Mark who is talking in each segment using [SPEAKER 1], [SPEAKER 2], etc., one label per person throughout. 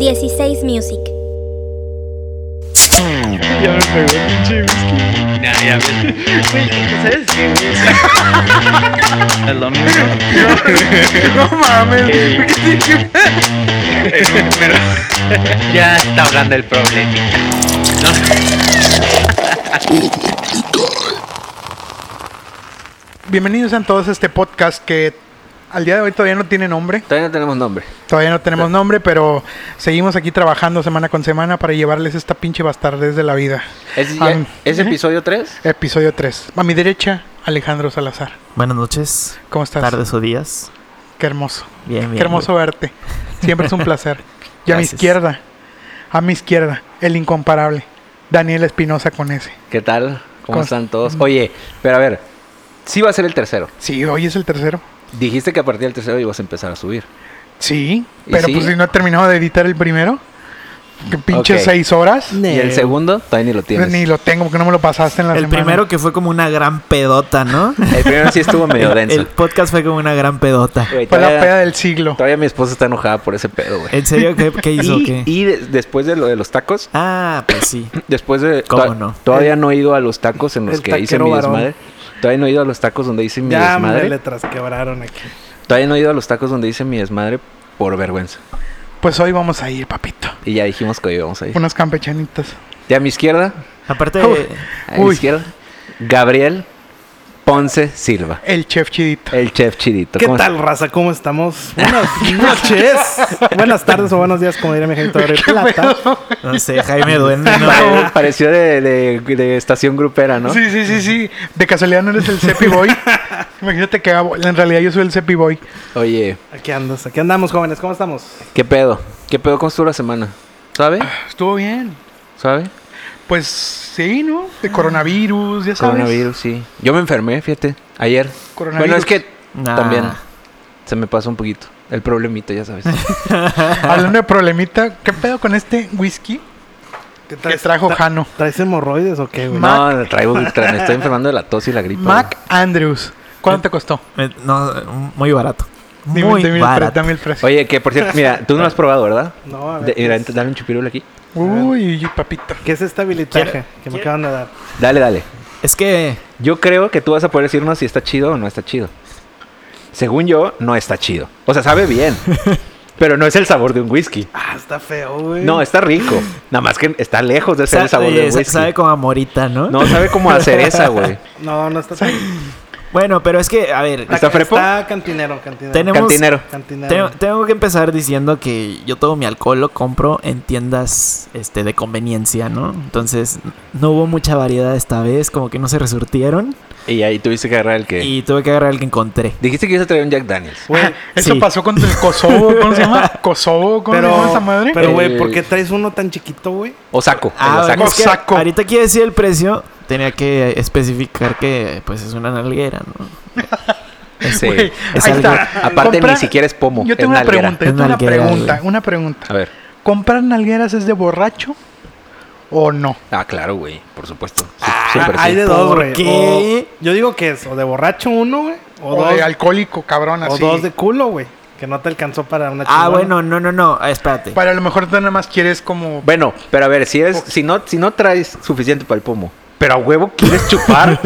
[SPEAKER 1] 16 Music.
[SPEAKER 2] Ya me pegó el pinche whisky.
[SPEAKER 3] Nah, ya ves.
[SPEAKER 2] Güey, ¿sabes qué, güey?
[SPEAKER 3] Es lo mismo.
[SPEAKER 2] No mames, güey, ¿por qué tiene que-
[SPEAKER 3] Pero ya está hablando el problemita.
[SPEAKER 2] Bienvenidos a todos a este podcast que al día de hoy todavía no tiene nombre.
[SPEAKER 4] Todavía no tenemos nombre.
[SPEAKER 2] Todavía no tenemos nombre, pero seguimos aquí trabajando semana con semana para llevarles esta pinche bastardez de la vida.
[SPEAKER 4] ¿Es, ya-
[SPEAKER 2] Am-
[SPEAKER 4] ¿es
[SPEAKER 2] Ujú.
[SPEAKER 4] episodio 3?
[SPEAKER 2] Episodio 3. A mi derecha, Alejandro Salazar.
[SPEAKER 5] Buenas noches,
[SPEAKER 2] ¿Cómo estás?
[SPEAKER 5] tardes o días.
[SPEAKER 2] Qué hermoso.
[SPEAKER 5] Bien, bien.
[SPEAKER 2] Qué hermoso verte. Siempre es un placer. Y a mi
[SPEAKER 5] Gracias.
[SPEAKER 2] izquierda, a mi izquierda, el incomparable, Daniel Espinosa con ese.
[SPEAKER 4] ¿Qué tal? ¿Cómo
[SPEAKER 2] ¿Cómo
[SPEAKER 4] están todos? Oye, pero a ver, sí va a ser el tercero.
[SPEAKER 2] Sí, hoy es el tercero.
[SPEAKER 4] Dijiste que a partir del tercero ibas a empezar a subir.
[SPEAKER 2] Sí,
[SPEAKER 4] ¿Y
[SPEAKER 2] pero
[SPEAKER 4] sí?
[SPEAKER 2] pues si no he terminado de editar el primero, que pinche
[SPEAKER 4] Ok.
[SPEAKER 2] seis horas.
[SPEAKER 4] Y el segundo todavía ni lo tienes.
[SPEAKER 2] Ni lo tengo porque no me lo pasaste en la
[SPEAKER 5] El
[SPEAKER 2] semana.
[SPEAKER 5] primero que fue como una gran pedota, ¿no?
[SPEAKER 4] El primero sí estuvo medio
[SPEAKER 5] el,
[SPEAKER 4] denso.
[SPEAKER 5] el podcast fue como una gran pedota.
[SPEAKER 4] Güey,
[SPEAKER 2] Fue la
[SPEAKER 4] todavía-
[SPEAKER 2] peda del siglo.
[SPEAKER 4] Todavía mi esposa está enojada por ese pedo, güey.
[SPEAKER 5] ¿En serio? ¿Qué, qué hizo?
[SPEAKER 4] Y,
[SPEAKER 5] ¿Qué?
[SPEAKER 4] y de- después de lo de los tacos,
[SPEAKER 5] Ah, pues sí.
[SPEAKER 4] después de...
[SPEAKER 5] ¿Cómo
[SPEAKER 4] to-
[SPEAKER 5] no?
[SPEAKER 4] Todavía no he ido a los tacos en los
[SPEAKER 6] el
[SPEAKER 4] que hice
[SPEAKER 6] taquero
[SPEAKER 4] mi
[SPEAKER 6] varón.
[SPEAKER 4] desmadre. Todavía no he ido a los tacos donde hice mi
[SPEAKER 6] Ya me
[SPEAKER 4] desmadre.
[SPEAKER 6] le trasquebraron aquí.
[SPEAKER 4] Todavía no he ido a los tacos donde hice mi desmadre por vergüenza.
[SPEAKER 2] Pues hoy vamos a ir, papito.
[SPEAKER 4] Y ya dijimos que hoy íbamos a ir.
[SPEAKER 2] Unas campechanitas.
[SPEAKER 4] Y a mi izquierda,
[SPEAKER 5] Aparte,
[SPEAKER 2] Uy.
[SPEAKER 4] A la
[SPEAKER 2] Uy.
[SPEAKER 4] izquierda, Gabriel Ponce Silva,
[SPEAKER 2] El chef chidito.
[SPEAKER 4] el chef chidito.
[SPEAKER 6] ¿Qué
[SPEAKER 4] ¿Cómo
[SPEAKER 6] tal, raza? ¿Cómo estamos? Buenas noches. Buenas tardes o buenos días, como diría mi gente de plata.
[SPEAKER 5] no sé, Jaime Duende, ¿no?
[SPEAKER 4] estás? Pare- Pareció de, de- de estación grupera, ¿no?
[SPEAKER 2] Sí, sí, sí, sí. De casualidad no eres el Cepi Boy. Imagínate que hago- en realidad yo soy el Cepi Boy.
[SPEAKER 4] Oye,
[SPEAKER 6] Aquí andas, aquí andamos, jóvenes. ¿Cómo estamos?
[SPEAKER 4] ¿qué pedo? ¿Qué pedo con estuvo la semana? ¿Sabe?
[SPEAKER 2] Estuvo bien.
[SPEAKER 4] ¿Sabe?
[SPEAKER 2] Pues sí, ¿no? De coronavirus, ya sabes.
[SPEAKER 4] Coronavirus, sí. Yo me enfermé, fíjate, ayer.
[SPEAKER 2] Coronavirus.
[SPEAKER 4] Bueno, es que
[SPEAKER 5] Nah.
[SPEAKER 4] también se me pasó un poquito. El problemita, ya sabes.
[SPEAKER 2] Hablando de problemita, ¿qué pedo con este whisky
[SPEAKER 6] ¿Qué
[SPEAKER 2] que trajo Jano?
[SPEAKER 6] ¿Traes hemorroides o qué, güey?
[SPEAKER 2] Ma-
[SPEAKER 4] no, traigo, tra- me estoy enfermando de la tos y la gripa.
[SPEAKER 2] Mac Andrews. ¿Cuánto
[SPEAKER 4] Eh,
[SPEAKER 2] te costó?
[SPEAKER 5] Me- no, muy barato.
[SPEAKER 2] Dime-
[SPEAKER 5] Muy
[SPEAKER 2] dime el pre-
[SPEAKER 5] barato.
[SPEAKER 2] dame el precio.
[SPEAKER 4] Oye, que por cierto, mira, tú no lo has probado, ¿verdad?
[SPEAKER 6] No, a
[SPEAKER 4] De-
[SPEAKER 6] ver.
[SPEAKER 4] mira,
[SPEAKER 6] ¿qué, es,
[SPEAKER 4] dale un chupirul aquí.
[SPEAKER 2] Uy, papito.
[SPEAKER 6] qué es esta habilitaje
[SPEAKER 5] Quiero-
[SPEAKER 6] que me acaban de dar?
[SPEAKER 4] Dale, dale.
[SPEAKER 5] Es que
[SPEAKER 4] Yo creo que tú vas a poder decirnos si está chido o no está chido. Según yo, no está chido. O sea, sabe bien. pero no es el sabor de un whisky.
[SPEAKER 6] Ah, está feo, güey.
[SPEAKER 4] No, está rico. Nada más que está lejos de ser
[SPEAKER 5] sa-
[SPEAKER 4] el sabor de
[SPEAKER 5] oye,
[SPEAKER 4] un
[SPEAKER 5] sa-
[SPEAKER 4] whisky.
[SPEAKER 5] sabe como a morita, ¿no?
[SPEAKER 4] No, sabe como a cereza, güey.
[SPEAKER 6] no, no está
[SPEAKER 5] Bueno, pero es que, a ver,
[SPEAKER 4] ¿Está frepo?
[SPEAKER 6] Está cantinero, cantinero.
[SPEAKER 5] Tenemos-
[SPEAKER 4] Cantinero.
[SPEAKER 6] Cantinero.
[SPEAKER 5] Tengo, tengo que empezar diciendo que yo todo mi alcohol lo compro en tiendas este, de conveniencia, ¿no? Entonces no hubo mucha variedad esta vez, como que no se resurtieron
[SPEAKER 4] Y ahí tuviste que agarrar el que...
[SPEAKER 5] y tuve que agarrar el que encontré.
[SPEAKER 4] Dijiste que ibas a traer un Jack Daniels.
[SPEAKER 6] Güey,
[SPEAKER 2] Eso
[SPEAKER 5] Sí.
[SPEAKER 2] pasó con el Kosovo, ¿cómo se llama? Kosovo, ¿cómo se
[SPEAKER 6] pero,
[SPEAKER 2] llama esa madre?
[SPEAKER 6] pero, güey,
[SPEAKER 4] El-
[SPEAKER 6] ¿por qué traes uno tan chiquito, güey?
[SPEAKER 4] O saco.
[SPEAKER 5] Ah,
[SPEAKER 4] el
[SPEAKER 5] bueno,
[SPEAKER 4] Osako.
[SPEAKER 5] es que
[SPEAKER 2] Saco.
[SPEAKER 5] ahorita quiero decir el precio, tenía que especificar que pues es una nalguera, ¿no?
[SPEAKER 4] Sí.
[SPEAKER 2] Güey,
[SPEAKER 5] es
[SPEAKER 2] ahí
[SPEAKER 5] algo-
[SPEAKER 2] está.
[SPEAKER 4] Aparte,
[SPEAKER 2] Comprar-
[SPEAKER 4] ni siquiera es pomo.
[SPEAKER 2] Yo tengo
[SPEAKER 4] es
[SPEAKER 2] una
[SPEAKER 4] nalguera.
[SPEAKER 2] pregunta, yo
[SPEAKER 5] Es
[SPEAKER 2] tengo una
[SPEAKER 5] nalguera,
[SPEAKER 2] pregunta,
[SPEAKER 5] güey.
[SPEAKER 2] una pregunta.
[SPEAKER 4] A ver.
[SPEAKER 2] ¿Comprar nalgueras es de borracho o no?
[SPEAKER 4] Ah, claro, güey. Por supuesto. Sí,
[SPEAKER 6] Ah,
[SPEAKER 4] súper
[SPEAKER 6] hay
[SPEAKER 4] sí.
[SPEAKER 6] de dos,
[SPEAKER 5] ¿Por
[SPEAKER 6] güey.
[SPEAKER 5] qué?
[SPEAKER 6] O- Yo digo que es o de borracho uno, güey, o,
[SPEAKER 2] O,
[SPEAKER 6] dos,
[SPEAKER 2] de alcohólico, cabrón,
[SPEAKER 6] o
[SPEAKER 2] así.
[SPEAKER 6] dos de culo, güey. Que no te alcanzó para una
[SPEAKER 5] Ah,
[SPEAKER 6] chingona.
[SPEAKER 5] bueno, no, no, no, ah, espérate.
[SPEAKER 2] Para a lo mejor tú nada más quieres como...
[SPEAKER 4] Bueno, pero a ver, si eres, si no, si no traes suficiente para el pomo, pero a huevo quieres chupar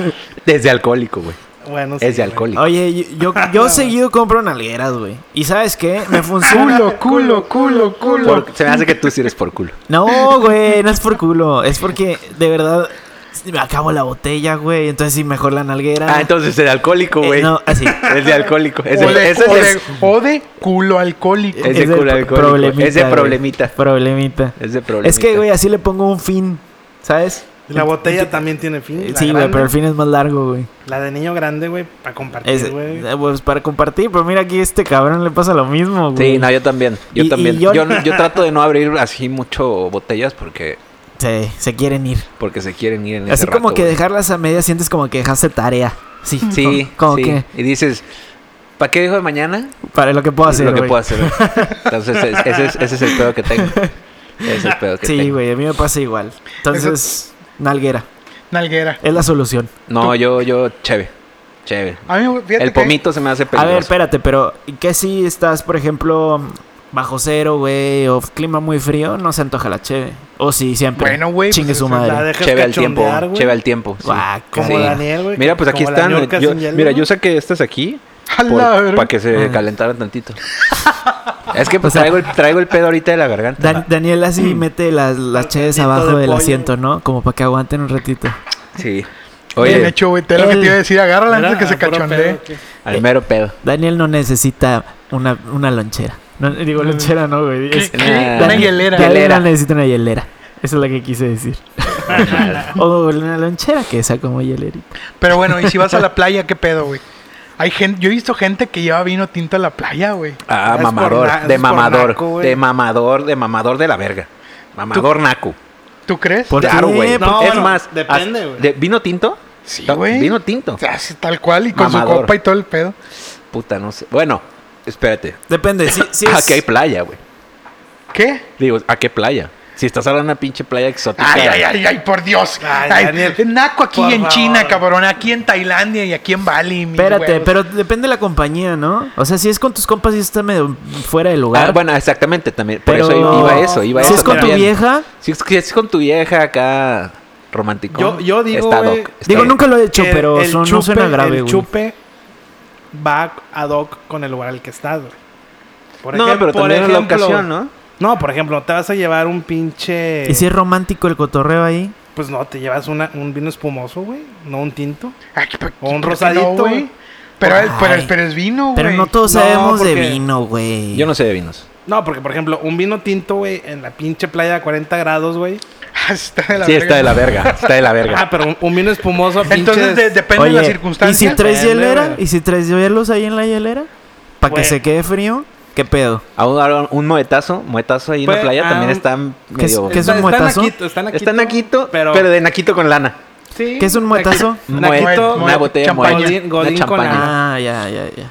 [SPEAKER 4] desde alcohólico, güey.
[SPEAKER 6] Bueno, sí,
[SPEAKER 4] Es de
[SPEAKER 6] güey.
[SPEAKER 4] alcohólico.
[SPEAKER 5] Oye, yo, yo, yo seguido compro nalgueras, güey. ¿Y sabes qué? Me funciona.
[SPEAKER 2] Culo, culo, culo, culo.
[SPEAKER 4] Por- se me hace que tú sí eres por culo.
[SPEAKER 5] No, güey, no es por culo. Es porque, de verdad, me acabo la botella, güey. Entonces, sí, mejor la nalguera.
[SPEAKER 4] Ah, entonces es de alcohólico,
[SPEAKER 5] Eh,
[SPEAKER 4] güey.
[SPEAKER 5] no, así.
[SPEAKER 4] Es de alcohólico. Es de,
[SPEAKER 2] o, de,
[SPEAKER 4] ese
[SPEAKER 2] o
[SPEAKER 4] es, Eh,
[SPEAKER 2] de- o de culo alcohólico.
[SPEAKER 4] Es de
[SPEAKER 5] del
[SPEAKER 4] culo
[SPEAKER 5] pro-
[SPEAKER 4] alcohólico. Es de
[SPEAKER 5] güey.
[SPEAKER 4] problemita.
[SPEAKER 5] Problemita.
[SPEAKER 4] es de problema.
[SPEAKER 5] Es que, güey, así le pongo un fin, ¿sabes?
[SPEAKER 6] Y La botella también tiene fin.
[SPEAKER 5] Eh,
[SPEAKER 6] la
[SPEAKER 5] Sí, güey,
[SPEAKER 6] grande.
[SPEAKER 5] pero el fin es más largo, güey.
[SPEAKER 6] La de niño grande, güey, para compartir,
[SPEAKER 5] Es-
[SPEAKER 6] güey.
[SPEAKER 5] eh, Pues para compartir, pero mira aquí este cabrón le pasa lo mismo, güey.
[SPEAKER 4] Sí, no, yo también. Yo
[SPEAKER 5] Y- y
[SPEAKER 4] también. yo...
[SPEAKER 5] yo-
[SPEAKER 4] no- yo trato de no abrir así mucho botellas porque,
[SPEAKER 5] Se, se quieren ir.
[SPEAKER 4] porque se quieren ir en ese
[SPEAKER 5] Así como
[SPEAKER 4] rato,
[SPEAKER 5] que
[SPEAKER 4] güey.
[SPEAKER 5] dejarlas a medias sientes como que dejaste tarea. Sí,
[SPEAKER 4] Sí,
[SPEAKER 5] como, como
[SPEAKER 4] sí.
[SPEAKER 5] que
[SPEAKER 4] Y dices, ¿para qué dejo de mañana?
[SPEAKER 5] para lo que puedo
[SPEAKER 4] Es
[SPEAKER 5] hacer,
[SPEAKER 4] lo que
[SPEAKER 5] güey.
[SPEAKER 4] puedo hacer. güey. Entonces, es- ese es, ese es el pedo que tengo. Ese es el pedo que tengo.
[SPEAKER 5] Sí, güey, a mí me pasa igual. Entonces, nalguera.
[SPEAKER 2] Nalguera.
[SPEAKER 5] Es la solución.
[SPEAKER 4] No, yo, yo, chévere. Chévere.
[SPEAKER 2] A mí, fíjate
[SPEAKER 4] El
[SPEAKER 2] que-
[SPEAKER 4] pomito se me hace
[SPEAKER 5] A ver,
[SPEAKER 4] peligroso.
[SPEAKER 5] espérate, pero ¿y ¿qué si estás, por ejemplo, bajo cero, güey, o clima muy frío, no se antoja la cheve. O sí, siempre.
[SPEAKER 2] Bueno, güey,
[SPEAKER 5] Chingue
[SPEAKER 2] pues
[SPEAKER 5] su
[SPEAKER 2] esa
[SPEAKER 5] madre.
[SPEAKER 6] La dejas
[SPEAKER 4] Cheve al tiempo,
[SPEAKER 6] cachondear, güey.
[SPEAKER 4] cheve al tiempo. sí.
[SPEAKER 5] Guau,
[SPEAKER 6] Como
[SPEAKER 5] sí.
[SPEAKER 6] Daniel, güey.
[SPEAKER 4] Mira, pues aquí
[SPEAKER 6] como la
[SPEAKER 4] están.
[SPEAKER 6] ñorca
[SPEAKER 4] yo-
[SPEAKER 6] sin hielo,
[SPEAKER 4] mira,
[SPEAKER 6] ¿no?
[SPEAKER 4] yo saqué estas aquí
[SPEAKER 2] A la verga.
[SPEAKER 4] para que se
[SPEAKER 5] Ah.
[SPEAKER 4] calentaran tantito. es que pues
[SPEAKER 5] O sea-
[SPEAKER 4] traigo, el, traigo el pedo ahorita de la garganta.
[SPEAKER 5] Dan- Daniel
[SPEAKER 2] Mm.
[SPEAKER 5] así mete las, las cheves
[SPEAKER 6] Caldito
[SPEAKER 5] abajo
[SPEAKER 6] de
[SPEAKER 5] del
[SPEAKER 6] pollo.
[SPEAKER 5] asiento, ¿no? Como para que aguanten un ratito.
[SPEAKER 4] Sí.
[SPEAKER 2] Bien
[SPEAKER 4] Oye,
[SPEAKER 2] hecho, güey. Te lo que
[SPEAKER 5] el-
[SPEAKER 2] te iba a decir. Agárrala
[SPEAKER 6] Mira,
[SPEAKER 2] antes que se
[SPEAKER 6] a puro
[SPEAKER 2] cachondee.
[SPEAKER 6] pedo, ¿qué?
[SPEAKER 4] al mero pedo.
[SPEAKER 5] Daniel no necesita una, una lonchera. No, digo lonchera, no, güey.
[SPEAKER 2] Mm. ¿Qué-
[SPEAKER 5] Es-
[SPEAKER 2] qué?
[SPEAKER 4] Nah.
[SPEAKER 2] Una
[SPEAKER 5] Daniel-
[SPEAKER 2] hielera.
[SPEAKER 5] Daniel
[SPEAKER 4] Hielera.
[SPEAKER 5] no necesita una hielera. Eso es lo que quise decir. o una lonchera que sea como hielerita.
[SPEAKER 2] Pero bueno, y si vas a la playa, ¿qué pedo, güey? Hay gente, yo he visto gente que lleva vino tinto a la playa, güey.
[SPEAKER 4] Ah,
[SPEAKER 6] Es por
[SPEAKER 4] mamador.
[SPEAKER 6] na-
[SPEAKER 4] de
[SPEAKER 6] es por
[SPEAKER 4] mamador.
[SPEAKER 6] naco, güey.
[SPEAKER 4] de mamador, de mamador de la verga. Mamador naco.
[SPEAKER 2] ¿Tú crees?
[SPEAKER 5] ¿Por
[SPEAKER 4] Claro,
[SPEAKER 5] qué?
[SPEAKER 4] güey.
[SPEAKER 6] No,
[SPEAKER 4] es
[SPEAKER 6] bueno,
[SPEAKER 4] más,
[SPEAKER 6] depende,
[SPEAKER 4] haz-
[SPEAKER 6] güey.
[SPEAKER 4] de- ¿Vino tinto?
[SPEAKER 2] Sí,
[SPEAKER 4] Ta-
[SPEAKER 2] güey.
[SPEAKER 4] Vino tinto.
[SPEAKER 2] Así, tal cual, y con su
[SPEAKER 4] Mamador.
[SPEAKER 2] copa y todo el pedo.
[SPEAKER 4] Puta, no sé. Bueno, espérate.
[SPEAKER 5] Depende, si, si es...
[SPEAKER 4] ¿A qué playa, güey?
[SPEAKER 2] ¿Qué?
[SPEAKER 4] Digo, ¿a qué playa? Si estás hablando de una pinche playa exótica.
[SPEAKER 2] Ay, ay, ay, ay, por Dios.
[SPEAKER 6] Ay,
[SPEAKER 2] Ay,
[SPEAKER 6] Daniel,
[SPEAKER 2] naco aquí
[SPEAKER 6] por
[SPEAKER 2] en
[SPEAKER 6] favor.
[SPEAKER 2] China, cabrón. Aquí en Tailandia y aquí en Bali. mis
[SPEAKER 5] Espérate,
[SPEAKER 2] huevos.
[SPEAKER 5] pero depende de la compañía, ¿no? O sea, si es con tus compas y está medio fuera de lugar.
[SPEAKER 4] Ah, bueno, exactamente, también. Por
[SPEAKER 5] pero-
[SPEAKER 4] eso iba eso, iba
[SPEAKER 6] no,
[SPEAKER 5] si
[SPEAKER 4] eso.
[SPEAKER 5] es con tu
[SPEAKER 4] también.
[SPEAKER 5] vieja,
[SPEAKER 4] Si es, que es con tu vieja acá, romántico.
[SPEAKER 6] Yo- yo digo,
[SPEAKER 4] Está
[SPEAKER 6] güey,
[SPEAKER 4] doc, está
[SPEAKER 5] digo,
[SPEAKER 4] bien.
[SPEAKER 5] nunca lo he hecho,
[SPEAKER 6] que
[SPEAKER 5] pero
[SPEAKER 6] el
[SPEAKER 5] son- no suena
[SPEAKER 6] chupe-
[SPEAKER 5] grave,
[SPEAKER 6] El
[SPEAKER 5] güey.
[SPEAKER 6] chupe va ad hoc con el lugar al que estás, güey. Por
[SPEAKER 4] No,
[SPEAKER 6] ejem-
[SPEAKER 4] pero
[SPEAKER 6] por
[SPEAKER 4] también en la
[SPEAKER 6] ejemplo-
[SPEAKER 4] ocasión, ¿no?
[SPEAKER 6] No, por ejemplo, te vas a llevar un pinche.
[SPEAKER 5] ¿Y si es romántico el cotorreo ahí?
[SPEAKER 6] Pues no, te llevas una- un vino espumoso, güey. No un tinto.
[SPEAKER 2] Ay, pero-
[SPEAKER 6] O un
[SPEAKER 2] ¿por qué
[SPEAKER 6] rosadito,
[SPEAKER 2] no, güey.
[SPEAKER 6] güey.
[SPEAKER 2] Pero,
[SPEAKER 5] Ay.
[SPEAKER 2] pero, pero es vino, güey.
[SPEAKER 5] Pero no todos
[SPEAKER 6] No,
[SPEAKER 5] sabemos de
[SPEAKER 6] porque-
[SPEAKER 5] vino, güey.
[SPEAKER 4] Yo no sé de vinos.
[SPEAKER 6] No, porque por ejemplo, un vino tinto, güey, en la pinche playa a 40 grados, güey.
[SPEAKER 2] Ah, Está de la
[SPEAKER 4] sí,
[SPEAKER 2] verga.
[SPEAKER 4] está de la verga. Está de la verga.
[SPEAKER 6] Ah, pero un, un vino espumoso, pinches.
[SPEAKER 2] Entonces de- depende de
[SPEAKER 5] Oye,
[SPEAKER 2] la circunstancia.
[SPEAKER 5] ¿Y si traes
[SPEAKER 6] Depende,
[SPEAKER 5] hielera?
[SPEAKER 6] güey. Pues-
[SPEAKER 5] ¿Y si traes hielos ahí en la hielera? ¿Para que
[SPEAKER 6] Güey.
[SPEAKER 5] se quede frío? ¿Qué pedo?
[SPEAKER 4] A un, a un moetazo, moetazo ahí en
[SPEAKER 6] Pues,
[SPEAKER 4] la playa
[SPEAKER 6] ah,
[SPEAKER 4] también
[SPEAKER 6] un-
[SPEAKER 4] está
[SPEAKER 5] ¿Qué es-
[SPEAKER 4] medio.
[SPEAKER 5] qué es
[SPEAKER 6] Está-
[SPEAKER 5] un
[SPEAKER 6] están
[SPEAKER 5] muetazo?
[SPEAKER 6] naquito, Están naquito,
[SPEAKER 4] Está naquito, pero,
[SPEAKER 6] pero-
[SPEAKER 4] de naquito con lana.
[SPEAKER 6] Sí,
[SPEAKER 5] ¿Qué es un muetazo?
[SPEAKER 6] Naquito,
[SPEAKER 4] una botella
[SPEAKER 2] champaña.
[SPEAKER 4] muerta.
[SPEAKER 6] Godín- Godín
[SPEAKER 4] una
[SPEAKER 6] con
[SPEAKER 4] champaña.
[SPEAKER 6] lana.
[SPEAKER 5] Ah, ya, ya, ya.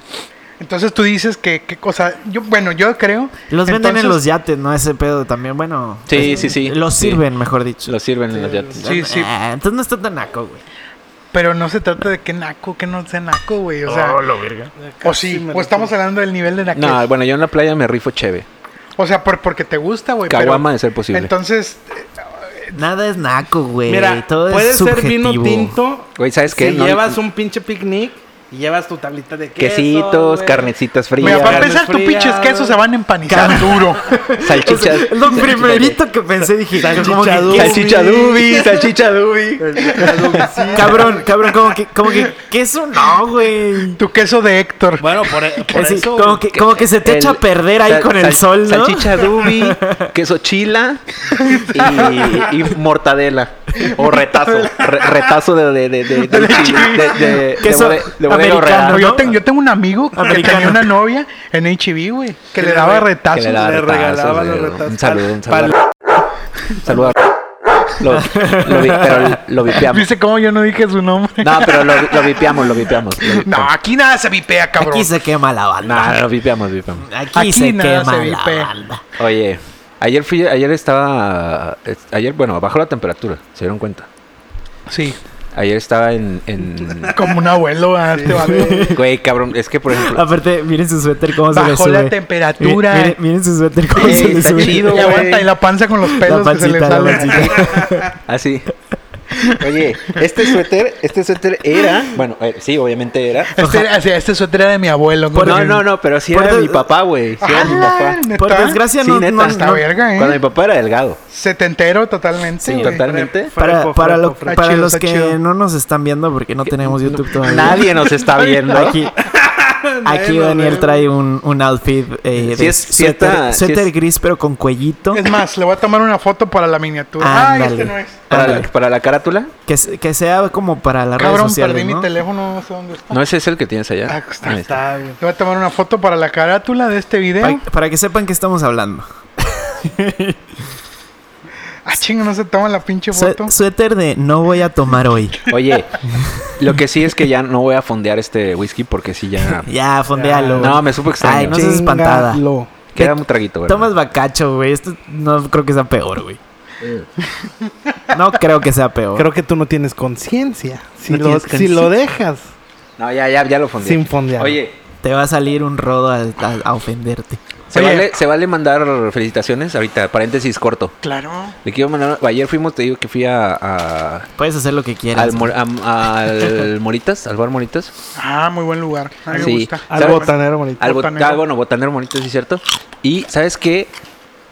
[SPEAKER 2] Entonces tú dices que qué cosa. Yo, bueno, yo creo.
[SPEAKER 5] Los venden en
[SPEAKER 2] entonces-
[SPEAKER 5] los yates, ¿no? Ese pedo también, bueno.
[SPEAKER 4] Sí,
[SPEAKER 5] es-
[SPEAKER 4] sí, sí.
[SPEAKER 5] Los
[SPEAKER 4] Sí.
[SPEAKER 5] sirven, mejor dicho.
[SPEAKER 4] Lo sirven en los yates.
[SPEAKER 2] Sí, sí.
[SPEAKER 5] Ah, entonces no está tan naco, güey.
[SPEAKER 2] Pero no se trata de que naco, que no sea naco, güey. O sea, o sí, o estamos hablando del nivel de naco.
[SPEAKER 4] No, bueno, yo en la playa me rifo cheve.
[SPEAKER 2] o sea, por, porque te gusta, güey. pero-
[SPEAKER 4] Caguama de ser posible.
[SPEAKER 2] Entonces,
[SPEAKER 5] Nada es naco, güey.
[SPEAKER 6] Mira,
[SPEAKER 5] Todo es
[SPEAKER 6] puede ser
[SPEAKER 5] subjetivo.
[SPEAKER 6] vino tinto.
[SPEAKER 4] Güey, ¿sabes qué?
[SPEAKER 6] Si
[SPEAKER 4] No-
[SPEAKER 6] llevas un pinche picnic y llevas tu tablita de queso,
[SPEAKER 4] Quesitos,
[SPEAKER 6] güey.
[SPEAKER 4] carnecitas frías,
[SPEAKER 2] mira, para
[SPEAKER 6] carnes
[SPEAKER 2] empezar, tus
[SPEAKER 6] frías.
[SPEAKER 2] pinches quesos se van a empanizar duro.
[SPEAKER 4] salchichas.
[SPEAKER 5] Es lo primerito que pensé, dije. como que-
[SPEAKER 6] Salchicha
[SPEAKER 4] Salchicha dubi, salchicha dubi.
[SPEAKER 5] Cabrón, cabrón, como que, como que, ¿qué eso no, güey?
[SPEAKER 2] Tu queso de Héctor.
[SPEAKER 6] Bueno, por, e- por
[SPEAKER 5] Así,
[SPEAKER 6] eso.
[SPEAKER 5] como, que, como que se te
[SPEAKER 4] El-
[SPEAKER 5] echa a perder ahí
[SPEAKER 4] sal-
[SPEAKER 5] con el
[SPEAKER 4] sal-
[SPEAKER 5] sol, ¿no?
[SPEAKER 4] Salchicha dubi, queso chila y, y mortadela. O retazo. re- retazo de, de, de, de, de, de- de- de-
[SPEAKER 5] Queso
[SPEAKER 4] de bode- de bodega
[SPEAKER 5] americano,
[SPEAKER 4] horrera.
[SPEAKER 2] Oye,
[SPEAKER 5] ¿no?
[SPEAKER 2] yo, tengo, yo tengo un amigo que
[SPEAKER 5] Americano.
[SPEAKER 2] tenía una novia en HB, güey, que le daba
[SPEAKER 4] Que
[SPEAKER 2] retazos.
[SPEAKER 4] le daba
[SPEAKER 6] le
[SPEAKER 4] retazos,
[SPEAKER 6] regalaba los
[SPEAKER 4] güey. Un
[SPEAKER 6] retazos.
[SPEAKER 4] saludo, un
[SPEAKER 6] Pal-
[SPEAKER 4] saludo. Saludo a- Lo, lo vi- pero lo vipeamos.
[SPEAKER 2] Dice cómo yo no dije su nombre.
[SPEAKER 4] No, pero lo, lo vipeamos, lo vipeamos. lo
[SPEAKER 2] No,
[SPEAKER 4] vipeamos.
[SPEAKER 2] aquí nada se vipea, cabrón.
[SPEAKER 5] Aquí se quema la banda.
[SPEAKER 4] No, lo vipeamos, vipeamos.
[SPEAKER 5] Aquí,
[SPEAKER 2] Aquí
[SPEAKER 5] se
[SPEAKER 2] nada
[SPEAKER 5] quema
[SPEAKER 2] se
[SPEAKER 5] la
[SPEAKER 2] vipea.
[SPEAKER 5] banda.
[SPEAKER 4] Oye, ayer fui, ayer estaba, es- ayer, bueno, bajó la temperatura, se dieron cuenta.
[SPEAKER 2] Sí,
[SPEAKER 4] Ayer estaba en, en-
[SPEAKER 2] como un abuelo. ah, este vale.
[SPEAKER 4] güey, cabrón, es que por ejemplo,
[SPEAKER 5] Aparte, miren su suéter cómo se le
[SPEAKER 2] Bajó
[SPEAKER 5] sube.
[SPEAKER 2] la temperatura.
[SPEAKER 5] Mi- Miren, miren su suéter cómo
[SPEAKER 4] Sí,
[SPEAKER 5] se le
[SPEAKER 4] está
[SPEAKER 5] sube.
[SPEAKER 4] chido,
[SPEAKER 2] Y
[SPEAKER 4] güey.
[SPEAKER 2] aguanta y la panza con los
[SPEAKER 5] La
[SPEAKER 2] pelos que se le
[SPEAKER 5] pancita, la
[SPEAKER 2] salen.
[SPEAKER 5] pancita.
[SPEAKER 4] así. ah, Oye, este suéter, este suéter era, bueno, eh, sí, obviamente era.
[SPEAKER 2] Este, era- o sea, este suéter era de mi abuelo.
[SPEAKER 4] No, no, no, pero sí
[SPEAKER 5] Por
[SPEAKER 4] era
[SPEAKER 5] eso-
[SPEAKER 4] mi papá, güey, sí era mi papá.
[SPEAKER 5] Por desgracia,
[SPEAKER 4] Sí,
[SPEAKER 5] no,
[SPEAKER 4] neta,
[SPEAKER 5] no-
[SPEAKER 2] Está
[SPEAKER 5] no-
[SPEAKER 2] verga, ¿eh?
[SPEAKER 4] Cuando mi papá era delgado.
[SPEAKER 2] Setentero totalmente.
[SPEAKER 4] Sí,
[SPEAKER 2] güey.
[SPEAKER 4] totalmente.
[SPEAKER 5] Para,
[SPEAKER 6] Fresco,
[SPEAKER 5] para,
[SPEAKER 6] fresco,
[SPEAKER 5] lo-
[SPEAKER 6] fresco.
[SPEAKER 2] Está
[SPEAKER 5] para
[SPEAKER 2] chido,
[SPEAKER 5] los
[SPEAKER 2] está
[SPEAKER 5] que
[SPEAKER 2] chido.
[SPEAKER 5] no nos están viendo porque no tenemos YouTube todavía.
[SPEAKER 4] Nadie nos está viendo.
[SPEAKER 5] Aquí, aquí
[SPEAKER 6] nos
[SPEAKER 5] Daniel
[SPEAKER 6] ve.
[SPEAKER 5] trae un, un outfit eh, de
[SPEAKER 4] Sí es- sí
[SPEAKER 5] suéter,
[SPEAKER 4] está- sí
[SPEAKER 5] suéter
[SPEAKER 4] es-
[SPEAKER 5] gris pero con cuellito.
[SPEAKER 2] Es más, le voy a tomar una foto para la miniatura. Ay,
[SPEAKER 5] Ándale.
[SPEAKER 2] este no es.
[SPEAKER 4] Para la, para la carátula,
[SPEAKER 5] Que, se- que sea como para las redes
[SPEAKER 2] Cabrón,
[SPEAKER 5] sociales,
[SPEAKER 2] perdí
[SPEAKER 5] ¿no?
[SPEAKER 2] mi teléfono, no sé dónde está.
[SPEAKER 4] no ese es el que tienes allá.
[SPEAKER 2] Ah, está,
[SPEAKER 4] Ahí
[SPEAKER 6] Está, güey.
[SPEAKER 2] Le voy a tomar una foto para la carátula de este video.
[SPEAKER 5] Para, para que sepan que estamos hablando.
[SPEAKER 2] Ah, chingo, no se toma la pinche
[SPEAKER 5] Sue-
[SPEAKER 2] foto.
[SPEAKER 5] suéter de no voy a tomar hoy.
[SPEAKER 4] Oye, lo que sí es que ya no voy a fondear este whisky porque sí ya.
[SPEAKER 5] Ya, fondealo.
[SPEAKER 4] No, me supo extraño.
[SPEAKER 5] Ay, no seas espantada.
[SPEAKER 6] Chingalo.
[SPEAKER 4] Queda un traguito, güey.
[SPEAKER 5] Tomas bacacho, güey. Esto no creo que sea peor, güey. No creo que sea peor.
[SPEAKER 6] Creo que tú no tienes conciencia. Si,
[SPEAKER 5] No
[SPEAKER 6] lo-
[SPEAKER 5] tienes
[SPEAKER 6] si
[SPEAKER 5] conciencia.
[SPEAKER 6] lo dejas
[SPEAKER 4] No, ya, ya, ya lo fondeé.
[SPEAKER 6] sin fondear.
[SPEAKER 4] Oye,
[SPEAKER 5] Te va a salir un rodo a, a- a ofenderte.
[SPEAKER 4] Se
[SPEAKER 2] Oye.
[SPEAKER 4] vale, se vale mandar felicitaciones ahorita, paréntesis corto.
[SPEAKER 2] Claro.
[SPEAKER 4] Le quiero mandar. Ayer fuimos, te digo que fui a. a-
[SPEAKER 5] Puedes hacer lo que quieras.
[SPEAKER 4] al, Mor- am- al Moritas, al bar Moritas.
[SPEAKER 2] Ah, muy buen lugar. A mí me
[SPEAKER 4] Sí.
[SPEAKER 2] gusta.
[SPEAKER 6] Al
[SPEAKER 4] ¿Sabes?
[SPEAKER 6] botanero bonito.
[SPEAKER 4] Al bot-
[SPEAKER 2] Botanero.
[SPEAKER 4] ah, bueno, botanero Moritas, sí, cierto. Y, ¿sabes qué?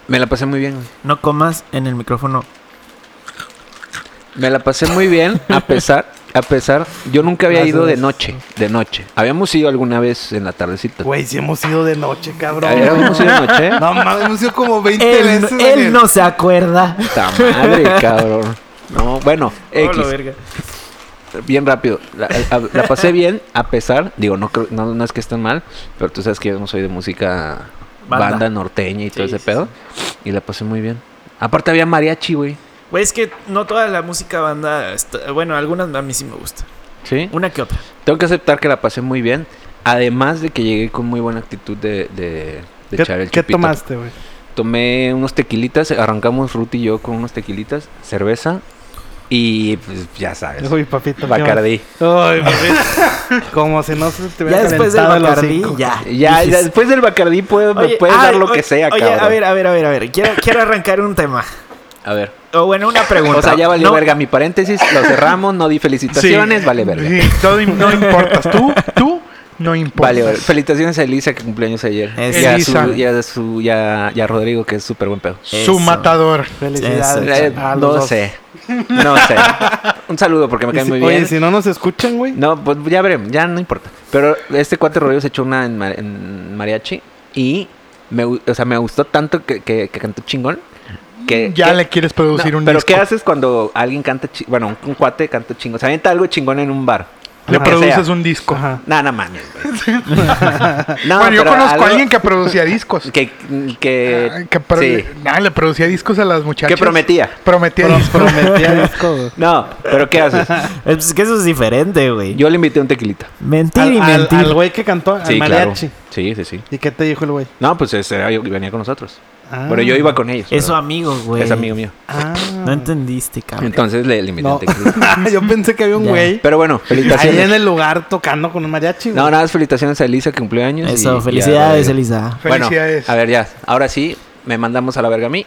[SPEAKER 4] Me la pasé muy bien. güey.
[SPEAKER 5] No comas en el micrófono.
[SPEAKER 4] Me la pasé muy bien, a pesar, a pesar, yo nunca había
[SPEAKER 6] Gracias.
[SPEAKER 4] ido de noche, de noche. Habíamos ido alguna vez en la tardecita.
[SPEAKER 6] Güey, si hemos ido de noche, cabrón.
[SPEAKER 4] Habíamos ido de noche. ¿eh?
[SPEAKER 6] No mames, hemos ido como 20
[SPEAKER 5] Él,
[SPEAKER 6] veces.
[SPEAKER 5] él no se acuerda.
[SPEAKER 4] Puta madre, cabrón. No, bueno, X, bien rápido. La, eh, a- la pasé bien, a pesar, digo, no, creo- no, no es que estén mal, pero tú sabes que yo no soy de música
[SPEAKER 5] Banda.
[SPEAKER 4] banda, norteña y todo
[SPEAKER 5] Sí,
[SPEAKER 4] ese
[SPEAKER 5] sí,
[SPEAKER 4] pedo. Y la pasé muy bien. Aparte había mariachi, güey.
[SPEAKER 5] Güey, es que no toda la música banda. está- Bueno, algunas a mí sí me gusta.
[SPEAKER 4] Sí.
[SPEAKER 5] Una que otra.
[SPEAKER 4] Tengo que aceptar que la pasé muy bien. Además de que llegué con muy buena actitud de, de, de echar
[SPEAKER 6] ¿Qué,
[SPEAKER 4] el
[SPEAKER 6] ¿qué
[SPEAKER 4] chupito.
[SPEAKER 6] tomaste, güey?
[SPEAKER 4] Tomé unos tequilitas, arrancamos Ruth y yo con unos tequilitas, cerveza y pues ya sabes.
[SPEAKER 6] Uy, papito. ¿qué más?
[SPEAKER 4] Bacardí.
[SPEAKER 6] Ay, papito. como si no se te hubiera
[SPEAKER 5] Ya después del
[SPEAKER 6] calentado el
[SPEAKER 5] Bacardí,
[SPEAKER 6] hocico.
[SPEAKER 5] ya.
[SPEAKER 4] Ya, ya
[SPEAKER 5] dices,
[SPEAKER 4] después del Bacardí puedes,
[SPEAKER 5] oye,
[SPEAKER 4] puedes
[SPEAKER 5] ay,
[SPEAKER 4] dar lo
[SPEAKER 5] oye,
[SPEAKER 4] que sea,
[SPEAKER 5] Oye,
[SPEAKER 4] cabrón.
[SPEAKER 5] a ver, a ver, a ver, a ver. Quiero, quiero arrancar un tema.
[SPEAKER 4] A ver.
[SPEAKER 5] O bueno, una pregunta.
[SPEAKER 4] O sea, ya valió
[SPEAKER 5] No,
[SPEAKER 4] verga mi paréntesis, lo cerramos, no di felicitaciones, vale verga.
[SPEAKER 2] Sí, todo im- no importas. Tú, tú, no importas.
[SPEAKER 4] Vale, verga. felicitaciones a Elisa que cumpleaños ayer.
[SPEAKER 5] Es-
[SPEAKER 4] Y a
[SPEAKER 2] Elisa.
[SPEAKER 4] su, y a su- y a- y a Rodrigo que es súper buen pedo.
[SPEAKER 2] Su
[SPEAKER 5] Eso.
[SPEAKER 2] matador.
[SPEAKER 5] Eso,
[SPEAKER 4] Eh,
[SPEAKER 6] Felicidades. a los
[SPEAKER 4] no
[SPEAKER 6] dos.
[SPEAKER 4] sé. No sé. Un saludo porque me
[SPEAKER 6] Y
[SPEAKER 4] cae
[SPEAKER 6] si-
[SPEAKER 4] muy
[SPEAKER 6] Oye,
[SPEAKER 4] bien.
[SPEAKER 6] si no nos escuchan, güey.
[SPEAKER 4] No, pues ya veremos, ya no importa. Pero este cuate Rodrigo se echó una en, ma- en mariachi y me, gu- o sea, me gustó tanto que, que, que cantó chingón. Que,
[SPEAKER 2] Mm, Ya
[SPEAKER 4] que-
[SPEAKER 2] le quieres
[SPEAKER 4] Eh, no,
[SPEAKER 2] producir un
[SPEAKER 4] Pero
[SPEAKER 2] disco.
[SPEAKER 4] ¿qué haces cuando alguien canta, chi- bueno, un, un cuate canta chingón? O sea, avienta algo chingón en un bar.
[SPEAKER 2] Le
[SPEAKER 4] Lo que
[SPEAKER 2] produces
[SPEAKER 4] sea.
[SPEAKER 2] un disco.
[SPEAKER 6] Ajá.
[SPEAKER 4] No, no mames, güey. No,
[SPEAKER 2] bueno, yo
[SPEAKER 4] pero
[SPEAKER 2] conozco
[SPEAKER 4] algo
[SPEAKER 2] a alguien que producía discos.
[SPEAKER 4] que... Que,
[SPEAKER 2] Ah, que pro-
[SPEAKER 4] sí,
[SPEAKER 2] nah, le producía discos a las muchachas.
[SPEAKER 4] que prometía.
[SPEAKER 2] Prometía
[SPEAKER 6] Nos
[SPEAKER 2] discos.
[SPEAKER 6] prometía disco, güey.
[SPEAKER 4] No, pero ¿qué haces?
[SPEAKER 5] Es que eso es diferente, güey.
[SPEAKER 4] Yo le invité un tequilita.
[SPEAKER 5] Mentir y
[SPEAKER 6] Al- al-
[SPEAKER 5] mentir.
[SPEAKER 6] Al güey que cantó, al mariachi.
[SPEAKER 4] Sí, sí, sí.
[SPEAKER 6] ¿Y qué te dijo el güey?
[SPEAKER 4] No, pues ese, ah, yo- venía con nosotros.
[SPEAKER 6] Ah.
[SPEAKER 4] Bueno, yo iba con ellos.
[SPEAKER 5] Eso
[SPEAKER 4] pero
[SPEAKER 5] amigo, güey.
[SPEAKER 4] Es amigo mío.
[SPEAKER 6] Ah.
[SPEAKER 5] No entendiste, cabrón.
[SPEAKER 4] Entonces le, le invité
[SPEAKER 6] No.
[SPEAKER 4] un tequilita.
[SPEAKER 6] yo pensé que había un
[SPEAKER 5] Ya.
[SPEAKER 6] güey
[SPEAKER 4] Pero bueno,
[SPEAKER 6] ahí en
[SPEAKER 4] felicitaciones.
[SPEAKER 6] el lugar tocando con un mariachi.
[SPEAKER 4] No,
[SPEAKER 6] güey.
[SPEAKER 4] nada más felicitaciones a Elisa que cumpleaños. y- y
[SPEAKER 5] Eso,
[SPEAKER 4] a
[SPEAKER 5] felicidades,
[SPEAKER 4] Rodrigo.
[SPEAKER 5] Elisa.
[SPEAKER 4] Bueno,
[SPEAKER 2] Felicidades.
[SPEAKER 4] a ver, ya. Ahora sí, me mandamos a la verga a mí.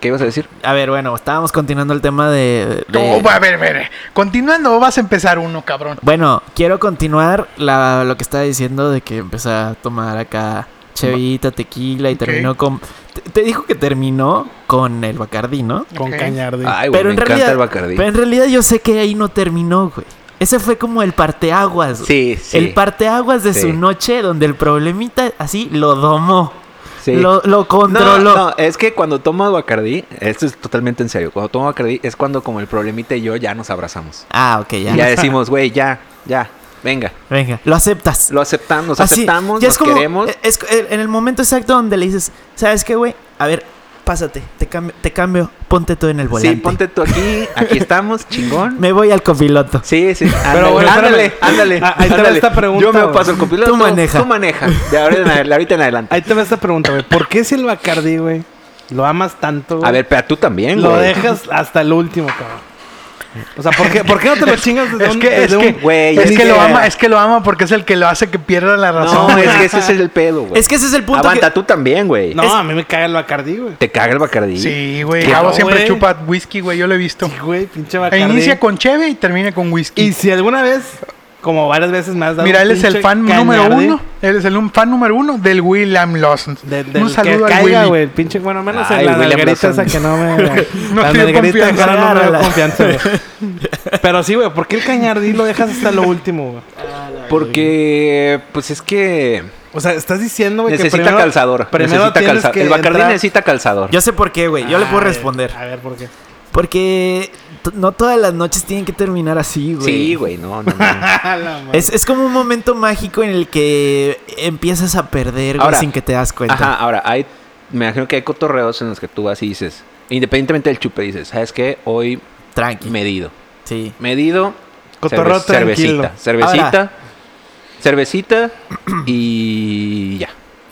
[SPEAKER 4] ¿Qué ibas a decir?
[SPEAKER 5] A ver, bueno, estábamos continuando el tema de. de-
[SPEAKER 2] No, va, a ver, a ver. Continuando, vas a empezar uno, cabrón.
[SPEAKER 5] Bueno, quiero continuar la- lo que estaba diciendo de que empecé a tomar acá chevita, tequila y
[SPEAKER 2] Ok.
[SPEAKER 5] terminó con. Te, te dijo que terminó con el Bacardi, ¿no?
[SPEAKER 6] Con
[SPEAKER 2] Ok.
[SPEAKER 6] cañardi.
[SPEAKER 4] Ay, güey, me encanta el Bacardí.
[SPEAKER 5] pero en realidad yo sé que ahí no terminó, güey. Ese fue como el parteaguas. güey.
[SPEAKER 4] Sí, sí.
[SPEAKER 5] El parteaguas de
[SPEAKER 4] Sí.
[SPEAKER 5] su noche donde el problemita así lo domó.
[SPEAKER 4] sí.
[SPEAKER 5] Lo, lo
[SPEAKER 4] No,
[SPEAKER 5] controló.
[SPEAKER 4] no, es que cuando tomo Bacardí, esto es totalmente en serio. Cuando tomo Bacardí es cuando como el problemita y yo ya nos abrazamos.
[SPEAKER 5] Ah, ok, ya.
[SPEAKER 4] Ya, decimos, güey, ya, ya, venga.
[SPEAKER 5] Venga, lo aceptas.
[SPEAKER 4] Lo aceptamos, nos
[SPEAKER 5] Así,
[SPEAKER 4] aceptamos,
[SPEAKER 5] Ah, ya
[SPEAKER 4] nos queremos.
[SPEAKER 5] eh, es- eh, en el momento exacto donde le dices, ¿sabes qué, güey? A ver, pásate, te cambio, te cambio, ponte tú en el volante.
[SPEAKER 4] Sí, ponte tú aquí, aquí estamos, chingón.
[SPEAKER 5] Me voy al copiloto.
[SPEAKER 4] Sí, sí. Ándale,
[SPEAKER 6] Pero bueno,
[SPEAKER 4] ándale,
[SPEAKER 6] espérame.
[SPEAKER 4] ándale.
[SPEAKER 6] Ah, ahí te va
[SPEAKER 4] ándale.
[SPEAKER 6] esta pregunta,
[SPEAKER 4] Yo me
[SPEAKER 6] güey.
[SPEAKER 4] paso el copiloto.
[SPEAKER 5] Tú maneja.
[SPEAKER 4] Tú maneja. De ahora en adel- ahorita en adelante.
[SPEAKER 6] Ahí te va esta pregunta, güey. ¿Por qué si el Bacardi, güey, lo amas tanto, güey?
[SPEAKER 4] A ver, pero tú también,
[SPEAKER 6] lo
[SPEAKER 4] güey.
[SPEAKER 6] dejas hasta el último, cabrón. O sea, ¿por qué, ¿por qué no te lo chingas desde
[SPEAKER 2] Es
[SPEAKER 6] un,
[SPEAKER 2] que, es
[SPEAKER 6] desde
[SPEAKER 2] que,
[SPEAKER 6] un-
[SPEAKER 4] güey,
[SPEAKER 2] es
[SPEAKER 4] es
[SPEAKER 2] que
[SPEAKER 4] que-
[SPEAKER 2] lo ama, es que lo ama porque es el que lo hace que pierda la razón.
[SPEAKER 4] No, es que ese es el pedo, güey.
[SPEAKER 5] Es que ese es el punto.
[SPEAKER 4] Aguanta
[SPEAKER 5] que-
[SPEAKER 4] tú también, güey.
[SPEAKER 6] No,
[SPEAKER 5] es-
[SPEAKER 6] a mí me caga el Bacardí, güey.
[SPEAKER 4] Te caga el Bacardí.
[SPEAKER 2] Sí, güey.
[SPEAKER 4] Claro,
[SPEAKER 2] Gabo siempre
[SPEAKER 6] güey.
[SPEAKER 2] chupa whisky, güey. Yo lo he visto.
[SPEAKER 6] Sí, güey, pinche
[SPEAKER 2] E
[SPEAKER 6] Bacardí.
[SPEAKER 2] inicia con cheve y termina con
[SPEAKER 6] Y
[SPEAKER 2] whisky.
[SPEAKER 6] si alguna vez, como varias veces me has dado
[SPEAKER 2] Mira,
[SPEAKER 6] un
[SPEAKER 2] él es el
[SPEAKER 6] pinche
[SPEAKER 2] fan número
[SPEAKER 6] Cañardi
[SPEAKER 2] uno. Él es el un fan número uno del William Lawson.
[SPEAKER 6] de- del
[SPEAKER 2] Un saludo
[SPEAKER 6] que
[SPEAKER 2] al
[SPEAKER 6] caiga,
[SPEAKER 2] Willy.
[SPEAKER 6] güey. el Pinche, bueno, menos
[SPEAKER 4] Ay,
[SPEAKER 6] en la
[SPEAKER 4] William
[SPEAKER 6] nalgarita
[SPEAKER 4] Lawson.
[SPEAKER 6] esa que no me...
[SPEAKER 2] No
[SPEAKER 6] la
[SPEAKER 2] te dio
[SPEAKER 6] nalgarita
[SPEAKER 2] confianza.
[SPEAKER 6] esa no me dio
[SPEAKER 5] Agárrala.
[SPEAKER 6] confianza, güey. Pero sí, güey, ¿por qué el Cañardí lo dejas hasta lo último, güey?
[SPEAKER 4] Porque, pues es que
[SPEAKER 6] O sea, estás diciendo, güey, que
[SPEAKER 4] necesita
[SPEAKER 6] primero-
[SPEAKER 4] calzador.
[SPEAKER 6] primero
[SPEAKER 4] Necesita
[SPEAKER 6] tienes
[SPEAKER 4] calzador.
[SPEAKER 6] que
[SPEAKER 4] El Bacardí
[SPEAKER 6] entrar-
[SPEAKER 4] necesita calzador.
[SPEAKER 5] Yo sé por qué, güey. Yo le puedo
[SPEAKER 6] Ah,
[SPEAKER 5] responder.
[SPEAKER 6] A ver, ¿por qué?
[SPEAKER 5] Porque t- no todas las noches tienen que terminar así, güey.
[SPEAKER 4] Sí, güey, no, no, no.
[SPEAKER 5] Es, es como un momento mágico en el que empiezas a perder, güey,
[SPEAKER 4] Ahora.
[SPEAKER 5] sin que te das cuenta.
[SPEAKER 4] Ajá, ahora, hay, me imagino que hay cotorreos en los que tú vas y dices, independientemente del chupe, dices, ¿sabes qué? Hoy
[SPEAKER 5] Tranqui.
[SPEAKER 4] medido.
[SPEAKER 5] Sí.
[SPEAKER 4] Medido.
[SPEAKER 6] Cotorreo tranquilo.
[SPEAKER 4] cervecita. Cervecita.
[SPEAKER 5] Ahora.
[SPEAKER 4] Cervecita. Y ya.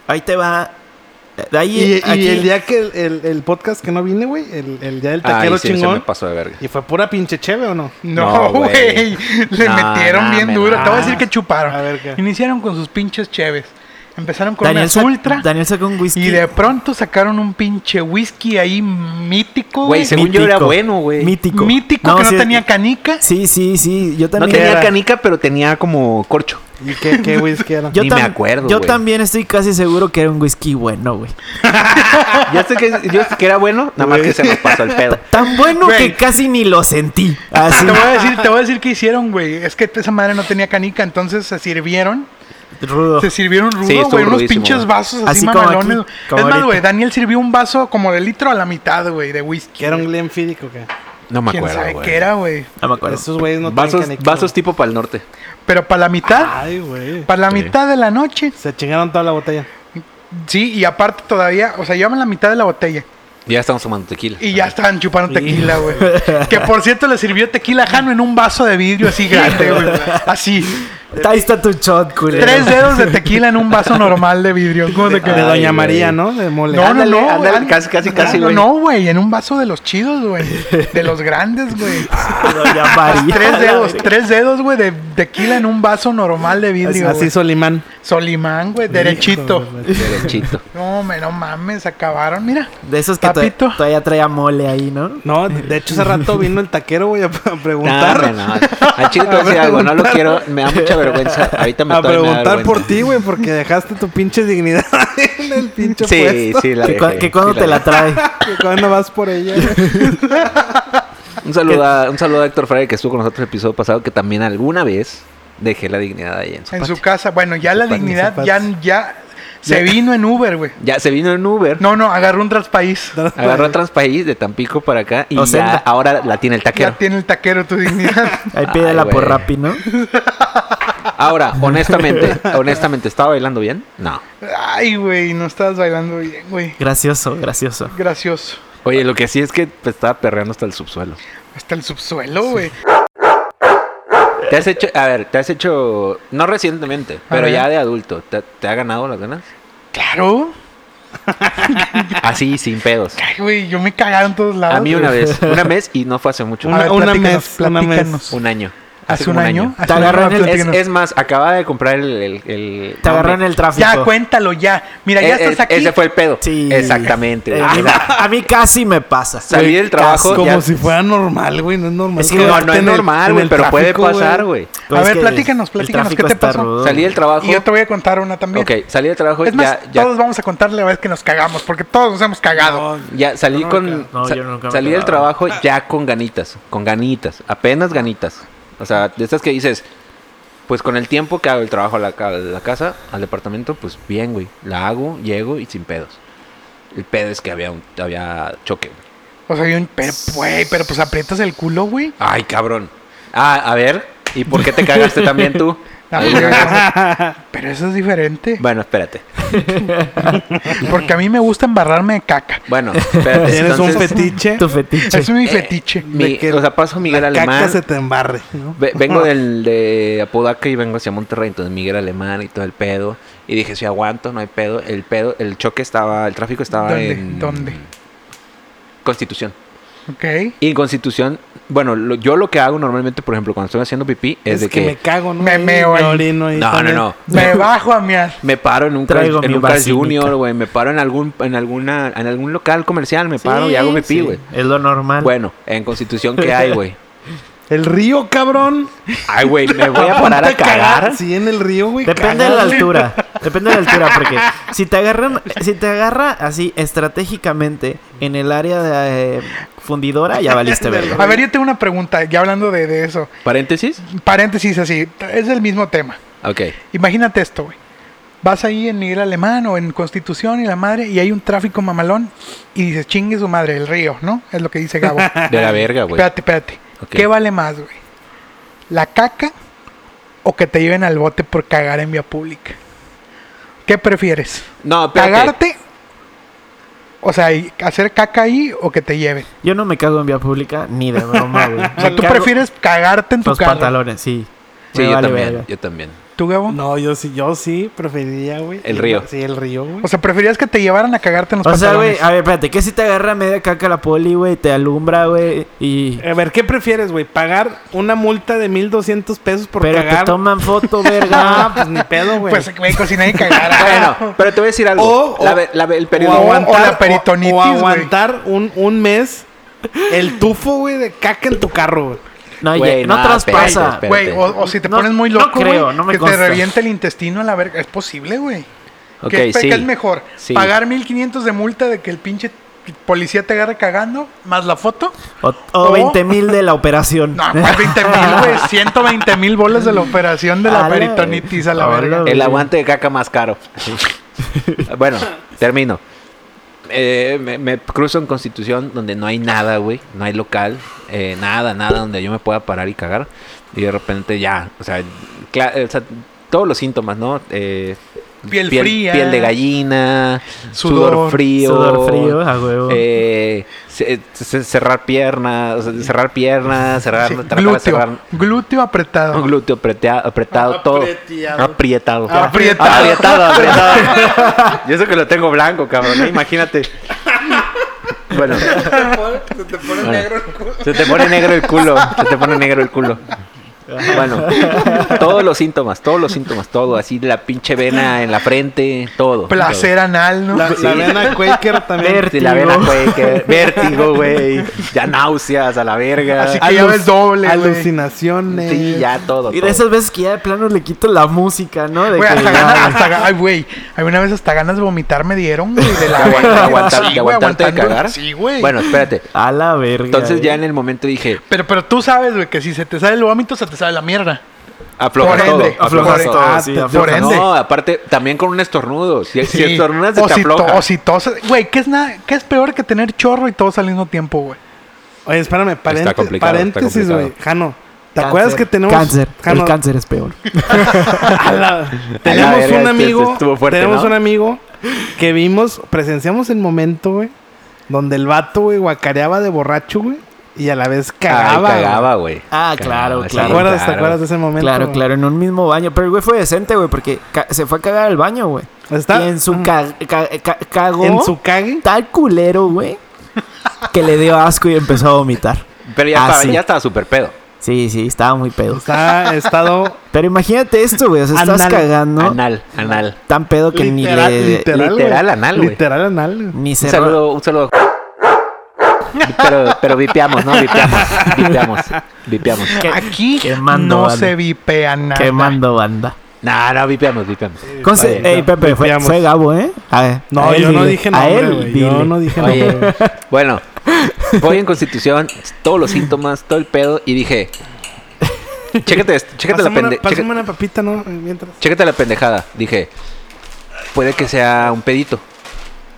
[SPEAKER 5] Ahí te va. De
[SPEAKER 6] Y,
[SPEAKER 5] Ahí,
[SPEAKER 6] y
[SPEAKER 5] aquí-
[SPEAKER 6] el día que el, el- el podcast que no vine, güey, el, el día del
[SPEAKER 4] Ay,
[SPEAKER 6] taquero
[SPEAKER 4] sí, se me
[SPEAKER 6] chingón.
[SPEAKER 4] pasó de verga.
[SPEAKER 6] y fue pura pinche cheve, ¿o no?
[SPEAKER 2] No,
[SPEAKER 4] No,
[SPEAKER 2] güey.
[SPEAKER 4] güey.
[SPEAKER 2] Le
[SPEAKER 4] No,
[SPEAKER 2] metieron
[SPEAKER 4] no,
[SPEAKER 2] bien
[SPEAKER 4] me
[SPEAKER 2] duro. Te voy a
[SPEAKER 6] no.
[SPEAKER 2] decir que chuparon.
[SPEAKER 6] A ver, ¿qué?
[SPEAKER 2] Iniciaron con sus pinches cheves. Empezaron con
[SPEAKER 5] Daniel,
[SPEAKER 2] unas
[SPEAKER 5] sac-
[SPEAKER 2] ultra.
[SPEAKER 5] Daniel sacó un whisky.
[SPEAKER 2] Y de pronto sacaron un pinche whisky ahí mítico,
[SPEAKER 4] Güey,
[SPEAKER 2] güey.
[SPEAKER 4] según yo era
[SPEAKER 5] Mítico.
[SPEAKER 4] bueno, güey.
[SPEAKER 5] Mítico.
[SPEAKER 2] Mítico que no
[SPEAKER 5] sí,
[SPEAKER 2] tenía canica.
[SPEAKER 5] Sí, sí, sí. Yo
[SPEAKER 4] No
[SPEAKER 5] también.
[SPEAKER 4] tenía
[SPEAKER 6] Era.
[SPEAKER 4] canica, pero tenía como corcho.
[SPEAKER 6] ¿Y qué, qué whisky era?
[SPEAKER 5] yo
[SPEAKER 4] Ni
[SPEAKER 5] tam-
[SPEAKER 4] me acuerdo,
[SPEAKER 5] Yo
[SPEAKER 4] güey.
[SPEAKER 5] también estoy casi seguro que era un whisky bueno, güey.
[SPEAKER 4] Ya sé que, yo sé que era bueno, nada más que se nos pasó el pedo.
[SPEAKER 5] Tan bueno
[SPEAKER 2] Güey.
[SPEAKER 5] que casi ni lo sentí. Así.
[SPEAKER 2] Te voy a decir, te voy a decir qué hicieron, güey. Es que esa madre no tenía canica, entonces se sirvieron.
[SPEAKER 5] rudo.
[SPEAKER 2] Se sirvieron rudo,
[SPEAKER 4] Sí, estuvo
[SPEAKER 2] güey. Unos
[SPEAKER 4] rudísimo,
[SPEAKER 2] pinches
[SPEAKER 4] güey.
[SPEAKER 2] vasos así,
[SPEAKER 5] Así como
[SPEAKER 2] mamalones.
[SPEAKER 5] aquí, como
[SPEAKER 2] es más,
[SPEAKER 5] ahorita.
[SPEAKER 2] güey, Daniel sirvió un vaso como de litro a la mitad, güey, de whisky.
[SPEAKER 6] ¿Que era un Glenfiddich o qué?
[SPEAKER 4] No me
[SPEAKER 2] ¿Quién
[SPEAKER 4] acuerdo,
[SPEAKER 2] sabe
[SPEAKER 4] güey.
[SPEAKER 2] qué era, güey?
[SPEAKER 5] No me acuerdo.
[SPEAKER 6] Esos güeyes no
[SPEAKER 4] Vasos,
[SPEAKER 6] tienen canica,
[SPEAKER 4] vasos tipo para el norte.
[SPEAKER 2] Pero para la mitad,
[SPEAKER 6] Ay, güey.
[SPEAKER 2] para la
[SPEAKER 4] Sí.
[SPEAKER 2] mitad de la noche.
[SPEAKER 6] Se chingaron toda la botella.
[SPEAKER 2] Sí, y aparte todavía, o sea, llevaban la mitad de la botella.
[SPEAKER 4] Ya estamos tomando tequila.
[SPEAKER 2] Y ya estaban chupando tequila, güey. Que por cierto le sirvió tequila a Jano en un vaso de vidrio así grande, güey. Así.
[SPEAKER 5] Ahí está tu shot, culero.
[SPEAKER 2] Tres dedos de tequila en un vaso normal de vidrio. ¿Cómo te
[SPEAKER 6] de
[SPEAKER 2] queda?
[SPEAKER 6] Doña
[SPEAKER 4] güey.
[SPEAKER 6] María, ¿no? De mole.
[SPEAKER 2] No, no,
[SPEAKER 4] Ándale,
[SPEAKER 2] no. güey.
[SPEAKER 4] ándale, casi, casi, casi, güey.
[SPEAKER 2] No, güey, en un vaso de los chidos, güey. De los grandes, güey.
[SPEAKER 5] Doña María.
[SPEAKER 2] Tres dedos, tres dedos, güey, de tequila en un vaso normal de
[SPEAKER 6] Así,
[SPEAKER 2] vidrio.
[SPEAKER 6] así
[SPEAKER 2] güey.
[SPEAKER 6] Solimán.
[SPEAKER 2] Solimán, güey, derechito.
[SPEAKER 6] Hijo de la-
[SPEAKER 4] Derechito.
[SPEAKER 2] No, me, no mames, acabaron, mira.
[SPEAKER 5] De esos que to-
[SPEAKER 2] Papito.
[SPEAKER 5] todavía traía mole ahí, ¿no?
[SPEAKER 6] No, de hecho, hace rato vino el taquero, güey, a a preguntar.
[SPEAKER 4] No, no, no. Al chile te voy a decir algo, no lo quiero, me da mucha vergüenza. Ahorita me todavía me
[SPEAKER 6] a
[SPEAKER 4] da
[SPEAKER 6] preguntar por
[SPEAKER 4] vergüenza.
[SPEAKER 6] ti, güey, porque dejaste tu pinche dignidad en el pinche
[SPEAKER 4] Sí,
[SPEAKER 6] puesto.
[SPEAKER 4] sí, la
[SPEAKER 5] Que, cua-
[SPEAKER 4] dejé,
[SPEAKER 5] que cuando
[SPEAKER 4] sí
[SPEAKER 5] te la
[SPEAKER 4] dejé.
[SPEAKER 5] trae.
[SPEAKER 6] Que cuando vas por ella, güey.
[SPEAKER 4] Un saludo, a, un saludo a Héctor Freire que estuvo con nosotros el episodio pasado, que también alguna vez dejé la dignidad ahí en su,
[SPEAKER 2] En
[SPEAKER 4] patio.
[SPEAKER 2] su casa, bueno, ya la
[SPEAKER 6] patio,
[SPEAKER 2] dignidad
[SPEAKER 6] zapatos.
[SPEAKER 2] ya, ya se vino en Uber, güey.
[SPEAKER 4] Ya se vino en Uber,
[SPEAKER 2] No, no, agarró un traspaís.
[SPEAKER 4] agarró Transpaís de Tampico para acá y
[SPEAKER 5] O
[SPEAKER 4] ya
[SPEAKER 5] sea,
[SPEAKER 4] ahora la tiene el taquero.
[SPEAKER 2] Ya tiene el taquero tu dignidad.
[SPEAKER 5] Ahí pídela
[SPEAKER 4] Ay,
[SPEAKER 5] por
[SPEAKER 4] güey.
[SPEAKER 5] Rappi, ¿no?
[SPEAKER 4] Ahora, honestamente, honestamente, ¿estaba bailando bien? No.
[SPEAKER 2] Ay, güey, no estabas bailando bien, güey.
[SPEAKER 5] Gracioso, gracioso.
[SPEAKER 2] Gracioso.
[SPEAKER 4] Oye, lo que sí es que pues, estaba perreando hasta el subsuelo.
[SPEAKER 2] Hasta el subsuelo, güey.
[SPEAKER 4] ¿Te has hecho, a ver, te has hecho, no recientemente, pero
[SPEAKER 2] ver.
[SPEAKER 4] ya de adulto, ¿te, te ha ganado las ganas?
[SPEAKER 2] Claro.
[SPEAKER 4] Así, sin pedos.
[SPEAKER 2] Ay, güey, yo me cagaron en todos lados.
[SPEAKER 4] A mí una vez, una vez y no fue hace mucho,
[SPEAKER 2] A
[SPEAKER 6] Una-
[SPEAKER 2] ver,
[SPEAKER 6] una
[SPEAKER 2] platícanos,
[SPEAKER 6] mes, una mes.
[SPEAKER 2] platícanos.
[SPEAKER 4] un año.
[SPEAKER 2] ¿Hace
[SPEAKER 4] como
[SPEAKER 2] un año?
[SPEAKER 5] Te
[SPEAKER 2] ¿Hace un
[SPEAKER 5] agarran
[SPEAKER 2] año?
[SPEAKER 5] el-
[SPEAKER 4] Es,
[SPEAKER 2] Platícanos.
[SPEAKER 4] es más, acababa de comprar el... el- el-
[SPEAKER 5] Te agarró en el tráfico.
[SPEAKER 2] Ya, cuéntalo, ya. Mira, ya
[SPEAKER 4] Eh, eh,
[SPEAKER 2] estás aquí.
[SPEAKER 4] Ese fue el pedo.
[SPEAKER 5] Sí.
[SPEAKER 4] Exactamente.
[SPEAKER 5] Eh,
[SPEAKER 4] güey.
[SPEAKER 5] a, mí,
[SPEAKER 4] Mira,
[SPEAKER 5] a mí casi me pasa.
[SPEAKER 4] Salí del trabajo.
[SPEAKER 6] Como
[SPEAKER 4] ya-
[SPEAKER 6] si fuera normal, güey. No es normal.
[SPEAKER 5] Es que
[SPEAKER 4] No, no
[SPEAKER 6] quedarte
[SPEAKER 4] es
[SPEAKER 6] en el- en
[SPEAKER 4] normal, güey,
[SPEAKER 6] el
[SPEAKER 4] pero puede
[SPEAKER 6] tráfico,
[SPEAKER 4] pasar, güey.
[SPEAKER 2] A ver, platícanos, platícanos, ¿qué te pasó?
[SPEAKER 5] Ah.
[SPEAKER 4] Salí del trabajo.
[SPEAKER 2] Y yo te voy a contar una también.
[SPEAKER 4] Ok, salí del trabajo.
[SPEAKER 2] Es más,
[SPEAKER 4] ya, ya,
[SPEAKER 2] todos vamos a contar la vez que nos cagamos, porque todos nos hemos cagado.
[SPEAKER 4] ya salí
[SPEAKER 6] No,
[SPEAKER 4] con.
[SPEAKER 5] no,
[SPEAKER 4] sa-
[SPEAKER 5] yo nunca me
[SPEAKER 4] salí del
[SPEAKER 5] quedaba.
[SPEAKER 4] trabajo ya con ganitas. Con ganitas. Apenas ganitas. O sea, de estas que dices. Pues con el tiempo que hago el trabajo a la, ca- a la casa, al departamento, pues bien, güey. La hago, llego y sin pedos. El pedo es que había un había choque, güey.
[SPEAKER 2] O sea, yo, pero, güey, pero pues aprietas el culo, güey.
[SPEAKER 4] Ay, cabrón. Ah, a ver. ¿Y por qué te cagaste también tú?
[SPEAKER 2] Ah, güey, pero eso es diferente.
[SPEAKER 4] Bueno, espérate.
[SPEAKER 2] Porque a mí me gusta embarrarme de caca.
[SPEAKER 4] Bueno, espérate.
[SPEAKER 6] Tienes un
[SPEAKER 4] Entonces,
[SPEAKER 6] fetiche.
[SPEAKER 5] Tu fetiche.
[SPEAKER 2] Es mi
[SPEAKER 4] Eh,
[SPEAKER 2] fetiche.
[SPEAKER 4] mi-
[SPEAKER 6] que
[SPEAKER 4] o sea, paso Miguel
[SPEAKER 6] la caca
[SPEAKER 4] Alemán.
[SPEAKER 6] se te embarre, ¿no?
[SPEAKER 4] Ve- Vengo del, de Apodaca y vengo hacia Monterrey, entonces Miguel Alemán y todo el pedo. Y dije, si aguanto, no hay pedo. El pedo, el choque estaba, el tráfico estaba
[SPEAKER 2] ¿Dónde?
[SPEAKER 4] en...
[SPEAKER 2] ¿Dónde?
[SPEAKER 4] Constitución.
[SPEAKER 2] Ok.
[SPEAKER 4] Y en Constitución, bueno, lo- yo lo que hago normalmente, por ejemplo, cuando estoy haciendo pipí, es,
[SPEAKER 6] Es,
[SPEAKER 4] de
[SPEAKER 6] que,
[SPEAKER 4] que...
[SPEAKER 6] me cago, ¿no?
[SPEAKER 2] Me
[SPEAKER 6] Ahí,
[SPEAKER 2] meo ahí.
[SPEAKER 6] orino ahí
[SPEAKER 4] No, no,
[SPEAKER 6] también.
[SPEAKER 4] no.
[SPEAKER 2] Me bajo a miar.
[SPEAKER 4] Me paro en un
[SPEAKER 5] Traigo
[SPEAKER 4] Carl- en
[SPEAKER 5] mi
[SPEAKER 4] un Carl
[SPEAKER 5] basílica.
[SPEAKER 4] Junior, güey. Me paro en algún, en alguna, en algún local comercial, me paro y hago pipí,
[SPEAKER 5] Sí,
[SPEAKER 4] güey.
[SPEAKER 5] Es lo normal.
[SPEAKER 4] Bueno, en Constitución, ¿qué hay, güey?
[SPEAKER 6] El río, cabrón.
[SPEAKER 4] Ay, güey, me voy a parar a
[SPEAKER 6] Ponte
[SPEAKER 4] cagar.
[SPEAKER 6] Sí, en el río, güey.
[SPEAKER 5] Depende de la
[SPEAKER 6] cagas,
[SPEAKER 5] altura. Depende de la altura, porque si te agarran, si te agarra así estratégicamente en el área de eh, fundidora, ya valiste verga.
[SPEAKER 2] A ver, yo tengo una pregunta, ya hablando de, de eso.
[SPEAKER 4] Paréntesis.
[SPEAKER 2] Paréntesis así, es el mismo tema.
[SPEAKER 4] Ok.
[SPEAKER 2] Imagínate esto, güey. Vas ahí en Miguel Alemán o en Constitución y la madre, y hay un tráfico mamalón, y dices, chingue su madre, el río, ¿no? Es lo que dice Gabo.
[SPEAKER 4] De la verga, güey.
[SPEAKER 2] espérate, espérate.
[SPEAKER 4] Ok.
[SPEAKER 2] ¿Qué vale más, güey? ¿La caca o que te lleven al bote por cagar en vía pública? ¿Qué prefieres?
[SPEAKER 4] No, espérate.
[SPEAKER 2] ¿Cagarte? O sea, y- hacer caca ahí o que te lleven.
[SPEAKER 5] Yo no me cago en vía pública ni de broma, Ah, güey.
[SPEAKER 2] O sea,
[SPEAKER 5] Me
[SPEAKER 2] tú
[SPEAKER 5] cago
[SPEAKER 2] prefieres cagarte en tu
[SPEAKER 5] los
[SPEAKER 2] carro.
[SPEAKER 5] pantalones, sí.
[SPEAKER 4] Sí,
[SPEAKER 5] Me
[SPEAKER 4] yo
[SPEAKER 5] vale
[SPEAKER 4] también,
[SPEAKER 5] verga.
[SPEAKER 4] yo también.
[SPEAKER 2] ¿Tú, Gabo?
[SPEAKER 6] No, yo sí, yo sí preferiría, güey.
[SPEAKER 4] El río.
[SPEAKER 6] Sí, el río, güey.
[SPEAKER 2] O sea, preferías que te llevaran a cagarte en los
[SPEAKER 5] O sea,
[SPEAKER 2] pantalones.
[SPEAKER 5] güey, ah, a ver, espérate, ¿qué si te agarra media caca la poli, güey? Te alumbra, güey, y...
[SPEAKER 6] A ver, ¿qué prefieres, güey? ¿Pagar una multa de 1200 pesos por
[SPEAKER 5] Pero
[SPEAKER 6] cagar?
[SPEAKER 5] te toman foto,
[SPEAKER 6] Ah,
[SPEAKER 5] verga.
[SPEAKER 6] pues ni pedo, güey.
[SPEAKER 2] pues, güey, cocina y cagara.
[SPEAKER 4] Bueno, pero te voy a decir algo.
[SPEAKER 6] O-
[SPEAKER 4] La
[SPEAKER 6] o-
[SPEAKER 4] ve- la ve- el
[SPEAKER 6] o
[SPEAKER 4] periodo.
[SPEAKER 6] aguantar,
[SPEAKER 2] o la peritonitis,
[SPEAKER 6] o- o
[SPEAKER 2] güey.
[SPEAKER 6] aguantar un, un mes el tufo, güey, de caca en tu carro, güey.
[SPEAKER 5] No, ya-
[SPEAKER 4] Güey,
[SPEAKER 5] no
[SPEAKER 4] no,
[SPEAKER 5] traspasa.
[SPEAKER 4] espérate,
[SPEAKER 2] Güey, o, o si te
[SPEAKER 5] No-
[SPEAKER 2] pones muy
[SPEAKER 5] no
[SPEAKER 2] loco, güey,
[SPEAKER 5] creo, no me
[SPEAKER 2] que te
[SPEAKER 5] consta.
[SPEAKER 2] reviente el intestino a la verga. Es posible, güey.
[SPEAKER 4] Ok,
[SPEAKER 2] ¿Qué, pe-
[SPEAKER 4] sí.
[SPEAKER 2] qué es mejor?
[SPEAKER 4] Sí.
[SPEAKER 2] ¿Pagar 1500 de multa de que el pinche policía te agarre cagando? ¿Más la foto?
[SPEAKER 5] O,
[SPEAKER 2] o-
[SPEAKER 5] 20 mil de la operación.
[SPEAKER 2] No, pues 20 mil, güey. 120 mil bolas de la operación de la
[SPEAKER 5] Ala,
[SPEAKER 2] peritonitis a la
[SPEAKER 5] ala,
[SPEAKER 2] verga.
[SPEAKER 5] güey.
[SPEAKER 4] El aguante de caca más caro. bueno, termino. Eh, me, me cruzo en Constitución donde no hay nada, güey. No hay local. eh, nada, nada donde yo me pueda parar y cagar. Y de repente ya, o sea, cla- eh, o sea, todos los síntomas, ¿no? Eh,
[SPEAKER 2] Piel fría.
[SPEAKER 4] Piel de gallina.
[SPEAKER 2] Sudor.
[SPEAKER 4] Sudor, frío.
[SPEAKER 5] Sudor frío, a huevo.
[SPEAKER 4] eh, ce- ce- cerrar piernas, o sea, cerrar piernas, cerrar,
[SPEAKER 2] Sí,
[SPEAKER 4] tratar de cerrar
[SPEAKER 2] glúteo, Ah. glúteo apretado.
[SPEAKER 4] un glúteo apretea- apretado, todo. Aprietado.
[SPEAKER 2] Ah, Aprietado.
[SPEAKER 4] Aprietado, aprietado. y eso que lo tengo blanco, cabrón. ¿eh? Imagínate. Bueno. Se te pone, negro el culo. Se te pone negro el culo. Se te pone negro el culo. Bueno, todos los síntomas, todos los síntomas, todo. Así la pinche vena en la frente, todo.
[SPEAKER 2] Placer anal, ¿no?
[SPEAKER 6] La, la vena Quaker también.
[SPEAKER 4] Todo. Sí, la vena, güey. que- Vértigo, güey. Ya náuseas a la verga.
[SPEAKER 2] Así que ya ves doble, güey.
[SPEAKER 6] Alucinaciones.
[SPEAKER 4] Sí, ya todo.
[SPEAKER 5] Y de
[SPEAKER 4] todo.
[SPEAKER 5] esas veces que ya de plano le quito la música, ¿no? De
[SPEAKER 2] Güey,
[SPEAKER 5] que
[SPEAKER 2] hasta
[SPEAKER 5] ya-
[SPEAKER 2] ganas, hasta ga- ay, güey, alguna vez hasta ganas de vomitar me dieron, güey, de la
[SPEAKER 4] De aguantar- de
[SPEAKER 2] Sí,
[SPEAKER 4] aguantar-
[SPEAKER 2] güey,
[SPEAKER 4] de aguantarte de
[SPEAKER 2] aguantando-
[SPEAKER 4] cagar.
[SPEAKER 2] Sí, güey.
[SPEAKER 4] Bueno, espérate.
[SPEAKER 5] A la verga. eh.
[SPEAKER 4] Entonces ya
[SPEAKER 5] güey.
[SPEAKER 4] en el momento dije,
[SPEAKER 2] Pero, pero tú sabes, güey, que si se te sale el vómito, se te sale la mierda.
[SPEAKER 4] afloja
[SPEAKER 2] Por
[SPEAKER 4] todo,
[SPEAKER 2] ende,
[SPEAKER 4] afloja
[SPEAKER 2] por
[SPEAKER 4] todo.
[SPEAKER 2] ende.
[SPEAKER 5] Ah, sí,
[SPEAKER 2] por
[SPEAKER 5] aflojas.
[SPEAKER 2] ende.
[SPEAKER 4] No, aparte, también con un estornudo. Si, si estornudas, se
[SPEAKER 2] o
[SPEAKER 4] te
[SPEAKER 2] si to-
[SPEAKER 4] afloja.
[SPEAKER 2] o si toses. Güey, ¿qué es, nada, ¿qué es peor que tener chorro y todos al mismo tiempo, güey?
[SPEAKER 6] Oye, espérame, paréntesis,
[SPEAKER 4] complicado, está
[SPEAKER 6] paréntesis, güey.
[SPEAKER 4] complicado.
[SPEAKER 6] Jano, ¿te
[SPEAKER 5] Cáncer,
[SPEAKER 6] acuerdas que tenemos
[SPEAKER 5] Cáncer.
[SPEAKER 6] Jano,
[SPEAKER 5] El cáncer es peor.
[SPEAKER 6] a la-
[SPEAKER 4] A la verga,
[SPEAKER 6] tenemos un
[SPEAKER 4] este- este
[SPEAKER 6] amigo,
[SPEAKER 4] estuvo fuerte,
[SPEAKER 6] tenemos
[SPEAKER 4] ¿no?
[SPEAKER 6] un amigo que vimos, presenciamos el momento, güey, donde el vato, güey, guacareaba de borracho, güey, y a la vez
[SPEAKER 4] Ay,
[SPEAKER 6] cagaba. güey.
[SPEAKER 4] cagaba, güey.
[SPEAKER 5] Ah, claro,
[SPEAKER 4] sí,
[SPEAKER 6] ¿Te
[SPEAKER 5] claro.
[SPEAKER 6] acuerdas, te acuerdas de ese momento?
[SPEAKER 5] Claro,
[SPEAKER 6] güey?
[SPEAKER 5] claro, en un mismo baño. Pero el güey fue decente, güey, porque ca- se fue a cagar al baño, güey.
[SPEAKER 6] Está-
[SPEAKER 5] Y en su ca- ca- ca- cagó.
[SPEAKER 6] En su cague.
[SPEAKER 5] tal culero, güey, que le dio asco y empezó a vomitar.
[SPEAKER 4] Pero ya,
[SPEAKER 5] Ah,
[SPEAKER 4] estaba,
[SPEAKER 5] sí.
[SPEAKER 4] ya estaba súper pedo.
[SPEAKER 5] Sí, sí, estaba muy pedo.
[SPEAKER 6] Está estado
[SPEAKER 5] Pero imagínate esto, güey, o sea, estás
[SPEAKER 6] Anal.
[SPEAKER 5] cagando
[SPEAKER 4] Anal, anal.
[SPEAKER 5] tan pedo que
[SPEAKER 6] literal,
[SPEAKER 5] ni le
[SPEAKER 6] literal, güey.
[SPEAKER 4] literal anal, güey.
[SPEAKER 6] Literal anal. güey.
[SPEAKER 5] ni
[SPEAKER 4] Un
[SPEAKER 5] se
[SPEAKER 4] saludo, un saludo. Pero, pero vipeamos, ¿no? Vipeamos, vipeamos, vipeamos.
[SPEAKER 2] Aquí
[SPEAKER 5] quemando,
[SPEAKER 2] no
[SPEAKER 5] vale.
[SPEAKER 2] se vipea nada.
[SPEAKER 5] quemando banda.
[SPEAKER 4] No, no, vipeamos, vipeamos.
[SPEAKER 5] Conste-
[SPEAKER 4] Oye,
[SPEAKER 5] Ey, Pepe, fue,
[SPEAKER 6] Confiamos.
[SPEAKER 5] fue Gabo, ¿eh? A ver,
[SPEAKER 6] No,
[SPEAKER 5] a él
[SPEAKER 6] yo no
[SPEAKER 5] dile,
[SPEAKER 6] dije
[SPEAKER 5] A
[SPEAKER 6] nombre,
[SPEAKER 5] él,
[SPEAKER 6] güey. Yo
[SPEAKER 5] dile.
[SPEAKER 6] no dije
[SPEAKER 4] Oye,
[SPEAKER 6] nombre. güey.
[SPEAKER 4] bueno, voy en Constitución, todos los síntomas, todo el pedo, y dije, chécate, esto, chécate la
[SPEAKER 6] Pásame una-
[SPEAKER 4] pende... chécate-
[SPEAKER 6] Pásame una papita, ¿no? Mientras.
[SPEAKER 4] Chécate la pendejada. Dije, puede que sea un pedito.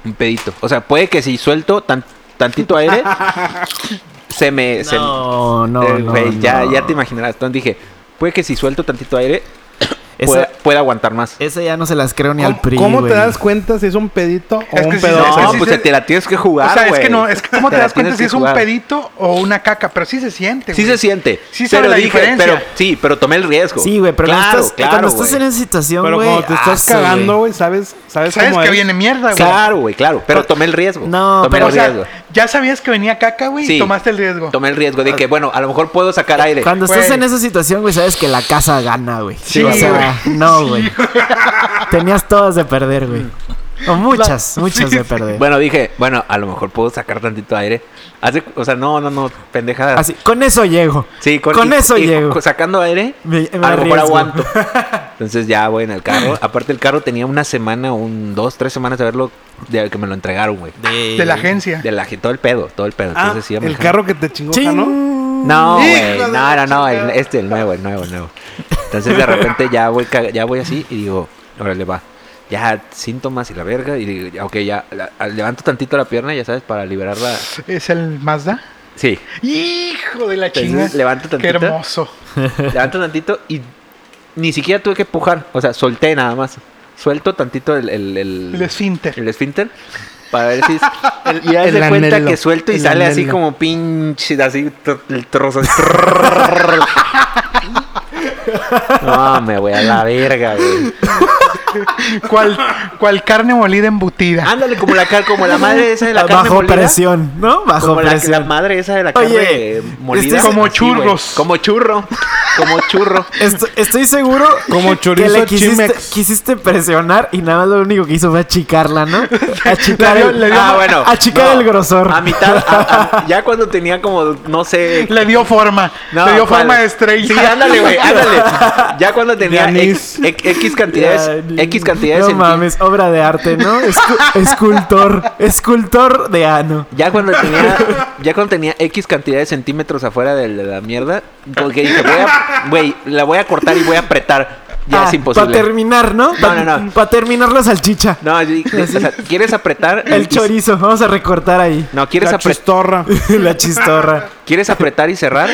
[SPEAKER 4] Un pedito. O sea, puede que si suelto tan- tantito aire, se me... se-
[SPEAKER 5] No, no,
[SPEAKER 4] eh,
[SPEAKER 5] no,
[SPEAKER 4] güey, ya,
[SPEAKER 5] no.
[SPEAKER 4] ya te imaginarás. Entonces dije, puede que si suelto tantito aire,
[SPEAKER 5] Esa-
[SPEAKER 4] pueda, pueda aguantar más.
[SPEAKER 2] Eh,
[SPEAKER 5] Esa ya no se las creo ni
[SPEAKER 6] ¿Cómo,
[SPEAKER 5] al PRI,
[SPEAKER 6] cómo te
[SPEAKER 5] güey.
[SPEAKER 6] das cuenta si es un pedito o
[SPEAKER 2] Es que
[SPEAKER 6] un
[SPEAKER 2] sí,
[SPEAKER 6] pedo?
[SPEAKER 2] es que
[SPEAKER 4] No,
[SPEAKER 2] sí
[SPEAKER 4] pues
[SPEAKER 2] se-
[SPEAKER 4] te la tienes que
[SPEAKER 2] O
[SPEAKER 4] jugar,
[SPEAKER 2] sea, es que
[SPEAKER 4] güey.
[SPEAKER 2] no, es que ¿cómo te,
[SPEAKER 4] la
[SPEAKER 2] das cuenta
[SPEAKER 4] tienes
[SPEAKER 2] si
[SPEAKER 4] que
[SPEAKER 2] es un
[SPEAKER 4] jugar.
[SPEAKER 2] pedito o una caca? Pero sí se siente,
[SPEAKER 4] Sí
[SPEAKER 2] güey.
[SPEAKER 4] se siente.
[SPEAKER 2] Sí
[SPEAKER 4] pero
[SPEAKER 2] sabe la diferencia.
[SPEAKER 4] Pero, sí, pero tomé el riesgo.
[SPEAKER 5] Sí, güey, pero cuando
[SPEAKER 4] claro,
[SPEAKER 5] estás,
[SPEAKER 4] claro,
[SPEAKER 5] cuando estás
[SPEAKER 4] güey.
[SPEAKER 5] en esa situación,
[SPEAKER 6] Pero
[SPEAKER 5] güey...
[SPEAKER 6] cuando te estás
[SPEAKER 5] aso,
[SPEAKER 6] cagando, güey, sabes, sabes,
[SPEAKER 2] Sabes
[SPEAKER 6] cómo
[SPEAKER 2] que
[SPEAKER 6] es?
[SPEAKER 2] viene mierda, güey.
[SPEAKER 4] Claro, güey, claro. Pero tomé el riesgo.
[SPEAKER 5] No,
[SPEAKER 4] tomé
[SPEAKER 5] pero,
[SPEAKER 2] o
[SPEAKER 4] el
[SPEAKER 2] sea,
[SPEAKER 4] riesgo.
[SPEAKER 2] ya sabías que venía caca, güey,
[SPEAKER 4] Sí.
[SPEAKER 2] y tomaste el riesgo.
[SPEAKER 4] Tomé el riesgo de que,
[SPEAKER 2] Ah.
[SPEAKER 4] bueno, a lo mejor puedo sacar aire.
[SPEAKER 5] Cuando estás
[SPEAKER 2] Güey.
[SPEAKER 5] en esa situación, güey, sabes que la casa gana, güey.
[SPEAKER 2] Sí,
[SPEAKER 5] o sea, no, güey. Tenías todas de perder, güey. O muchas,
[SPEAKER 2] La-
[SPEAKER 5] muchas
[SPEAKER 2] sí,
[SPEAKER 5] de
[SPEAKER 2] sí.
[SPEAKER 5] perder.
[SPEAKER 4] Bueno, dije, bueno, a lo mejor puedo sacar tantito aire. Hace, o sea, no, no, no, pendejada.
[SPEAKER 5] Así, con eso llego.
[SPEAKER 4] sí, con, y-
[SPEAKER 5] eso
[SPEAKER 4] y
[SPEAKER 5] llego.
[SPEAKER 4] co- Sacando aire,
[SPEAKER 5] Me- me
[SPEAKER 4] a lo mejor
[SPEAKER 5] arriesgo.
[SPEAKER 4] aguanto. Entonces ya voy en el carro. Aparte, el carro tenía una semana, un, dos, tres semanas de verlo, de que me lo entregaron, güey.
[SPEAKER 2] De la agencia.
[SPEAKER 4] De la ge- todo el pedo, todo el pedo.
[SPEAKER 6] Ah,
[SPEAKER 4] Entonces, Pues sí,
[SPEAKER 6] el
[SPEAKER 4] manejando.
[SPEAKER 6] carro que te chingó,
[SPEAKER 5] Chin.
[SPEAKER 6] ¿no?
[SPEAKER 4] No,
[SPEAKER 6] Hijo
[SPEAKER 4] güey,
[SPEAKER 6] de
[SPEAKER 4] no,
[SPEAKER 6] la
[SPEAKER 4] no, no, el- este, el nuevo, el nuevo, el nuevo. Entonces de repente ya voy, ca- ya voy así y digo, órale, va. Ya síntomas y la verga. Y digo, ya, ok, ya la- a- levanto tantito la pierna, ya sabes, para liberarla.
[SPEAKER 2] ¿Es el Mazda?
[SPEAKER 4] Sí,
[SPEAKER 2] ¡Hijo de la
[SPEAKER 4] Entonces,
[SPEAKER 2] chinga!
[SPEAKER 4] levanto
[SPEAKER 2] ¡Qué
[SPEAKER 4] tantito.
[SPEAKER 2] hermoso!
[SPEAKER 4] Mm. levanto tantito y ni siquiera tuve que empujar. O sea, solté nada más. Suelto tantito el, el, el,
[SPEAKER 2] El esfínter.
[SPEAKER 4] el esfínter para ver si. es- y
[SPEAKER 6] el
[SPEAKER 4] haz de cuenta
[SPEAKER 6] anhelo,
[SPEAKER 4] que suelto y
[SPEAKER 6] el
[SPEAKER 4] sale así
[SPEAKER 6] anhelo.
[SPEAKER 4] como pinche, así tro- el trozo. No, me voy a la verga, güey.
[SPEAKER 2] ¿Cuál, cuál carne molida embutida?
[SPEAKER 4] Ándale, como la, car- como la madre esa de la carne
[SPEAKER 5] Bajo
[SPEAKER 4] molida.
[SPEAKER 5] presión, ¿no? Bajo
[SPEAKER 4] Como la, la
[SPEAKER 5] presión.
[SPEAKER 4] madre esa de la carne
[SPEAKER 5] Oye,
[SPEAKER 4] eh, molida.
[SPEAKER 5] estoy-
[SPEAKER 2] Como
[SPEAKER 4] Así,
[SPEAKER 2] churros.
[SPEAKER 4] güey. Como churro. Como churro.
[SPEAKER 5] Esto- Estoy, seguro
[SPEAKER 6] Como
[SPEAKER 5] que
[SPEAKER 6] chorizo
[SPEAKER 5] le quisiste,
[SPEAKER 6] Chimex.
[SPEAKER 5] quisiste presionar y nada más lo único que hizo fue achicarla, ¿no? Achicar
[SPEAKER 2] Le dio-
[SPEAKER 5] el,
[SPEAKER 2] le dio-
[SPEAKER 5] ah, bueno, achicar
[SPEAKER 4] no,
[SPEAKER 5] el grosor.
[SPEAKER 4] A mitad, a- a- ya cuando tenía como, no sé.
[SPEAKER 2] Le dio forma.
[SPEAKER 4] no,
[SPEAKER 2] le dio
[SPEAKER 4] ¿cuál?
[SPEAKER 2] forma de estrella.
[SPEAKER 4] Sí, ándale, güey, ándale. Ya cuando tenía
[SPEAKER 6] De
[SPEAKER 4] X,
[SPEAKER 6] anís.
[SPEAKER 4] X- X cantidades,
[SPEAKER 5] Ay, ni-
[SPEAKER 4] X cantidades
[SPEAKER 5] No
[SPEAKER 4] centí-
[SPEAKER 5] mames, obra de arte, ¿no? Escu- escultor, escultor de ano.
[SPEAKER 4] Ya cuando tenía, ya cuando tenía X cantidad de centímetros afuera de la, de la mierda, como que dije, voy a- güey, la voy a cortar y voy a apretar. Ya es
[SPEAKER 5] Para
[SPEAKER 4] imposible.
[SPEAKER 5] Ah, terminar, ¿no?
[SPEAKER 4] No, no, no.
[SPEAKER 5] Para terminar la salchicha.
[SPEAKER 4] No, yo dije, o sea, quieres apretar y-
[SPEAKER 5] El
[SPEAKER 4] y-
[SPEAKER 5] chorizo, vamos a recortar ahí.
[SPEAKER 4] No, quieres,
[SPEAKER 6] La
[SPEAKER 4] apre-
[SPEAKER 6] chistorra.
[SPEAKER 5] la chistorra.
[SPEAKER 4] quieres apretar y cerrar.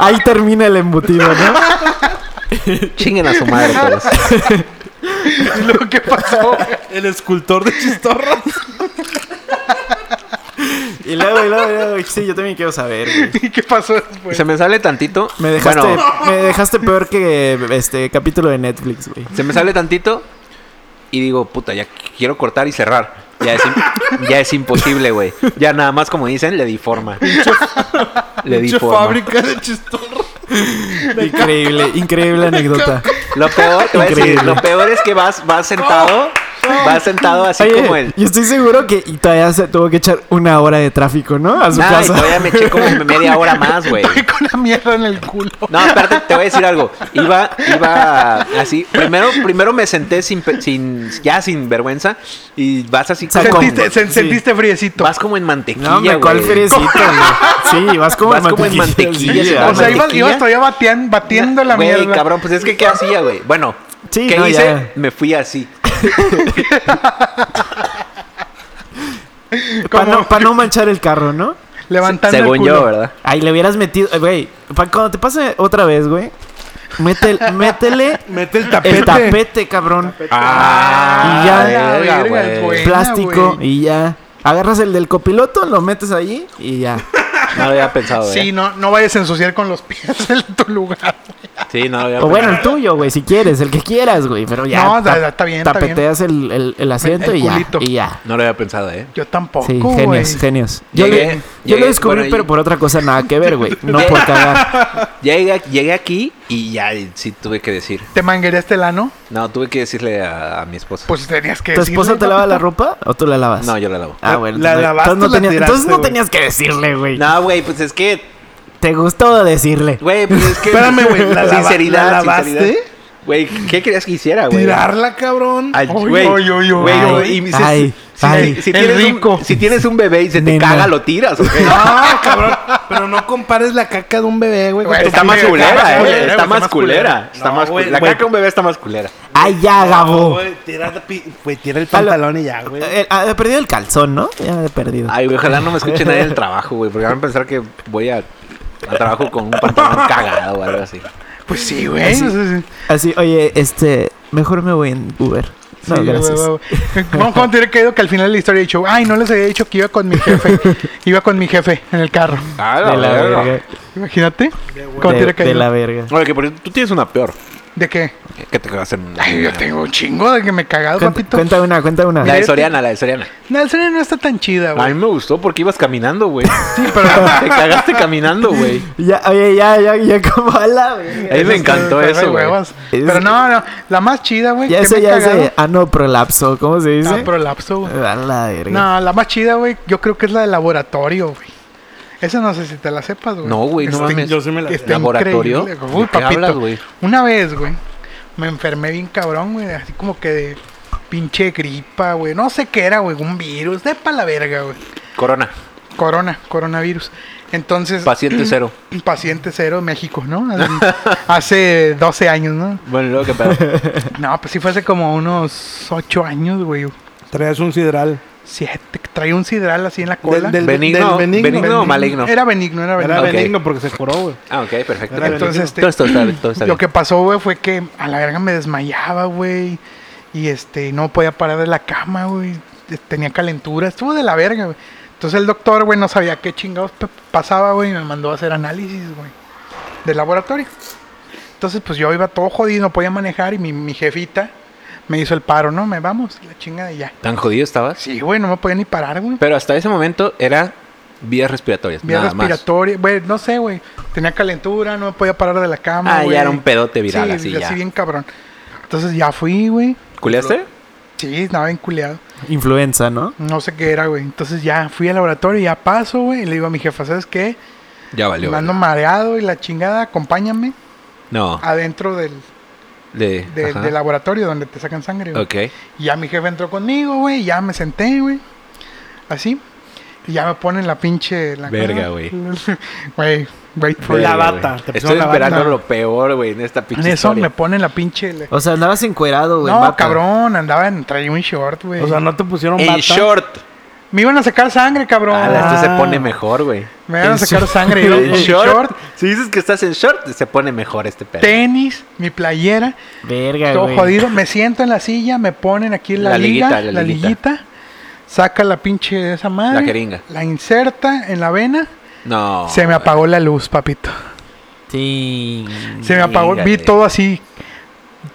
[SPEAKER 5] Ahí termina el embutido, ¿no?
[SPEAKER 4] Chinguen a su madre todos.
[SPEAKER 2] Lo que pasó.
[SPEAKER 6] El escultor de chistorra.
[SPEAKER 5] Y luego, y luego, y luego, sí, yo también quiero saber, güey.
[SPEAKER 2] ¿Y qué pasó después?
[SPEAKER 4] pues. Se me sale tantito.
[SPEAKER 5] Me dejaste,
[SPEAKER 4] Bueno,
[SPEAKER 5] me dejaste peor que este capítulo de Netflix, güey.
[SPEAKER 4] se me sale tantito y digo, puta, ya quiero cortar y cerrar. Ya es, im- ya es imposible, güey. Ya nada más, como dicen, le di forma. Le di
[SPEAKER 6] Pinche
[SPEAKER 4] forma. Eh.
[SPEAKER 6] fábrica de chistorra.
[SPEAKER 5] Increíble, increíble anécdota.
[SPEAKER 4] Lo peor, te voy a decir,
[SPEAKER 5] Increíble.
[SPEAKER 4] lo peor es que vas, vas sentado, vas sentado así
[SPEAKER 5] Oye,
[SPEAKER 4] como él.
[SPEAKER 5] yo estoy seguro que y todavía se tuvo que echar una hora de tráfico, ¿no? A su
[SPEAKER 4] Nada, y
[SPEAKER 5] casa.
[SPEAKER 4] todavía me eché como media hora más, güey.
[SPEAKER 2] Con la mierda en el culo.
[SPEAKER 4] No, espérate, te voy a decir algo. Iba, iba así. Primero, primero me senté sin, pe- sin, ya sin vergüenza y vas así
[SPEAKER 5] Sacó-
[SPEAKER 4] como,
[SPEAKER 2] Sentiste, se-
[SPEAKER 5] sí.
[SPEAKER 2] sentiste friecito.
[SPEAKER 4] vas como en mantequilla,
[SPEAKER 5] No, me
[SPEAKER 4] güey.
[SPEAKER 5] cuál fresita, güey. Sí, vas como
[SPEAKER 4] Vas como en mantequilla,
[SPEAKER 5] sí,
[SPEAKER 4] sí,
[SPEAKER 5] ah,
[SPEAKER 2] o sea, ibas,
[SPEAKER 4] mantequilla.
[SPEAKER 2] ibas todavía batean- batiendo la
[SPEAKER 4] Güey,
[SPEAKER 2] mierda.
[SPEAKER 4] cabrón, pues es que qué hacía, güey. Bueno,
[SPEAKER 5] Sí,
[SPEAKER 4] ¿qué
[SPEAKER 5] no,
[SPEAKER 4] hice?
[SPEAKER 5] ya.
[SPEAKER 4] Me fui así.
[SPEAKER 5] Para
[SPEAKER 2] Como-
[SPEAKER 5] no, pa' no manchar el carro, ¿no?
[SPEAKER 2] Levantando el
[SPEAKER 4] Según
[SPEAKER 2] culo.
[SPEAKER 4] yo, ¿verdad?
[SPEAKER 5] Ahí le hubieras metido, eh, güey. pa- Cuando te pase otra vez, güey, métele, métele
[SPEAKER 6] Mete el
[SPEAKER 5] el
[SPEAKER 6] tapete.
[SPEAKER 5] tapete, cabrón.
[SPEAKER 4] Ah,
[SPEAKER 5] Y ya.
[SPEAKER 4] verga,
[SPEAKER 2] La verga,
[SPEAKER 4] güey.
[SPEAKER 2] güey.
[SPEAKER 5] Plástico
[SPEAKER 2] güey.
[SPEAKER 5] y ya. Agarras el del copiloto, lo metes allí y ya.
[SPEAKER 4] No lo había pensado, ¿eh? güey.
[SPEAKER 2] Sí,
[SPEAKER 5] ¿eh?
[SPEAKER 2] no, no vayas a ensuciar con los pies en tu lugar.
[SPEAKER 4] Sí, no lo había
[SPEAKER 5] O Pues bueno,
[SPEAKER 4] pensado.
[SPEAKER 5] el tuyo, güey, si quieres, el que quieras, güey. Pero ya.
[SPEAKER 2] No, da-
[SPEAKER 5] tap-
[SPEAKER 2] da- está bien, está bien.
[SPEAKER 5] Tapeteas el, el- el asiento
[SPEAKER 2] El
[SPEAKER 5] y ya.
[SPEAKER 2] culito.
[SPEAKER 5] Y ya.
[SPEAKER 4] No lo había pensado, eh.
[SPEAKER 2] Yo tampoco,
[SPEAKER 5] Sí,
[SPEAKER 2] güey.
[SPEAKER 5] genios, genios. Yo,
[SPEAKER 4] Llegué,
[SPEAKER 5] le- yo
[SPEAKER 4] llegué,
[SPEAKER 5] lo descubrí,
[SPEAKER 4] bueno,
[SPEAKER 5] pero
[SPEAKER 4] y-
[SPEAKER 5] por otra cosa nada que ver, güey. No por cagar.
[SPEAKER 4] Llegué, llegué aquí y ya eh, sí tuve que decir.
[SPEAKER 2] ¿Te manguereaste el ano?
[SPEAKER 4] No, tuve que decirle a, a mi esposa.
[SPEAKER 2] Pues tenías que
[SPEAKER 5] ¿Tu esposa
[SPEAKER 2] decirle,
[SPEAKER 5] te lava la
[SPEAKER 2] papito.
[SPEAKER 5] ropa o tú la lavas?
[SPEAKER 4] no, yo la lavo.
[SPEAKER 5] Ah, bueno.
[SPEAKER 6] La
[SPEAKER 5] entonces no-
[SPEAKER 6] lavaste
[SPEAKER 5] entonces no,
[SPEAKER 6] o la
[SPEAKER 5] tenías-
[SPEAKER 6] tiraste,
[SPEAKER 5] entonces no
[SPEAKER 6] güey.
[SPEAKER 5] tenías que decirle, güey.
[SPEAKER 4] No, güey, pues es que,
[SPEAKER 5] Te gustó decirle.
[SPEAKER 4] güey, pues es que.
[SPEAKER 6] Espérame, güey, ¿la lava-
[SPEAKER 4] sinceridad,
[SPEAKER 6] la lavaste?
[SPEAKER 4] sinceridad. Güey, ¿qué querías que hiciera, güey?
[SPEAKER 6] Tirarla, cabrón.
[SPEAKER 4] Ay,
[SPEAKER 2] Uy,
[SPEAKER 4] güey,
[SPEAKER 2] uy, uy, uy,
[SPEAKER 4] güey,
[SPEAKER 2] uy.
[SPEAKER 4] y me dices,
[SPEAKER 5] Ay,
[SPEAKER 4] si,
[SPEAKER 5] ay.
[SPEAKER 4] si
[SPEAKER 2] el
[SPEAKER 4] tienes
[SPEAKER 2] rico.
[SPEAKER 4] Un, si tienes un bebé y se te
[SPEAKER 5] Nena.
[SPEAKER 4] caga, lo tiras, ¿o qué?
[SPEAKER 6] No, cabrón. Pero no compares la caca de un bebé, güey.
[SPEAKER 2] Güey,
[SPEAKER 6] con tu
[SPEAKER 4] Está más
[SPEAKER 2] Sí,
[SPEAKER 4] culera,
[SPEAKER 2] está
[SPEAKER 4] güey.
[SPEAKER 2] más
[SPEAKER 4] Está
[SPEAKER 2] culera,
[SPEAKER 4] más culera. Está
[SPEAKER 6] No,
[SPEAKER 4] más
[SPEAKER 6] güey,
[SPEAKER 4] culera. La
[SPEAKER 6] güey.
[SPEAKER 4] caca de un bebé está más culera.
[SPEAKER 5] Ay, ya, Gabo.
[SPEAKER 6] Güey, tira, la pi- güey, tira el pantalón y ya, güey.
[SPEAKER 5] Eh, ah, He perdido el calzón, ¿no? Ya he perdido.
[SPEAKER 4] Ay, güey, ojalá no me escuche nadie del trabajo, güey, porque van a pensar que voy a, a trabajo con un pantalón cagado o algo así.
[SPEAKER 2] Pues sí, güey.
[SPEAKER 5] Ah, Sí.
[SPEAKER 2] o sea, sí.
[SPEAKER 5] Así, oye, este, mejor me voy en Uber. No,
[SPEAKER 2] Sí,
[SPEAKER 5] gracias.
[SPEAKER 2] güey, güey. ¿Cómo, cómo te hubiera caído que al final de la historia he dicho, ay, no les había dicho que iba con mi jefe? iba con mi jefe en el carro.
[SPEAKER 4] Ah,
[SPEAKER 5] De la verga.
[SPEAKER 2] Imagínate. ¿Cómo te
[SPEAKER 5] De,
[SPEAKER 2] hubiera caído?
[SPEAKER 5] de la verga.
[SPEAKER 4] Oye, que por tú tienes una peor.
[SPEAKER 2] ¿De qué?
[SPEAKER 4] Que te cagas en un.
[SPEAKER 2] Ay, yo tengo un chingo de que me he cagado,
[SPEAKER 5] Cuenta,
[SPEAKER 2] papito.
[SPEAKER 5] cuenta una, cuenta una.
[SPEAKER 4] La de Soriana, la de Soriana.
[SPEAKER 2] No, el serio no está tan chida,
[SPEAKER 4] A mí
[SPEAKER 2] güey.
[SPEAKER 4] me gustó porque ibas caminando, güey.
[SPEAKER 2] Sí, pero...
[SPEAKER 4] Te cagaste caminando, güey.
[SPEAKER 5] Ya, oye, ya, ya, ya, como a la verga.
[SPEAKER 4] A mí me encantó
[SPEAKER 2] Pero,
[SPEAKER 4] eso, güey.
[SPEAKER 2] huevos.
[SPEAKER 5] Es-
[SPEAKER 2] Pero no, no. La más chida, güey.
[SPEAKER 5] Ya
[SPEAKER 2] que
[SPEAKER 5] eso
[SPEAKER 2] me he
[SPEAKER 5] ya es
[SPEAKER 2] cagado-
[SPEAKER 5] de anoprolapso, ¿cómo se dice?
[SPEAKER 2] Ah, prolapso, güey.
[SPEAKER 5] A la verga.
[SPEAKER 2] No, la más chida, güey, yo creo que es la de laboratorio, güey. Esa no sé si te la sepas, güey.
[SPEAKER 4] No, güey, no
[SPEAKER 2] Está-
[SPEAKER 4] mames.
[SPEAKER 6] Yo sí me la
[SPEAKER 2] está
[SPEAKER 4] ¿Laboratorio?
[SPEAKER 2] increíble, güey. Uy,
[SPEAKER 4] ¿De qué
[SPEAKER 2] papito,
[SPEAKER 4] hablas, güey?
[SPEAKER 2] Una vez, güey, me enfermé bien cabrón, güey. Así como que de pinche gripa, güey. No sé qué era, güey. Un virus. De pa' la verga, güey.
[SPEAKER 4] Corona,
[SPEAKER 2] Corona, coronavirus. Entonces,
[SPEAKER 4] paciente cero.
[SPEAKER 2] paciente cero, México, ¿no? Hace 12 años, ¿no?
[SPEAKER 4] Bueno, luego que pedo.
[SPEAKER 2] No, pues sí fue hace como unos 8 años, güey.
[SPEAKER 6] Traes un sidral.
[SPEAKER 2] Siete. Traía un sidral así en la cola.
[SPEAKER 6] Del-
[SPEAKER 4] Benigno,
[SPEAKER 6] del benigno.
[SPEAKER 4] benigno o maligno.
[SPEAKER 2] Era benigno, era benigno.
[SPEAKER 6] Era
[SPEAKER 4] Ok.
[SPEAKER 6] benigno porque se curó, güey.
[SPEAKER 4] Ah, ok, perfecto.
[SPEAKER 6] Era
[SPEAKER 2] Entonces,
[SPEAKER 6] benigno.
[SPEAKER 2] este,
[SPEAKER 4] todo, esto está bien, todo está bien.
[SPEAKER 2] Lo que pasó, güey, fue que a la verga me desmayaba, güey. Y este, no podía parar de la cama, güey. Tenía calentura, estuvo de la verga, güey. Entonces el doctor, güey, no sabía qué chingados pe- pasaba, güey, y me mandó a hacer análisis, güey, de laboratorio. Entonces, pues yo iba todo jodido, no podía manejar y mi, mi jefita me hizo el paro, ¿no? Me vamos, la chinga de ya.
[SPEAKER 4] ¿Tan jodido estabas?
[SPEAKER 2] Sí, güey, no me podía ni parar, güey.
[SPEAKER 4] Pero hasta ese momento era vías respiratorias.
[SPEAKER 2] Vía
[SPEAKER 4] nada más.
[SPEAKER 2] respiratoria, güey, no sé, güey. Tenía calentura, no me podía parar de la cama,
[SPEAKER 4] Ah,
[SPEAKER 2] güey.
[SPEAKER 4] ya era un pedote viral,
[SPEAKER 2] Sí,
[SPEAKER 4] así ya.
[SPEAKER 2] bien cabrón. Entonces ya fui, güey.
[SPEAKER 4] ¿Culeaste?
[SPEAKER 2] Sí, estaba bien culeado.
[SPEAKER 5] Influenza, ¿no?
[SPEAKER 2] No sé qué era, güey. Entonces ya fui al laboratorio, ya paso, güey. Y le digo a mi jefa, ¿sabes qué?
[SPEAKER 4] Ya valió.
[SPEAKER 2] Me ando
[SPEAKER 4] valió.
[SPEAKER 2] mareado y la chingada, acompáñame
[SPEAKER 4] No.
[SPEAKER 2] adentro del,
[SPEAKER 4] De,
[SPEAKER 2] de-
[SPEAKER 4] ajá.
[SPEAKER 2] del laboratorio donde te sacan sangre, güey.
[SPEAKER 4] Ok.
[SPEAKER 2] Y ya mi jefe entró conmigo, güey. y Ya me senté, güey. Así. Y ya me ponen la pinche... La
[SPEAKER 4] Verga, güey.
[SPEAKER 2] Güey, wait for
[SPEAKER 6] La
[SPEAKER 4] Verga,
[SPEAKER 2] it.
[SPEAKER 6] bata,
[SPEAKER 4] güey.
[SPEAKER 6] te pusieron
[SPEAKER 4] Estoy
[SPEAKER 6] la
[SPEAKER 4] esperando
[SPEAKER 2] bata.
[SPEAKER 4] lo peor, güey, en esta pinche
[SPEAKER 2] En eso
[SPEAKER 4] historia.
[SPEAKER 2] me ponen la pinche... la-
[SPEAKER 5] O sea, andabas encuerado, güey.
[SPEAKER 2] No,
[SPEAKER 5] vato.
[SPEAKER 2] cabrón, andaba en... Traía un short, güey.
[SPEAKER 6] O sea, no te pusieron
[SPEAKER 4] En
[SPEAKER 6] bata.
[SPEAKER 4] short.
[SPEAKER 2] Me iban a sacar sangre, cabrón.
[SPEAKER 4] Ah,
[SPEAKER 6] la-
[SPEAKER 4] esto se pone mejor, güey.
[SPEAKER 2] Me iban a
[SPEAKER 5] en
[SPEAKER 2] sacar
[SPEAKER 5] short.
[SPEAKER 2] sangre. y yo
[SPEAKER 4] En
[SPEAKER 2] con mi short,
[SPEAKER 4] Si dices que estás en short, se pone mejor este pedo.
[SPEAKER 2] tenis, mi playera.
[SPEAKER 5] Verga,
[SPEAKER 2] Todo
[SPEAKER 5] güey.
[SPEAKER 2] jodido, me siento en la silla, me ponen aquí la,
[SPEAKER 4] Ah, La
[SPEAKER 2] liga,
[SPEAKER 4] liguita,
[SPEAKER 2] la
[SPEAKER 4] la
[SPEAKER 2] liguita.
[SPEAKER 4] liguita.
[SPEAKER 2] saca la pinche de esa madre,
[SPEAKER 4] La jeringa.
[SPEAKER 2] la inserta en la vena,
[SPEAKER 4] No.
[SPEAKER 2] se me
[SPEAKER 4] güey.
[SPEAKER 2] apagó la luz, papito.
[SPEAKER 5] Sí.
[SPEAKER 2] Se me apagó, vi
[SPEAKER 4] Fíjate.
[SPEAKER 2] todo así,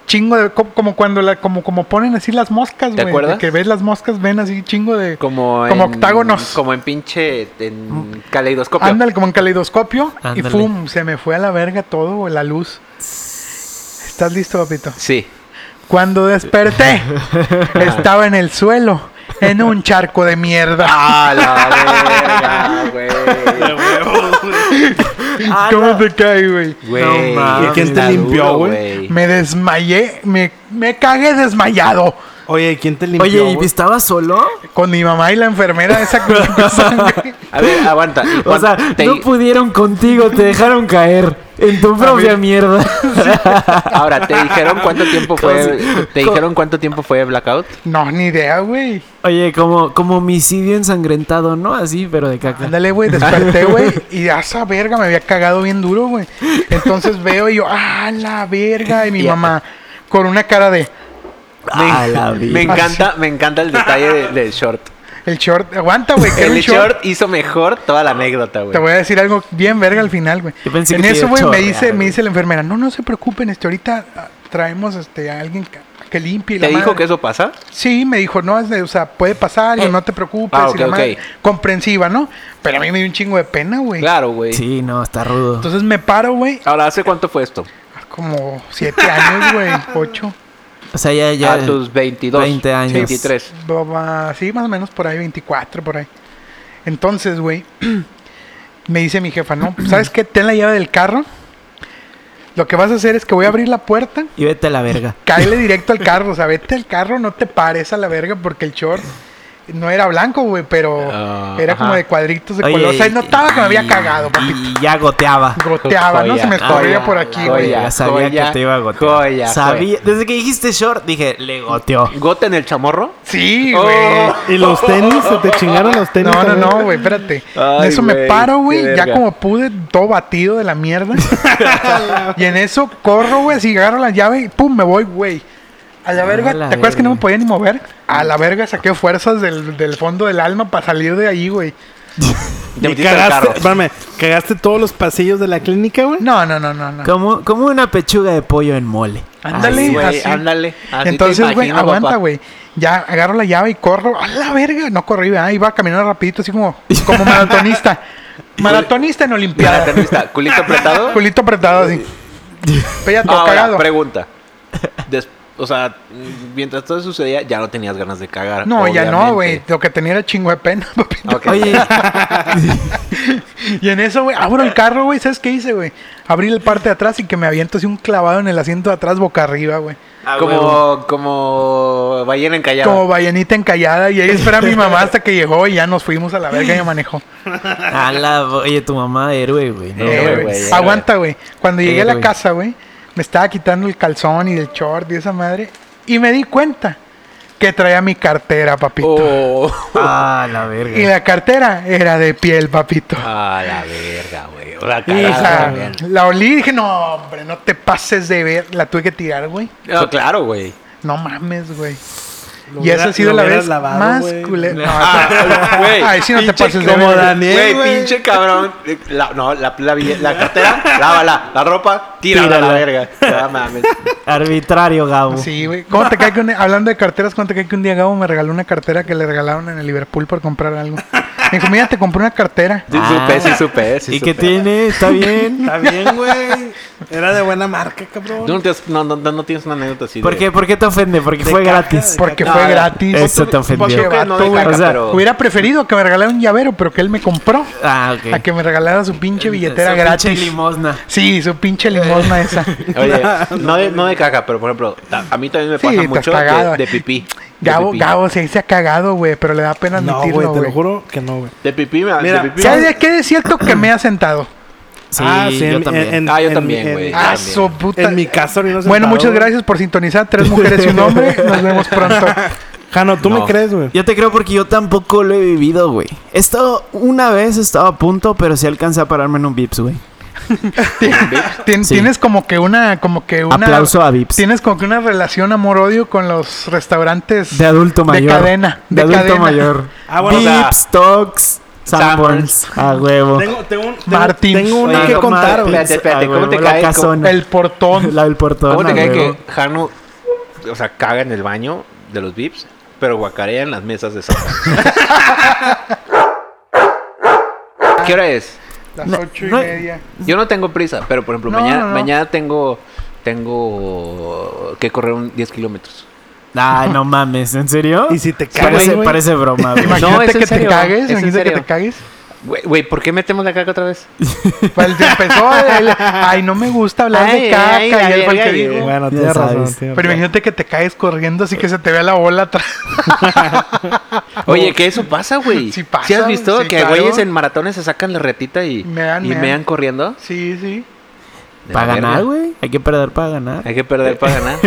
[SPEAKER 2] chingo de, co- como cuando la, como, como ponen así las moscas,
[SPEAKER 4] ¿Te
[SPEAKER 2] güey, de
[SPEAKER 4] acuerdas?
[SPEAKER 2] que ves las moscas, ven así chingo de,
[SPEAKER 4] Como,
[SPEAKER 2] como
[SPEAKER 4] en-
[SPEAKER 2] octágonos.
[SPEAKER 4] Como en pinche. En caleidoscopio.
[SPEAKER 2] ándale como en caleidoscopio y
[SPEAKER 5] Ándale.
[SPEAKER 2] pum, se me fue a la verga todo, güey, la luz. ¿Estás listo, papito?
[SPEAKER 4] Sí.
[SPEAKER 2] Cuando desperté, estaba en el suelo, en un charco de mierda.
[SPEAKER 4] ¡Ah, la verga, güey!
[SPEAKER 5] Ah,
[SPEAKER 2] ¿Cómo
[SPEAKER 5] no.
[SPEAKER 2] te cae, güey?
[SPEAKER 4] Güey.
[SPEAKER 5] No mames.
[SPEAKER 4] está
[SPEAKER 6] ¿Quién te limpió,
[SPEAKER 4] duro,
[SPEAKER 6] güey?
[SPEAKER 2] Me desmayé, me, me cagué desmayado
[SPEAKER 6] Oye, ¿quién te limpió?
[SPEAKER 5] Oye, ¿y
[SPEAKER 6] güey?
[SPEAKER 5] estabas solo?
[SPEAKER 2] con mi mamá y la enfermera esa que sacó sangre.
[SPEAKER 4] A ver, aguanta. ¿Y
[SPEAKER 5] O
[SPEAKER 4] cuán-
[SPEAKER 5] sea,
[SPEAKER 4] te-
[SPEAKER 5] no pudieron contigo, te dejaron caer en tu propia mierda.
[SPEAKER 4] Ahora, ¿te dijeron cuánto tiempo fue?
[SPEAKER 5] Como si-
[SPEAKER 4] ¿Te
[SPEAKER 5] como-
[SPEAKER 4] dijeron cuánto tiempo fue blackout?
[SPEAKER 2] No, ni idea, güey.
[SPEAKER 5] Oye, como, como homicidio ensangrentado, ¿no? Así, pero de caca.
[SPEAKER 2] Ándale, güey, desperté, güey. Y a esa verga me había cagado bien duro, güey. Entonces veo y yo, ¡ah, la verga! Y mi
[SPEAKER 4] Ya.
[SPEAKER 2] mamá con una cara de,
[SPEAKER 4] Me,
[SPEAKER 5] A la vida.
[SPEAKER 4] me encanta, me encanta el detalle de- del short.
[SPEAKER 2] el short, aguanta, güey, que era
[SPEAKER 4] El
[SPEAKER 2] un short.
[SPEAKER 4] short hizo mejor toda la anécdota,
[SPEAKER 2] Te
[SPEAKER 4] güey.
[SPEAKER 2] voy a decir algo bien verga al final, güey.
[SPEAKER 5] Yo pensé
[SPEAKER 2] En
[SPEAKER 5] que te
[SPEAKER 2] eso,
[SPEAKER 5] iba a
[SPEAKER 2] güey, me
[SPEAKER 5] chorrear,
[SPEAKER 2] dice, me
[SPEAKER 5] güey.
[SPEAKER 2] dice la enfermera, no, no se preocupen, este, ahorita ah, traemos este, a alguien que, que limpie. la
[SPEAKER 4] ¿Te dijo
[SPEAKER 2] madre".
[SPEAKER 4] que eso pasa?
[SPEAKER 2] Sí, me dijo, no, es de- o sea, puede pasar, y no te preocupes,
[SPEAKER 4] Ah,
[SPEAKER 2] y la
[SPEAKER 4] ok,
[SPEAKER 2] madre-
[SPEAKER 4] ok.
[SPEAKER 2] comprensiva, ¿no? Pero a mí me dio un chingo de pena, güey.
[SPEAKER 4] Claro, güey.
[SPEAKER 5] Sí, no, está rudo.
[SPEAKER 2] Entonces me paro, güey,
[SPEAKER 4] Ahora, ¿hace cuánto fue esto?
[SPEAKER 2] como siete años, güey, ocho,
[SPEAKER 5] O sea, ya, ya.
[SPEAKER 4] a tus 22,
[SPEAKER 5] 20 años.
[SPEAKER 4] 23.
[SPEAKER 2] bo- ba- sí, más o menos por ahí, 24, por ahí. Entonces, güey, me dice mi jefa, no, ¿sabes qué? Ten la llave del carro. Lo que vas a hacer es que voy a abrir la puerta,
[SPEAKER 5] Y vete a la verga.
[SPEAKER 2] cáele directo al carro, o sea, vete al carro, no te pares a la verga porque el short no era blanco, güey, pero
[SPEAKER 4] Ah,
[SPEAKER 2] era como
[SPEAKER 4] ajá.
[SPEAKER 2] de cuadritos de
[SPEAKER 5] Oye,
[SPEAKER 2] color. O sea,
[SPEAKER 5] y-
[SPEAKER 2] notaba que me había
[SPEAKER 5] y-
[SPEAKER 2] cagado, papito.
[SPEAKER 5] Y ya goteaba. Ah,
[SPEAKER 2] Goteaba, ¿no? Se me
[SPEAKER 4] Joya,
[SPEAKER 2] escorría
[SPEAKER 4] joya,
[SPEAKER 2] por aquí,
[SPEAKER 4] joya.
[SPEAKER 2] güey.
[SPEAKER 5] Ya sabía
[SPEAKER 4] joya,
[SPEAKER 5] que te iba a gotear.
[SPEAKER 4] joya,
[SPEAKER 5] sabía, desde que dijiste short, dije, le goteó.
[SPEAKER 4] ¿Gota en el chamorro?
[SPEAKER 2] Sí,
[SPEAKER 4] Oh.
[SPEAKER 2] güey.
[SPEAKER 6] ¿Y los tenis? ¿Se te chingaron los tenis?
[SPEAKER 2] No, no,
[SPEAKER 6] también?
[SPEAKER 2] no, güey, espérate. en
[SPEAKER 4] Ay,
[SPEAKER 2] eso me
[SPEAKER 4] güey,
[SPEAKER 2] paro, güey,
[SPEAKER 4] qué
[SPEAKER 2] ya
[SPEAKER 4] verga.
[SPEAKER 2] como pude, todo batido de la mierda. y en eso corro, güey, así agarro la llave y pum, me voy, güey. A la
[SPEAKER 5] A
[SPEAKER 2] verga,
[SPEAKER 5] la
[SPEAKER 2] ¿te acuerdas que no me
[SPEAKER 5] verga.
[SPEAKER 2] podía ni mover? A la verga saqué fuerzas del, del fondo del alma para salir de ahí, güey.
[SPEAKER 4] Te
[SPEAKER 6] ¿Y
[SPEAKER 4] metiste al
[SPEAKER 6] cagaste,
[SPEAKER 4] carro.
[SPEAKER 6] espérame, ¿cagaste todos los pasillos de la clínica, güey?
[SPEAKER 2] No, no, no, no, no.
[SPEAKER 5] Como, como una pechuga de pollo en mole.
[SPEAKER 2] Ándale,
[SPEAKER 4] Así, güey,
[SPEAKER 2] así.
[SPEAKER 4] ándale. Así te
[SPEAKER 2] Entonces, güey,
[SPEAKER 4] imagino,
[SPEAKER 2] aguanta,
[SPEAKER 4] papá.
[SPEAKER 2] güey. Ya agarro la llave y corro. A la verga. No corrí, ¿verdad? Iba caminando rapidito, así como, como maratonista. maratonista en
[SPEAKER 4] Mira,
[SPEAKER 2] Olimpiada.
[SPEAKER 4] tenista, culito apretado.
[SPEAKER 2] Culito apretado, así. Pero ya todo
[SPEAKER 4] Ahora,
[SPEAKER 2] cagado.
[SPEAKER 4] pregunta. Des- o sea, mientras todo sucedía, ya no tenías ganas de cagar.
[SPEAKER 2] No, ya no, güey.
[SPEAKER 4] obviamente.
[SPEAKER 2] Lo que tenía era chingo de pena, papito.
[SPEAKER 4] Ok.
[SPEAKER 5] Oye,
[SPEAKER 2] Y en eso, güey, abro el carro, güey. ¿Sabes qué hice, güey? Abrí la parte de atrás y que me aviento así un clavado en el asiento de atrás, boca arriba, güey.
[SPEAKER 4] Ah, Como, como ballena encallada.
[SPEAKER 2] Como ballenita encallada. Y ahí espera mi mamá hasta que llegó y ya nos fuimos a la verga y me manejó.
[SPEAKER 5] a la, oye, tu mamá héroe, güey. No, Pues,
[SPEAKER 4] Eh,
[SPEAKER 2] Eh,
[SPEAKER 5] güey.
[SPEAKER 2] güey.
[SPEAKER 4] güey, eh,
[SPEAKER 2] Aguanta, güey. Cuando llegué
[SPEAKER 5] Eh,
[SPEAKER 2] a la
[SPEAKER 5] güey.
[SPEAKER 2] casa, güey, me estaba quitando el calzón y el short y esa madre. Y me di cuenta que traía mi cartera, papito.
[SPEAKER 4] Oh.
[SPEAKER 5] A ah, la
[SPEAKER 2] Y
[SPEAKER 5] verga.
[SPEAKER 2] la cartera era de piel, papito.
[SPEAKER 4] A la verga, güey. La cagada
[SPEAKER 2] Hija,
[SPEAKER 4] también.
[SPEAKER 2] la olí y dije, no, hombre, no te pases de ver. La tuve que tirar, güey.
[SPEAKER 4] Ah, claro, güey.
[SPEAKER 2] No mames, güey.
[SPEAKER 6] Lo
[SPEAKER 2] Y esa
[SPEAKER 6] hubiera-
[SPEAKER 2] ha sido
[SPEAKER 6] lo
[SPEAKER 2] la
[SPEAKER 6] hubieras
[SPEAKER 2] vez
[SPEAKER 6] lavado,
[SPEAKER 2] más
[SPEAKER 6] güey.
[SPEAKER 2] culera. No,
[SPEAKER 4] Ah, Güey,
[SPEAKER 2] ay, sí no te
[SPEAKER 4] pinche
[SPEAKER 2] pases de
[SPEAKER 6] como
[SPEAKER 2] verga.
[SPEAKER 6] Dani- Bien,
[SPEAKER 4] Güey,
[SPEAKER 6] güey.
[SPEAKER 4] pinche cabrón. Eh, la- no, la, la, bille- la cartera, lávala. La ropa, tírala a la
[SPEAKER 5] Tírala.
[SPEAKER 4] verga. No mames.
[SPEAKER 5] Arbitrario, Gabo.
[SPEAKER 2] Sí, güey. ¿Cómo te cae que un- hablando de carteras, cómo te cae que un día Gabo me regaló una cartera que le regalaron en el Liverpool por comprar algo? Me dijo, mira, te compré una cartera.
[SPEAKER 4] Sí,
[SPEAKER 5] Ah.
[SPEAKER 4] supe, sí, supe. sí
[SPEAKER 5] ¿Y qué
[SPEAKER 4] supe.
[SPEAKER 5] tiene? Está bien.
[SPEAKER 6] Está bien, güey. Era de buena marca, cabrón.
[SPEAKER 4] Tú no, te has- no, no, no tienes una anécdota así.
[SPEAKER 5] ¿Por
[SPEAKER 4] de-
[SPEAKER 5] qué, por qué te ofende? Porque
[SPEAKER 6] De
[SPEAKER 5] fue
[SPEAKER 6] caja,
[SPEAKER 5] gratis.
[SPEAKER 6] de
[SPEAKER 2] Porque
[SPEAKER 6] caca.
[SPEAKER 2] fue
[SPEAKER 4] No,
[SPEAKER 2] gratis.
[SPEAKER 5] Eso te
[SPEAKER 4] Creo
[SPEAKER 5] ofendió.
[SPEAKER 4] que no de
[SPEAKER 2] vato, güey.
[SPEAKER 4] caca,
[SPEAKER 5] O sea,
[SPEAKER 4] pero-
[SPEAKER 2] Hubiera preferido que me regalara un llavero, pero que él me compró.
[SPEAKER 5] Ah,
[SPEAKER 2] A
[SPEAKER 5] ok.
[SPEAKER 2] que me regalara su pinche billetera
[SPEAKER 5] Esa
[SPEAKER 2] gratis.
[SPEAKER 5] pinche limosna.
[SPEAKER 2] Sí, su pinche limosna esa.
[SPEAKER 4] Oye, no de, no de caca, pero por ejemplo, ta- a mí también me
[SPEAKER 2] Sí,
[SPEAKER 4] pasa
[SPEAKER 2] te has
[SPEAKER 4] mucho
[SPEAKER 2] cagado.
[SPEAKER 4] de, de pipí. De
[SPEAKER 2] Gabo,
[SPEAKER 4] pipí.
[SPEAKER 2] Gabo, se se ha cagado, güey, pero le da pena
[SPEAKER 6] No, güey,
[SPEAKER 2] admitirlo,
[SPEAKER 6] te lo
[SPEAKER 2] güey.
[SPEAKER 6] juro que no, güey.
[SPEAKER 4] De pipí, me-
[SPEAKER 6] Mira,
[SPEAKER 4] de pipí.
[SPEAKER 2] ¿Sabes de qué es cierto que me ha sentado?
[SPEAKER 5] Sí,
[SPEAKER 6] Ah,
[SPEAKER 5] yo
[SPEAKER 6] en-
[SPEAKER 5] también.
[SPEAKER 6] en-
[SPEAKER 4] Ah, yo
[SPEAKER 6] en-
[SPEAKER 4] también,
[SPEAKER 6] en-
[SPEAKER 4] güey.
[SPEAKER 2] Ah,
[SPEAKER 4] también.
[SPEAKER 2] su puta.
[SPEAKER 6] En mi caso, ni nos
[SPEAKER 2] Bueno,
[SPEAKER 6] sentado,
[SPEAKER 2] muchas
[SPEAKER 6] güey.
[SPEAKER 2] gracias por sintonizar. Tres mujeres y un hombre. Nos vemos pronto.
[SPEAKER 6] Jano, ¿tú
[SPEAKER 4] No.
[SPEAKER 6] me crees, güey?
[SPEAKER 5] Yo te creo porque yo tampoco lo he vivido, güey. He estado una vez, estaba a punto, pero sí alcancé a pararme en un Vips, güey.
[SPEAKER 2] Tien-
[SPEAKER 5] Sí.
[SPEAKER 2] Tienes como que una, como que una.
[SPEAKER 5] Aplauso a Vips.
[SPEAKER 2] Tienes como que una relación amor-odio con los restaurantes
[SPEAKER 5] De adulto mayor.
[SPEAKER 2] cadena,
[SPEAKER 5] De,
[SPEAKER 2] de
[SPEAKER 5] adulto
[SPEAKER 2] cadena.
[SPEAKER 5] mayor.
[SPEAKER 6] Ah, bueno, o
[SPEAKER 5] Vips,
[SPEAKER 4] sea,
[SPEAKER 5] Tox, Sanborns. A huevo. Ah,
[SPEAKER 6] Tengo, tengo, un- tengo-
[SPEAKER 2] Martins.
[SPEAKER 6] tengo
[SPEAKER 2] Oye,
[SPEAKER 6] una que
[SPEAKER 5] no
[SPEAKER 6] contar,
[SPEAKER 5] mames,
[SPEAKER 6] güey.
[SPEAKER 4] Espérate, espérate,
[SPEAKER 5] a
[SPEAKER 4] ¿cómo te
[SPEAKER 5] huevo, la
[SPEAKER 4] cae? ¿Cómo-
[SPEAKER 5] casona.
[SPEAKER 2] El portón.
[SPEAKER 5] La del portón.
[SPEAKER 4] ¿Cómo
[SPEAKER 5] a
[SPEAKER 4] te cae
[SPEAKER 5] huevo.
[SPEAKER 4] que Jano, o sea, caga en el baño de los VIPs, pero guacarea en las mesas de sopa? ¿Qué hora es?
[SPEAKER 2] Las
[SPEAKER 5] No,
[SPEAKER 2] ocho y
[SPEAKER 5] no-
[SPEAKER 2] media.
[SPEAKER 4] Yo no tengo prisa, pero por ejemplo,
[SPEAKER 2] No,
[SPEAKER 4] mañana,
[SPEAKER 2] no, no.
[SPEAKER 4] mañana tengo tengo que correr un 10 kilómetros.
[SPEAKER 5] Ay, Ah, no mames, ¿en serio?
[SPEAKER 6] Y si te cagas,
[SPEAKER 5] parece,
[SPEAKER 6] güey.
[SPEAKER 5] parece broma, güey.
[SPEAKER 4] Imagina-
[SPEAKER 2] Imagínate
[SPEAKER 4] es en
[SPEAKER 2] que te
[SPEAKER 4] serio,
[SPEAKER 2] cagues.
[SPEAKER 4] es en
[SPEAKER 2] Imagínate que
[SPEAKER 4] serio.
[SPEAKER 2] te cagues.
[SPEAKER 4] Güey, Güey, ¿por qué metemos la caca otra vez?
[SPEAKER 2] Pues ya empezó. él, Ay, no me gusta hablar de
[SPEAKER 4] Ay,
[SPEAKER 2] caca.
[SPEAKER 4] ay,
[SPEAKER 2] y
[SPEAKER 4] la
[SPEAKER 2] él fue el que
[SPEAKER 4] verga,
[SPEAKER 2] dijo.
[SPEAKER 4] güey.
[SPEAKER 6] Bueno,
[SPEAKER 5] Ya
[SPEAKER 6] tienes razón,
[SPEAKER 5] sabes.
[SPEAKER 6] tienes
[SPEAKER 2] Pero
[SPEAKER 6] razón.
[SPEAKER 2] imagínate que te caes corriendo así que se te vea la bola atrás.
[SPEAKER 4] Oye, que eso pasa, güey.
[SPEAKER 2] Sí pasa,
[SPEAKER 4] has visto
[SPEAKER 2] sí,
[SPEAKER 4] que
[SPEAKER 2] claro.
[SPEAKER 4] güeyes en maratones se sacan la retita y
[SPEAKER 2] Mean,
[SPEAKER 4] y
[SPEAKER 2] mean.
[SPEAKER 4] mean corriendo?
[SPEAKER 2] Sí, sí.
[SPEAKER 4] De la
[SPEAKER 5] Para ganar,
[SPEAKER 4] verga.
[SPEAKER 5] güey. Hay que perder para ganar.
[SPEAKER 4] Hay que perder para ganar.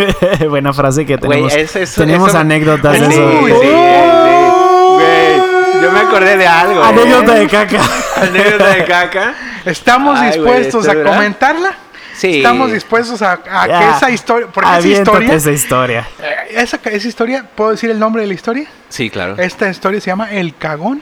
[SPEAKER 5] Buena frase que tenemos.
[SPEAKER 4] Güey, es- es-
[SPEAKER 5] tenemos
[SPEAKER 4] eso-
[SPEAKER 5] anécdotas.
[SPEAKER 4] Sí,
[SPEAKER 5] de eso,
[SPEAKER 4] sí,
[SPEAKER 5] güey.
[SPEAKER 4] sí, güey. Yo me acordé de algo. güey.
[SPEAKER 5] Anécdota de caca.
[SPEAKER 4] Anécdota de caca.
[SPEAKER 2] ¿Estamos
[SPEAKER 4] Ay, güey,
[SPEAKER 2] dispuestos
[SPEAKER 4] ¿esto
[SPEAKER 2] a
[SPEAKER 4] es verdad?
[SPEAKER 2] comentarla?
[SPEAKER 4] Sí.
[SPEAKER 2] Estamos dispuestos a, a que
[SPEAKER 5] Ya.
[SPEAKER 2] esa historia. Porque esa
[SPEAKER 5] Aviéntate
[SPEAKER 2] historia.
[SPEAKER 5] esa historia.
[SPEAKER 2] eh, Esa, esa historia, ¿puedo decir el nombre de la historia?
[SPEAKER 4] Sí, claro.
[SPEAKER 2] Esta historia se llama El Cagón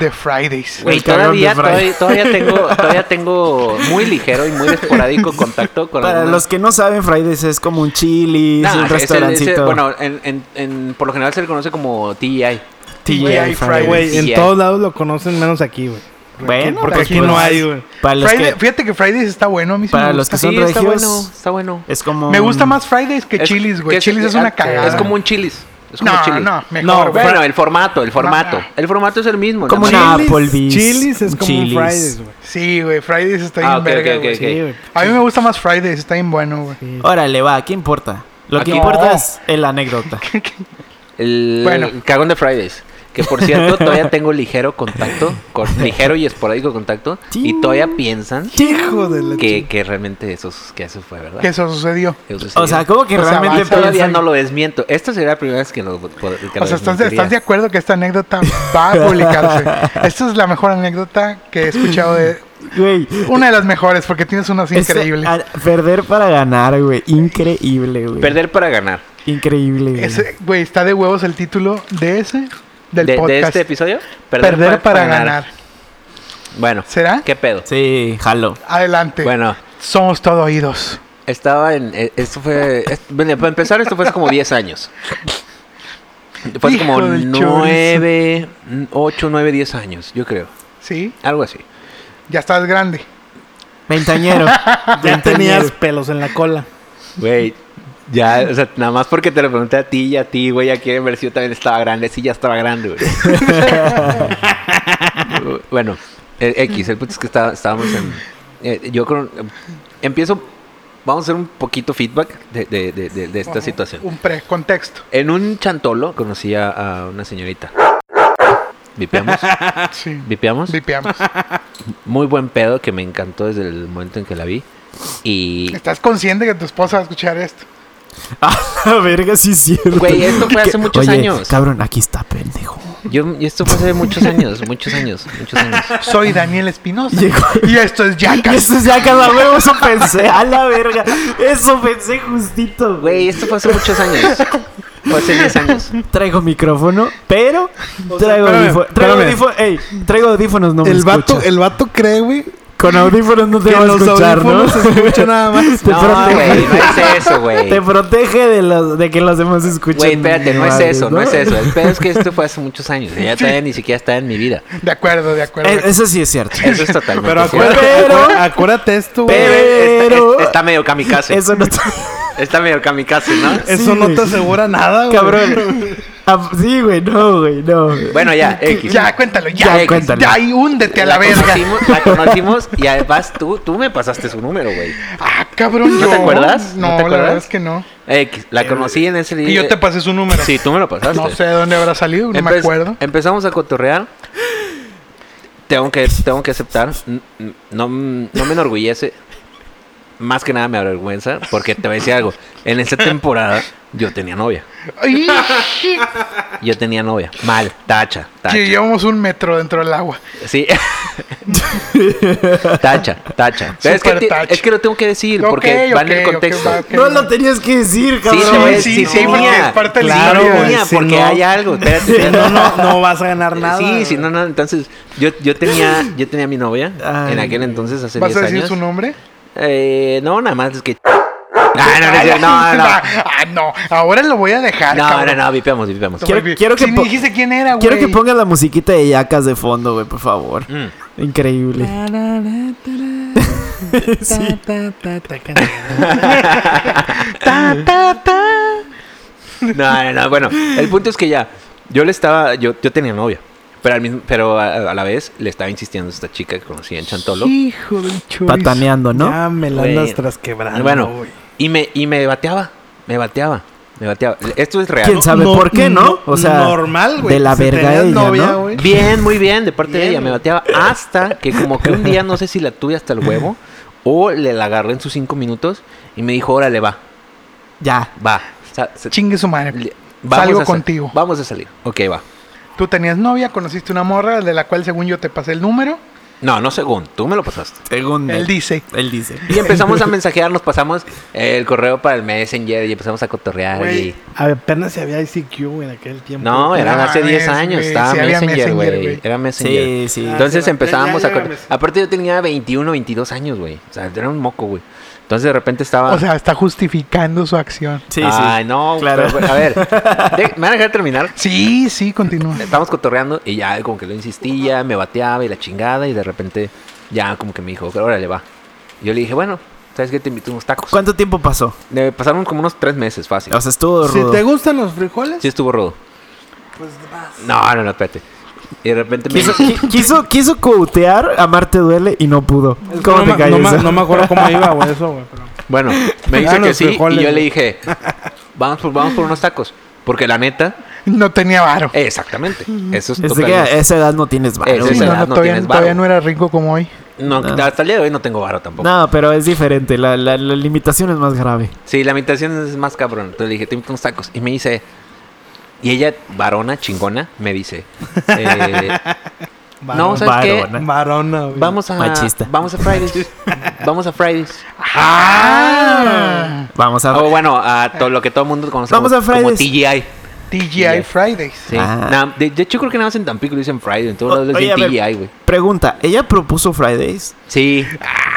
[SPEAKER 2] de Fridays.
[SPEAKER 4] Güey,
[SPEAKER 5] El cabrón
[SPEAKER 4] todavía,
[SPEAKER 5] de Fry.
[SPEAKER 4] todavía, todavía tengo, todavía tengo muy ligero y muy esporádico contacto con
[SPEAKER 5] Para
[SPEAKER 4] algunas-
[SPEAKER 5] los que no saben, Fridays es como un chili,
[SPEAKER 4] Nah, es
[SPEAKER 5] un
[SPEAKER 4] el- es el-
[SPEAKER 5] restaurancito.
[SPEAKER 4] bueno, en, en, en- por lo general se le conoce como TI.
[SPEAKER 5] TGI
[SPEAKER 2] Güey,
[SPEAKER 5] Fridays.
[SPEAKER 6] Güey,
[SPEAKER 4] Sí,
[SPEAKER 6] en
[SPEAKER 4] hay.
[SPEAKER 6] todos lados lo conocen, menos aquí, güey.
[SPEAKER 5] Bueno,
[SPEAKER 6] porque
[SPEAKER 5] pues,
[SPEAKER 6] aquí no hay, güey.
[SPEAKER 5] Para los
[SPEAKER 2] Friday-
[SPEAKER 5] que,
[SPEAKER 2] Fíjate que Fridays está bueno. A mí sí
[SPEAKER 5] para
[SPEAKER 2] me
[SPEAKER 5] los
[SPEAKER 2] gusta.
[SPEAKER 5] que son
[SPEAKER 4] Sí, está
[SPEAKER 5] regios,
[SPEAKER 4] bueno, está bueno.
[SPEAKER 5] es como.
[SPEAKER 2] Me
[SPEAKER 5] un-
[SPEAKER 2] gusta más Fridays que
[SPEAKER 4] Es-
[SPEAKER 2] Chilis, güey.
[SPEAKER 4] que
[SPEAKER 2] Chilis es una
[SPEAKER 4] que-
[SPEAKER 2] cagada.
[SPEAKER 4] Es como un chilis. Es como
[SPEAKER 2] No,
[SPEAKER 4] un chilis.
[SPEAKER 2] no, mejor,
[SPEAKER 4] No,
[SPEAKER 2] güey.
[SPEAKER 4] bueno, el formato, el formato.
[SPEAKER 2] Ma-
[SPEAKER 4] El formato es el mismo.
[SPEAKER 5] Como
[SPEAKER 4] nada
[SPEAKER 5] una
[SPEAKER 4] más.
[SPEAKER 6] Chili's-
[SPEAKER 5] Applebee's,
[SPEAKER 6] Chili's es
[SPEAKER 5] un
[SPEAKER 6] como un
[SPEAKER 5] Chili's.
[SPEAKER 6] Fridays, güey.
[SPEAKER 2] Sí, güey. Fridays está bien
[SPEAKER 4] Ah, ok,
[SPEAKER 2] verga,
[SPEAKER 4] ok,
[SPEAKER 2] güey.
[SPEAKER 4] ok.
[SPEAKER 6] Sí, güey.
[SPEAKER 2] A mí me gusta más Fridays. Está bien bueno, güey.
[SPEAKER 5] Órale, va, ¿qué importa? Lo que
[SPEAKER 4] Aquí-
[SPEAKER 5] importa
[SPEAKER 2] No.
[SPEAKER 5] es el anécdota.
[SPEAKER 4] El
[SPEAKER 2] Bueno.
[SPEAKER 4] cagón de Fridays. Que por cierto, todavía tengo ligero contacto, con, ligero y esporádico contacto. Y todavía piensan
[SPEAKER 6] Hijo de la
[SPEAKER 4] que, que realmente eso, es- que eso fue, ¿verdad?
[SPEAKER 2] Que eso sucedió.
[SPEAKER 4] Que eso
[SPEAKER 5] o
[SPEAKER 4] sucedió.
[SPEAKER 5] sea, como que
[SPEAKER 2] O sea,
[SPEAKER 5] realmente
[SPEAKER 2] vas a-
[SPEAKER 5] piensan-
[SPEAKER 4] todavía no lo desmiento. Esta sería la primera vez que lo. que lo
[SPEAKER 2] O sea, ¿estás,
[SPEAKER 4] desmentiría.
[SPEAKER 2] estás de acuerdo que esta anécdota va a publicarse? Esta es la mejor anécdota que he escuchado de...
[SPEAKER 5] Güey,
[SPEAKER 2] Una de las mejores, porque tienes unas
[SPEAKER 5] ese-
[SPEAKER 2] increíbles.
[SPEAKER 5] a- perder para ganar, güey. Increíble, güey.
[SPEAKER 4] Perder para ganar.
[SPEAKER 5] Increíble, güey.
[SPEAKER 2] Ese, güey, está de huevos el título de ese, del
[SPEAKER 4] de, de
[SPEAKER 2] podcast.
[SPEAKER 4] este episodio?
[SPEAKER 2] Perder, para, ganar.
[SPEAKER 4] Bueno,
[SPEAKER 2] ¿Será?
[SPEAKER 4] ¿qué pedo?
[SPEAKER 5] Sí, jalo.
[SPEAKER 2] Adelante.
[SPEAKER 4] Bueno,
[SPEAKER 2] Somos todo oídos.
[SPEAKER 4] estaba en. eh, Esto fue. es- bueno, para empezar, esto fue hace como 10 años. Fue hace como
[SPEAKER 2] Hijo del
[SPEAKER 4] 9, 8, 9, 10 años, yo creo.
[SPEAKER 2] ¿Sí?
[SPEAKER 4] Algo así.
[SPEAKER 2] Ya estás grande.
[SPEAKER 5] Ventañero.
[SPEAKER 6] Ya tenías pelos en la cola.
[SPEAKER 4] Güey, ya, o sea, nada más porque te lo pregunté a ti y a ti, güey, ya quieren ver si yo también estaba grande. Sí, ya estaba grande, güey. bueno, eh, X, el punto es que está- estábamos en. eh, yo creo. eh, empiezo. Vamos a hacer un poquito feedback de, de- de- de- de esta
[SPEAKER 2] Ajá.
[SPEAKER 4] situación.
[SPEAKER 2] Un precontexto.
[SPEAKER 4] En un chantolo conocí a, a una señorita. Vipeamos,
[SPEAKER 2] Sí.
[SPEAKER 4] vipeamos.
[SPEAKER 2] Vipeamos.
[SPEAKER 4] Muy buen pedo que me encantó desde el momento en que la vi. Y
[SPEAKER 2] ¿Estás consciente que tu esposa va a escuchar esto?
[SPEAKER 5] A verga, sí es cierto.
[SPEAKER 4] Güey, esto fue hace
[SPEAKER 5] Que-
[SPEAKER 4] muchos
[SPEAKER 5] Oye,
[SPEAKER 4] años.
[SPEAKER 5] Cabrón, aquí está, pendejo.
[SPEAKER 4] Yo, y esto fue hace muchos años, muchos años, muchos años.
[SPEAKER 2] Soy Daniel Espinosa.
[SPEAKER 5] Llegó-
[SPEAKER 2] Y esto es Yacas.
[SPEAKER 5] Eso es ya cada huevo, eso pensé. A la verga. Eso pensé justito, güey.
[SPEAKER 4] Güey, esto fue hace muchos años. Fue hace 10 años.
[SPEAKER 5] Traigo micrófono, pero
[SPEAKER 6] O sea,
[SPEAKER 5] traigo
[SPEAKER 6] espérame,
[SPEAKER 5] audífonos. Traigo,
[SPEAKER 6] espérame.
[SPEAKER 5] audífono, ey, traigo audífonos, no me
[SPEAKER 6] el,
[SPEAKER 5] escucho.
[SPEAKER 6] vato, el vato cree, güey,
[SPEAKER 5] Con audífonos no te
[SPEAKER 6] que
[SPEAKER 5] va a
[SPEAKER 6] los
[SPEAKER 5] escuchar, ¿no?
[SPEAKER 6] audífonos se escucha nada más.
[SPEAKER 5] Te
[SPEAKER 4] No,
[SPEAKER 5] protege.
[SPEAKER 4] güey, no es eso, güey.
[SPEAKER 5] Te protege de, los, de que los demás escuchen.
[SPEAKER 4] Güey, espérate, no es
[SPEAKER 5] madres,
[SPEAKER 4] eso, no es eso. El pedo es que esto fue hace muchos años. Ya todavía ni siquiera estaba en mi vida.
[SPEAKER 2] De acuerdo, de acuerdo.
[SPEAKER 5] E- eso sí es cierto.
[SPEAKER 4] Eso es totalmente
[SPEAKER 6] Pero
[SPEAKER 4] cierto.
[SPEAKER 6] acuérdate,
[SPEAKER 5] Pero-
[SPEAKER 6] acuérdate- acuérdate esto, güey.
[SPEAKER 5] Pero-
[SPEAKER 4] Está- es- Está medio kamikaze.
[SPEAKER 5] Eso no está...
[SPEAKER 4] Está medio kamikaze, ¿no?
[SPEAKER 6] Eso no
[SPEAKER 5] güey.
[SPEAKER 6] te asegura nada, güey.
[SPEAKER 5] Cabrón. Ah, sí, güey, no, güey, no.
[SPEAKER 4] Bueno, ya, X.
[SPEAKER 2] ya, cuéntalo, ya.
[SPEAKER 5] Ya,
[SPEAKER 2] X,
[SPEAKER 5] cuéntalo.
[SPEAKER 2] Ya, y húndete a la verga.
[SPEAKER 4] conocimos- la conocimos y además tú, tú me pasaste su número, güey.
[SPEAKER 2] Ah, cabrón.
[SPEAKER 4] ¿No te acuerdas?
[SPEAKER 2] No,
[SPEAKER 4] ¿No te
[SPEAKER 2] la verdad
[SPEAKER 4] acuerdas?
[SPEAKER 2] es que no.
[SPEAKER 4] X, la conocí en ese día.
[SPEAKER 2] Y yo te pasé su número.
[SPEAKER 4] Sí, tú me lo pasaste. eh,
[SPEAKER 2] No sé de dónde habrá salido, no me
[SPEAKER 4] Empe-
[SPEAKER 2] acuerdo.
[SPEAKER 4] Empezamos a cotorrear. Tengo que, tengo que aceptar. n- n- No, no me enorgullece. Más que nada me avergüenza. Porque te voy a decir algo. En esa temporada yo tenía novia.
[SPEAKER 2] Ay,
[SPEAKER 4] Yo tenía novia. Mal. Tacha.
[SPEAKER 2] que
[SPEAKER 4] Tacha.
[SPEAKER 2] llevamos un metro dentro del agua.
[SPEAKER 4] Sí. tacha. Tacha. Pero Es que,
[SPEAKER 2] Súper
[SPEAKER 4] te-
[SPEAKER 2] tacha.
[SPEAKER 4] es que lo tengo que decir.
[SPEAKER 2] Ok,
[SPEAKER 4] Porque va en
[SPEAKER 2] ok,
[SPEAKER 4] el
[SPEAKER 2] ok,
[SPEAKER 4] contexto.
[SPEAKER 2] va, ok,
[SPEAKER 5] No
[SPEAKER 2] va.
[SPEAKER 5] lo tenías que decir, cabrón.
[SPEAKER 4] lo voy a
[SPEAKER 2] sí,
[SPEAKER 4] decir,
[SPEAKER 2] sí,
[SPEAKER 4] no.
[SPEAKER 2] porque es parte del
[SPEAKER 6] Claro,
[SPEAKER 2] historia.
[SPEAKER 6] güey.
[SPEAKER 4] Tenía,
[SPEAKER 6] si
[SPEAKER 4] porque
[SPEAKER 6] no-
[SPEAKER 4] hay algo. Espérate,
[SPEAKER 6] Si
[SPEAKER 4] espérate.
[SPEAKER 6] no, no, no vas a ganar nada.
[SPEAKER 4] Sí, sí, no, no. Entonces, yo, yo tenía yo tenía mi novia
[SPEAKER 5] Ay,
[SPEAKER 4] en aquel entonces, hace 10
[SPEAKER 2] ¿Vas a decir
[SPEAKER 4] años.
[SPEAKER 2] su nombre?
[SPEAKER 4] Eh, no, nada más es que. Ah, no, no, es cierto, no,
[SPEAKER 2] Ah,
[SPEAKER 4] no.
[SPEAKER 2] ah, no. Ahora lo voy a dejar,
[SPEAKER 4] No, no,
[SPEAKER 2] cabrón.
[SPEAKER 4] no, vipeamos, vipeamos.
[SPEAKER 5] Quiero-
[SPEAKER 2] Volví.
[SPEAKER 5] quiero que
[SPEAKER 2] Si
[SPEAKER 5] po-
[SPEAKER 2] me dijiste quién era, güey.
[SPEAKER 5] Quiero que pongas la musiquita de Yacas de fondo, güey, por favor.
[SPEAKER 4] Mm.
[SPEAKER 5] Increíble. Sí.
[SPEAKER 4] No, no, no, bueno, el punto es que ya, yo le estaba, yo, yo tenía novia, pero, al mismo, pero a, a la vez le estaba insistiendo a esta chica que conocía en Chantolo.
[SPEAKER 2] Hijo del chorizo.
[SPEAKER 5] Pataneando, ¿no?
[SPEAKER 6] Ya me la
[SPEAKER 4] Güey.
[SPEAKER 6] andas trasquebrando,
[SPEAKER 4] bueno,
[SPEAKER 6] güey.
[SPEAKER 4] y me, y me bateaba, me bateaba, me bateaba. Esto es real.
[SPEAKER 5] ¿Quién sabe por qué, no? O sea,
[SPEAKER 6] normal, güey.
[SPEAKER 5] de la
[SPEAKER 6] Si
[SPEAKER 5] verga
[SPEAKER 6] tenías
[SPEAKER 5] ella,
[SPEAKER 6] novia,
[SPEAKER 5] ¿no?
[SPEAKER 6] güey.
[SPEAKER 4] Bien, muy bien, de parte de
[SPEAKER 6] Bien.
[SPEAKER 4] ella. Me bateaba hasta que como que un día, no sé si la tuve hasta el huevo, o le la agarré en sus cinco minutos y me dijo, órale, va,
[SPEAKER 5] Ya.
[SPEAKER 4] va. O sea, se-
[SPEAKER 2] Chingue su madre.
[SPEAKER 4] le-
[SPEAKER 2] Salgo
[SPEAKER 4] a sa-
[SPEAKER 2] contigo.
[SPEAKER 4] Vamos a salir. Ok, va.
[SPEAKER 2] Tú tenías novia, conociste una morra de la cual según yo te pasé el número.
[SPEAKER 4] No, no según, tú me lo pasaste.
[SPEAKER 5] Según
[SPEAKER 2] Él dice.
[SPEAKER 5] Él dice.
[SPEAKER 4] Y empezamos a mensajear, nos pasamos eh, el correo para el Messenger y empezamos a cotorrear.
[SPEAKER 6] Güey,
[SPEAKER 4] y-
[SPEAKER 6] apenas si había ICQ güey, en aquel tiempo.
[SPEAKER 4] No,
[SPEAKER 6] Güey.
[SPEAKER 4] eran
[SPEAKER 2] No
[SPEAKER 4] hace 10
[SPEAKER 2] mames,
[SPEAKER 4] años,
[SPEAKER 2] güey,
[SPEAKER 4] estaba
[SPEAKER 2] sí había
[SPEAKER 4] Messenger,
[SPEAKER 2] Messenger,
[SPEAKER 4] güey.
[SPEAKER 2] güey.
[SPEAKER 4] Era Messenger.
[SPEAKER 5] Sí, sí.
[SPEAKER 6] Ah,
[SPEAKER 4] Entonces
[SPEAKER 6] sí,
[SPEAKER 4] empezábamos
[SPEAKER 6] ya,
[SPEAKER 4] a...
[SPEAKER 6] ya,
[SPEAKER 4] cort-
[SPEAKER 6] ya, ya.
[SPEAKER 4] Aparte yo tenía 21, 22 años, güey. O sea, era un moco, güey. Entonces de repente estaba...
[SPEAKER 2] O sea, está justificando su acción.
[SPEAKER 5] Sí, sí.
[SPEAKER 4] Ay, no,
[SPEAKER 5] Claro.
[SPEAKER 4] pero, pero, a ver, de- me van a dejar terminar.
[SPEAKER 2] Sí, sí, continúa.
[SPEAKER 4] Estábamos cotorreando y ya como que lo insistía, me bateaba y la chingada y de repente ya como que me dijo, órale, va. Y yo le dije, bueno, ¿sabes qué? Te invito a unos tacos.
[SPEAKER 5] ¿Cuánto tiempo pasó?
[SPEAKER 4] Eh, pasaron como unos tres meses, fácil.
[SPEAKER 5] O sea, estuvo
[SPEAKER 6] Si
[SPEAKER 5] rudo.
[SPEAKER 6] te gustan los frijoles,
[SPEAKER 4] Sí estuvo rudo.
[SPEAKER 6] pues vas.
[SPEAKER 4] No, no, no, espérate. Y de repente me
[SPEAKER 5] Quiso,
[SPEAKER 4] dice,
[SPEAKER 5] qui- quiso, quiso coatear, amarte duele y no pudo.
[SPEAKER 6] Es que
[SPEAKER 5] ¿Cómo
[SPEAKER 6] no,
[SPEAKER 5] te
[SPEAKER 6] me-
[SPEAKER 5] cae
[SPEAKER 6] no me-
[SPEAKER 5] eso?
[SPEAKER 6] no me acuerdo cómo iba, güey, eso, güey. pero-
[SPEAKER 4] bueno, me dice
[SPEAKER 6] Ah,
[SPEAKER 4] que
[SPEAKER 6] los
[SPEAKER 4] sí
[SPEAKER 6] frijoles,
[SPEAKER 4] y yo le
[SPEAKER 6] güey.
[SPEAKER 4] dije, vamos por, vamos por unos tacos. Porque la neta,
[SPEAKER 2] No tenía varo.
[SPEAKER 4] eh, exactamente, eso es
[SPEAKER 5] Desde que eh,
[SPEAKER 4] totalmente-
[SPEAKER 5] a esa edad no tienes
[SPEAKER 4] Eso
[SPEAKER 5] valor.
[SPEAKER 4] es
[SPEAKER 2] Sí,
[SPEAKER 4] esa
[SPEAKER 2] no,
[SPEAKER 4] edad,
[SPEAKER 2] no,
[SPEAKER 4] no
[SPEAKER 2] todavía,
[SPEAKER 4] tienes varo.
[SPEAKER 2] todavía no era rico como hoy.
[SPEAKER 4] No,
[SPEAKER 5] Ah.
[SPEAKER 4] hasta el día de hoy no tengo varo tampoco.
[SPEAKER 5] No, pero es diferente. La, la- la limitación es más grave.
[SPEAKER 4] Sí, la imitación es más cabrón. Entonces le dije, te invito unos tacos. Y me dice, y ella, varona, chingona, me dice, eh, no,
[SPEAKER 6] Varón.
[SPEAKER 4] ¿sabes qué?
[SPEAKER 5] Varona.
[SPEAKER 6] Varona, güey.
[SPEAKER 4] Vamos a,
[SPEAKER 5] Machista.
[SPEAKER 4] vamos a Fridays, vamos a Fridays.
[SPEAKER 2] Ah,
[SPEAKER 5] Vamos a.
[SPEAKER 4] O bueno, a todo lo que todo el mundo conoce
[SPEAKER 5] Vamos
[SPEAKER 4] como,
[SPEAKER 5] a Fridays.
[SPEAKER 4] como TGI.
[SPEAKER 2] TGI
[SPEAKER 4] Yeah.
[SPEAKER 2] Fridays.
[SPEAKER 4] Sí.
[SPEAKER 5] Ah.
[SPEAKER 4] Nada, de, de hecho, creo que nada más en Tampico le dicen Friday. En todos
[SPEAKER 5] O-
[SPEAKER 4] lados le
[SPEAKER 5] oye,
[SPEAKER 4] dicen
[SPEAKER 5] a ver.
[SPEAKER 4] TGI, güey.
[SPEAKER 5] Pregunta: ¿ella propuso Fridays?
[SPEAKER 4] Sí,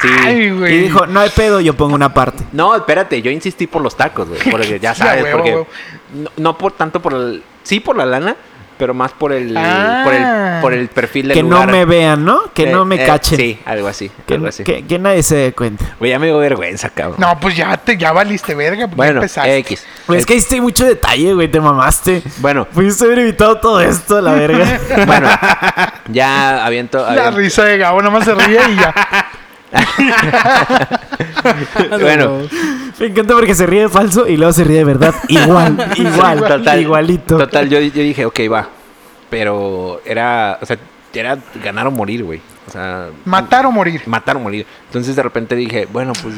[SPEAKER 4] sí.
[SPEAKER 2] Ay,
[SPEAKER 5] Y
[SPEAKER 2] güey.
[SPEAKER 5] dijo: No hay pedo, yo pongo una parte.
[SPEAKER 4] No, espérate, yo insistí por los tacos, güey. Porque ya
[SPEAKER 2] Ya,
[SPEAKER 4] sabes,
[SPEAKER 2] huevo,
[SPEAKER 4] porque.
[SPEAKER 2] huevo.
[SPEAKER 4] No, no por tanto por el. Sí, por la lana, pero más por el.
[SPEAKER 2] Ah.
[SPEAKER 4] Por, el por el perfil del
[SPEAKER 5] Que
[SPEAKER 4] lugar.
[SPEAKER 5] no me vean, ¿no? Que
[SPEAKER 4] Eh,
[SPEAKER 5] no me
[SPEAKER 4] eh,
[SPEAKER 5] cachen.
[SPEAKER 4] Sí, algo así.
[SPEAKER 5] Que,
[SPEAKER 4] algo así.
[SPEAKER 5] que- que nadie se dé cuenta.
[SPEAKER 4] Güey, ya me dio vergüenza, cabrón.
[SPEAKER 2] No, pues ya te, ya valiste verga. porque
[SPEAKER 4] bueno, eh,
[SPEAKER 2] empezaste.
[SPEAKER 4] X.
[SPEAKER 5] Pues Es que hiciste mucho detalle, güey. Te mamaste.
[SPEAKER 4] Bueno,
[SPEAKER 5] Pudiste haber evitado todo esto, la verga.
[SPEAKER 4] bueno. ya aviento.
[SPEAKER 2] La
[SPEAKER 4] aviento-
[SPEAKER 2] risa de Gabo nomás se ríe y ya.
[SPEAKER 4] bueno,
[SPEAKER 5] Me encanta porque se ríe de falso y luego se ríe de verdad. Igual, igual, igualito.
[SPEAKER 4] Total, yo, yo dije, ok, va. Pero era, o sea, era ganar o morir, güey. O sea,
[SPEAKER 2] Matar o morir.
[SPEAKER 4] matar o morir. Entonces de repente dije, bueno, pues.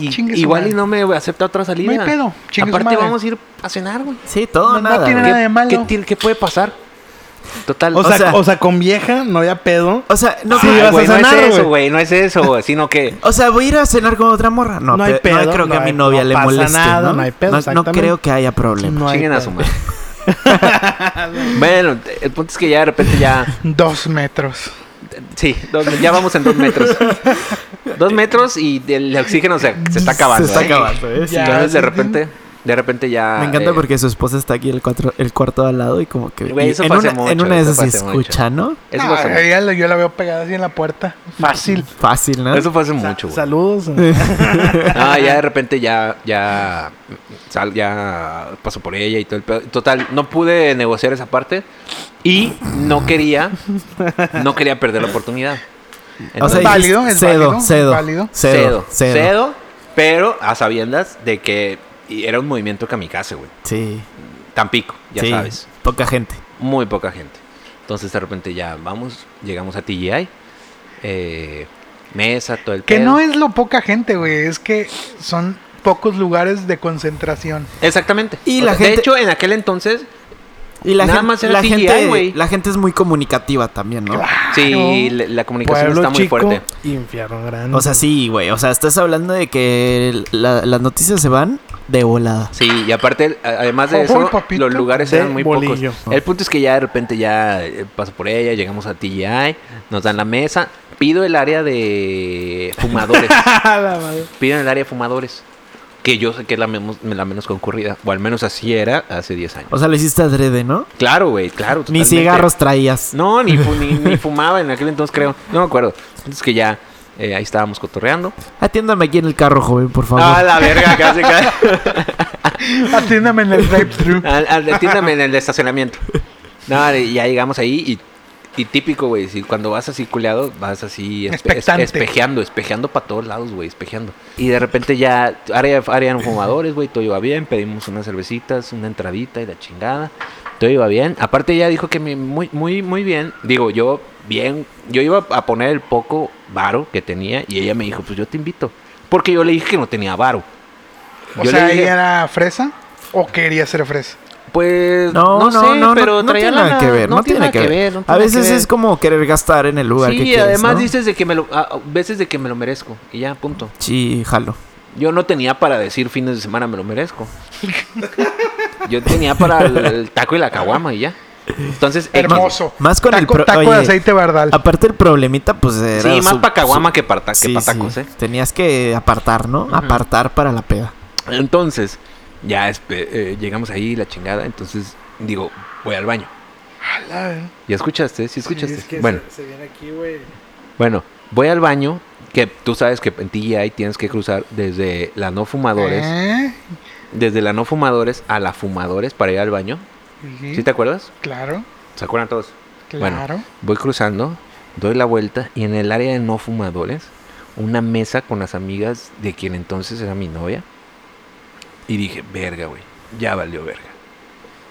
[SPEAKER 4] y-
[SPEAKER 2] Chingue su
[SPEAKER 4] igual
[SPEAKER 2] madre.
[SPEAKER 4] y no me acepta otra salida.
[SPEAKER 2] No hay pedo, chingue su
[SPEAKER 4] Aparte,
[SPEAKER 2] madre.
[SPEAKER 4] vamos a ir a cenar, güey.
[SPEAKER 5] Sí, todo
[SPEAKER 2] No- no
[SPEAKER 5] nada.
[SPEAKER 2] tiene
[SPEAKER 5] güey.
[SPEAKER 2] nada de malo.
[SPEAKER 4] ¿Qué, tiene- qué puede pasar? Total.
[SPEAKER 6] O,
[SPEAKER 4] O
[SPEAKER 6] sea,
[SPEAKER 5] sea-
[SPEAKER 6] o sea, con vieja no había pedo.
[SPEAKER 5] O sea, no
[SPEAKER 6] Sí,
[SPEAKER 5] creo-
[SPEAKER 6] vas a
[SPEAKER 4] güey, no
[SPEAKER 6] cenar,
[SPEAKER 4] es eso,
[SPEAKER 6] güey.
[SPEAKER 4] güey. No es eso, güey. Sino que.
[SPEAKER 5] O sea, voy a ir a cenar con otra morra. No,
[SPEAKER 6] No hay
[SPEAKER 5] pe-
[SPEAKER 6] pedo,
[SPEAKER 5] no creo que
[SPEAKER 6] no
[SPEAKER 5] a mi
[SPEAKER 6] hay-
[SPEAKER 5] novia
[SPEAKER 6] no
[SPEAKER 5] le
[SPEAKER 6] pasa
[SPEAKER 5] moleste.
[SPEAKER 6] nada,
[SPEAKER 5] ¿no?
[SPEAKER 6] no hay pedo, exactamente.
[SPEAKER 5] creo que haya problema.
[SPEAKER 6] No hay
[SPEAKER 4] Chinguen a
[SPEAKER 6] pedo.
[SPEAKER 4] su madre. bueno, el punto es que ya de repente ya.
[SPEAKER 2] Dos metros.
[SPEAKER 4] Sí, dos- ya vamos en dos metros. Dos metros y el oxígeno se, se está acabando.
[SPEAKER 5] Se está
[SPEAKER 4] ¿eh?
[SPEAKER 5] acabando, ¿eh? Sí.
[SPEAKER 2] Ya,
[SPEAKER 4] Entonces
[SPEAKER 2] sí,
[SPEAKER 4] de repente. De repente ya.
[SPEAKER 5] Me encanta
[SPEAKER 4] eh,
[SPEAKER 5] porque su esposa está aquí el, cuatro, el cuarto al lado y como que...
[SPEAKER 4] Güey,
[SPEAKER 5] y
[SPEAKER 4] eso
[SPEAKER 5] en,
[SPEAKER 4] pasa
[SPEAKER 5] una,
[SPEAKER 4] mucho,
[SPEAKER 5] en una de
[SPEAKER 4] eso
[SPEAKER 5] esas se
[SPEAKER 4] pasa mucho.
[SPEAKER 5] escucha, ¿no?
[SPEAKER 4] Eso
[SPEAKER 2] Ah,
[SPEAKER 4] pasa mucho.
[SPEAKER 2] ella la- yo la veo pegada así en la puerta. Fácil.
[SPEAKER 5] mm, Fácil, ¿no?
[SPEAKER 4] Eso fue hace
[SPEAKER 6] Sa-
[SPEAKER 4] mucho, güey.
[SPEAKER 6] Saludos.
[SPEAKER 4] Ah, ya de repente ya, ya, sal, ya pasó por ella y todo el pedo. Total, no pude negociar esa parte y no quería, no quería perder la oportunidad.
[SPEAKER 5] o sea,
[SPEAKER 4] Entonces,
[SPEAKER 2] ¿es válido?
[SPEAKER 5] dijiste,
[SPEAKER 2] ¿Es
[SPEAKER 5] cedo,
[SPEAKER 2] válido? ¿Es
[SPEAKER 5] cedo,
[SPEAKER 2] válido?
[SPEAKER 5] cedo, cedo,
[SPEAKER 4] cedo, pero a sabiendas de que y era un movimiento kamikaze, güey.
[SPEAKER 5] Sí,
[SPEAKER 4] Tampico, ya
[SPEAKER 5] sí,
[SPEAKER 4] sabes.
[SPEAKER 5] Poca gente.
[SPEAKER 4] Muy poca gente. Entonces de repente ya vamos, llegamos a TGI, eh, mesa, todo el
[SPEAKER 2] Que
[SPEAKER 4] pedo.
[SPEAKER 2] no es lo poca gente, güey. Es que son pocos lugares de concentración.
[SPEAKER 4] Exactamente.
[SPEAKER 5] Y
[SPEAKER 4] O
[SPEAKER 5] la
[SPEAKER 4] sea,
[SPEAKER 5] gente-
[SPEAKER 4] De hecho, en aquel entonces
[SPEAKER 5] Y la,
[SPEAKER 4] Nada
[SPEAKER 5] gen-
[SPEAKER 4] más era
[SPEAKER 5] la
[SPEAKER 4] TGI,
[SPEAKER 5] gente,
[SPEAKER 4] güey.
[SPEAKER 5] la gente es muy comunicativa también, ¿no?
[SPEAKER 4] Sí, la, la comunicación
[SPEAKER 6] Pueblo
[SPEAKER 4] está muy
[SPEAKER 6] chico,
[SPEAKER 4] fuerte.
[SPEAKER 6] infierno grande.
[SPEAKER 5] O sea, sí, güey. O sea, estás hablando de que el- la- las noticias se van de volada.
[SPEAKER 4] Sí, y aparte, a- además de
[SPEAKER 2] Ojo,
[SPEAKER 4] eso,
[SPEAKER 2] el papito
[SPEAKER 4] los lugares
[SPEAKER 6] Oh, de
[SPEAKER 4] eran muy
[SPEAKER 6] bolillo.
[SPEAKER 4] pocos. El punto es que ya de repente ya eh, paso por ella, llegamos a TGI, nos dan la mesa, pido el área de fumadores,
[SPEAKER 6] Ah, La madre.
[SPEAKER 4] pido el área de fumadores, que yo sé que es la menos, la menos concurrida, o al menos así era hace 10 años.
[SPEAKER 5] O sea, lo hiciste adrede, ¿no?
[SPEAKER 4] Claro, güey, claro.
[SPEAKER 5] Ni
[SPEAKER 4] totalmente.
[SPEAKER 5] cigarros traías.
[SPEAKER 4] No, ni, fu- ni, ni fumaba en aquel entonces, creo. No me acuerdo. Entonces que ya eh, ahí estábamos cotorreando.
[SPEAKER 5] Atiéndame aquí en el carro, joven, por favor.
[SPEAKER 4] Ah, la verga, casi, casi.
[SPEAKER 2] Atiéndame en el drive-thru.
[SPEAKER 4] Al, al- atiéndame en el estacionamiento. No, y ya llegamos ahí y, y típico, güey. Si cuando vas así culeado, vas así espe-
[SPEAKER 2] Expectante.
[SPEAKER 4] espejeando, espejeando para todos lados, güey, espejeando. Y de repente ya, área, área de fumadores, güey, todo iba bien. Pedimos unas cervecitas, una entradita y la chingada. Todo iba bien. Aparte ella dijo que me- muy, muy, muy bien. Digo, yo bien, yo iba a poner el poco varo que tenía y ella me dijo, pues yo te invito. Porque yo le dije que no tenía varo.
[SPEAKER 2] O
[SPEAKER 4] Yo le
[SPEAKER 2] sea,
[SPEAKER 4] dije-
[SPEAKER 2] ella era fresa o quería ser fresa.
[SPEAKER 4] Pues
[SPEAKER 5] No,
[SPEAKER 4] no,
[SPEAKER 5] no,
[SPEAKER 4] sé,
[SPEAKER 5] no,
[SPEAKER 4] pero
[SPEAKER 5] no, no
[SPEAKER 4] traía
[SPEAKER 5] tiene nada
[SPEAKER 4] lana,
[SPEAKER 5] que ver, no, tiene nada que ver.
[SPEAKER 4] no
[SPEAKER 5] a
[SPEAKER 4] tiene
[SPEAKER 5] veces
[SPEAKER 4] que ver.
[SPEAKER 5] es como querer gastar en el lugar
[SPEAKER 4] Sí,
[SPEAKER 5] que quieres,
[SPEAKER 4] además
[SPEAKER 5] ¿no?
[SPEAKER 4] dices de que me lo a- a- veces de que me lo merezco y ya punto.
[SPEAKER 5] Sí, jalo.
[SPEAKER 4] Yo no tenía para decir fines de semana me lo merezco. Yo tenía para el, el taco y la caguama y ya. Entonces, X.
[SPEAKER 2] Hermoso.
[SPEAKER 5] Más con el
[SPEAKER 2] taco,
[SPEAKER 5] pro-
[SPEAKER 2] taco de
[SPEAKER 5] oye.
[SPEAKER 2] aceite bardal.
[SPEAKER 5] Aparte el problemita, pues era...
[SPEAKER 4] Sí, más
[SPEAKER 5] su-
[SPEAKER 4] para caguama
[SPEAKER 5] su-
[SPEAKER 4] que para ta- que
[SPEAKER 5] Sí,
[SPEAKER 4] pa' tacos,
[SPEAKER 5] sí.
[SPEAKER 4] ¿eh?
[SPEAKER 5] Tenías que apartar, ¿no? Apartar para la peda.
[SPEAKER 4] Entonces, ya espe- eh, llegamos ahí la chingada, entonces digo, voy al baño. ¿Ya escuchaste? ¿Sí escuchaste? bueno, Bueno, voy al baño, que tú sabes que en TGI tienes que cruzar desde la no fumadores,
[SPEAKER 2] ¿Eh?
[SPEAKER 4] desde la no fumadores a la fumadores para ir al baño.
[SPEAKER 2] Ujú.
[SPEAKER 4] ¿Sí, te acuerdas?
[SPEAKER 2] Claro,
[SPEAKER 4] ¿Se acuerdan todos?
[SPEAKER 2] claro.
[SPEAKER 4] Bueno, voy cruzando, doy la vuelta y en el área de no fumadores, una mesa con las amigas de quien entonces era mi novia. Y dije, verga, güey, ya valió verga.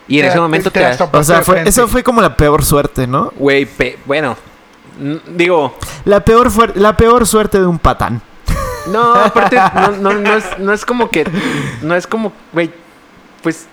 [SPEAKER 4] Y en
[SPEAKER 2] Te-
[SPEAKER 4] ese momento
[SPEAKER 2] te
[SPEAKER 4] te...
[SPEAKER 2] las
[SPEAKER 4] das-
[SPEAKER 2] topaste
[SPEAKER 5] O sea,
[SPEAKER 2] de
[SPEAKER 5] fue,
[SPEAKER 2] frente.
[SPEAKER 5] eso fue como la peor suerte, ¿no?
[SPEAKER 4] Güey, pe- bueno, n- digo,
[SPEAKER 5] La peor, fuer- la peor suerte de un patán.
[SPEAKER 4] No, aparte, no, no, no, es, no es como que. No es como, güey. Pues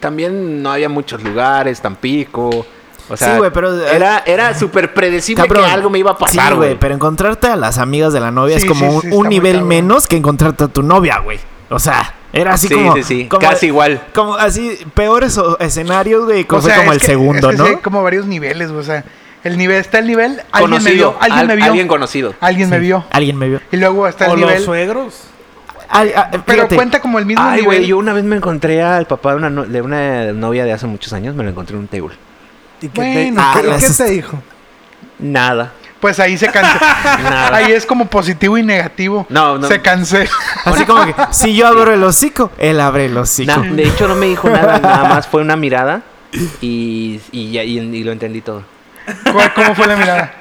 [SPEAKER 4] también no había muchos lugares, Tampico. O sea,
[SPEAKER 5] Sí, güey, pero-
[SPEAKER 4] Era, era súper predecible
[SPEAKER 5] Cabrón.
[SPEAKER 4] que algo me iba a pasar,
[SPEAKER 5] sí,
[SPEAKER 4] güey.
[SPEAKER 5] güey, pero encontrarte a las amigas de la novia
[SPEAKER 2] Sí,
[SPEAKER 5] es como
[SPEAKER 2] sí,
[SPEAKER 5] un,
[SPEAKER 2] sí,
[SPEAKER 5] un
[SPEAKER 2] está muy
[SPEAKER 5] nivel
[SPEAKER 2] cabrón.
[SPEAKER 5] menos que encontrarte a tu novia, güey. O sea, era así
[SPEAKER 4] sí,
[SPEAKER 5] como...
[SPEAKER 4] sí, sí.
[SPEAKER 5] como-
[SPEAKER 4] Casi igual.
[SPEAKER 5] Como así, peor eso- escenario de como, fue
[SPEAKER 2] sea,
[SPEAKER 5] como
[SPEAKER 2] es
[SPEAKER 5] el
[SPEAKER 2] que-
[SPEAKER 5] segundo,
[SPEAKER 2] es que
[SPEAKER 5] ¿no?
[SPEAKER 2] sí hay como varios niveles, o sea, el nivel, está el nivel, alguien me
[SPEAKER 4] Conocido.
[SPEAKER 2] vio, alguien
[SPEAKER 4] al-
[SPEAKER 2] me vio, alguien,
[SPEAKER 4] conocido.
[SPEAKER 2] me vio,
[SPEAKER 5] Alguien me vio.
[SPEAKER 2] y luego está
[SPEAKER 6] O
[SPEAKER 2] el
[SPEAKER 6] los
[SPEAKER 2] nivel,
[SPEAKER 6] suegros.
[SPEAKER 5] Al- a-
[SPEAKER 2] pero
[SPEAKER 5] fíjate,
[SPEAKER 2] cuenta como el mismo
[SPEAKER 4] Ay,
[SPEAKER 2] nivel.
[SPEAKER 4] güey, yo una vez me encontré al papá de una, no- de una novia de hace muchos años, me lo encontré en un table.
[SPEAKER 6] ¿Y qué te,
[SPEAKER 2] Bueno,
[SPEAKER 6] y qué-
[SPEAKER 5] ah,
[SPEAKER 6] qué
[SPEAKER 5] las
[SPEAKER 6] te
[SPEAKER 5] est-
[SPEAKER 6] dijo?
[SPEAKER 4] Nada.
[SPEAKER 2] Pues ahí se cancela.
[SPEAKER 4] Nada.
[SPEAKER 2] ahí es como positivo y negativo.
[SPEAKER 4] No, no.
[SPEAKER 2] Se cancela.
[SPEAKER 5] Así como que, si yo abro el hocico, él abre el hocico.
[SPEAKER 4] Na- de hecho, no me dijo nada, nada más fue una mirada y, y, ya- y- y lo entendí todo.
[SPEAKER 2] ¿Cómo, cómo fue la mirada?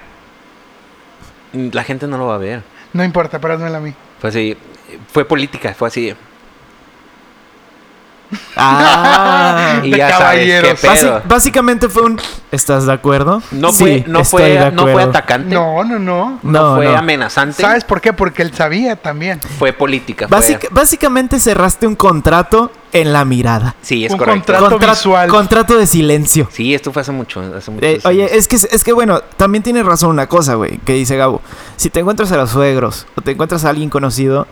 [SPEAKER 4] La gente no lo va a ver.
[SPEAKER 2] No importa, páramela a mí.
[SPEAKER 4] Fue así, fue política, fue así.
[SPEAKER 5] Ah.
[SPEAKER 4] Y
[SPEAKER 2] De
[SPEAKER 4] ya sabes qué
[SPEAKER 2] caballeros.
[SPEAKER 4] pedo.
[SPEAKER 5] Basi- básicamente fue un... ¿Estás de acuerdo?
[SPEAKER 4] No
[SPEAKER 5] Sí,
[SPEAKER 4] fue, no
[SPEAKER 5] estoy de
[SPEAKER 4] fue, no fue
[SPEAKER 5] acuerdo.
[SPEAKER 4] atacante, no,
[SPEAKER 2] No, no, no.
[SPEAKER 5] No,
[SPEAKER 4] fue
[SPEAKER 5] no.
[SPEAKER 4] amenazante,
[SPEAKER 2] ¿Sabes por qué? Porque él sabía también.
[SPEAKER 4] fue política. fue-
[SPEAKER 5] Básica- básicamente cerraste un contrato en la mirada.
[SPEAKER 4] Sí, es
[SPEAKER 2] Un
[SPEAKER 4] correcto.
[SPEAKER 2] Trato
[SPEAKER 5] Contra-
[SPEAKER 2] visual.
[SPEAKER 5] Contrato de silencio.
[SPEAKER 4] Sí, esto fue hace mucho. Hace muchos
[SPEAKER 5] Eh,
[SPEAKER 4] años.
[SPEAKER 5] oye, es que, es que bueno, también tiene razón una cosa, güey, que dice Gabo. Si te encuentras a los suegros o te encuentras a alguien conocido,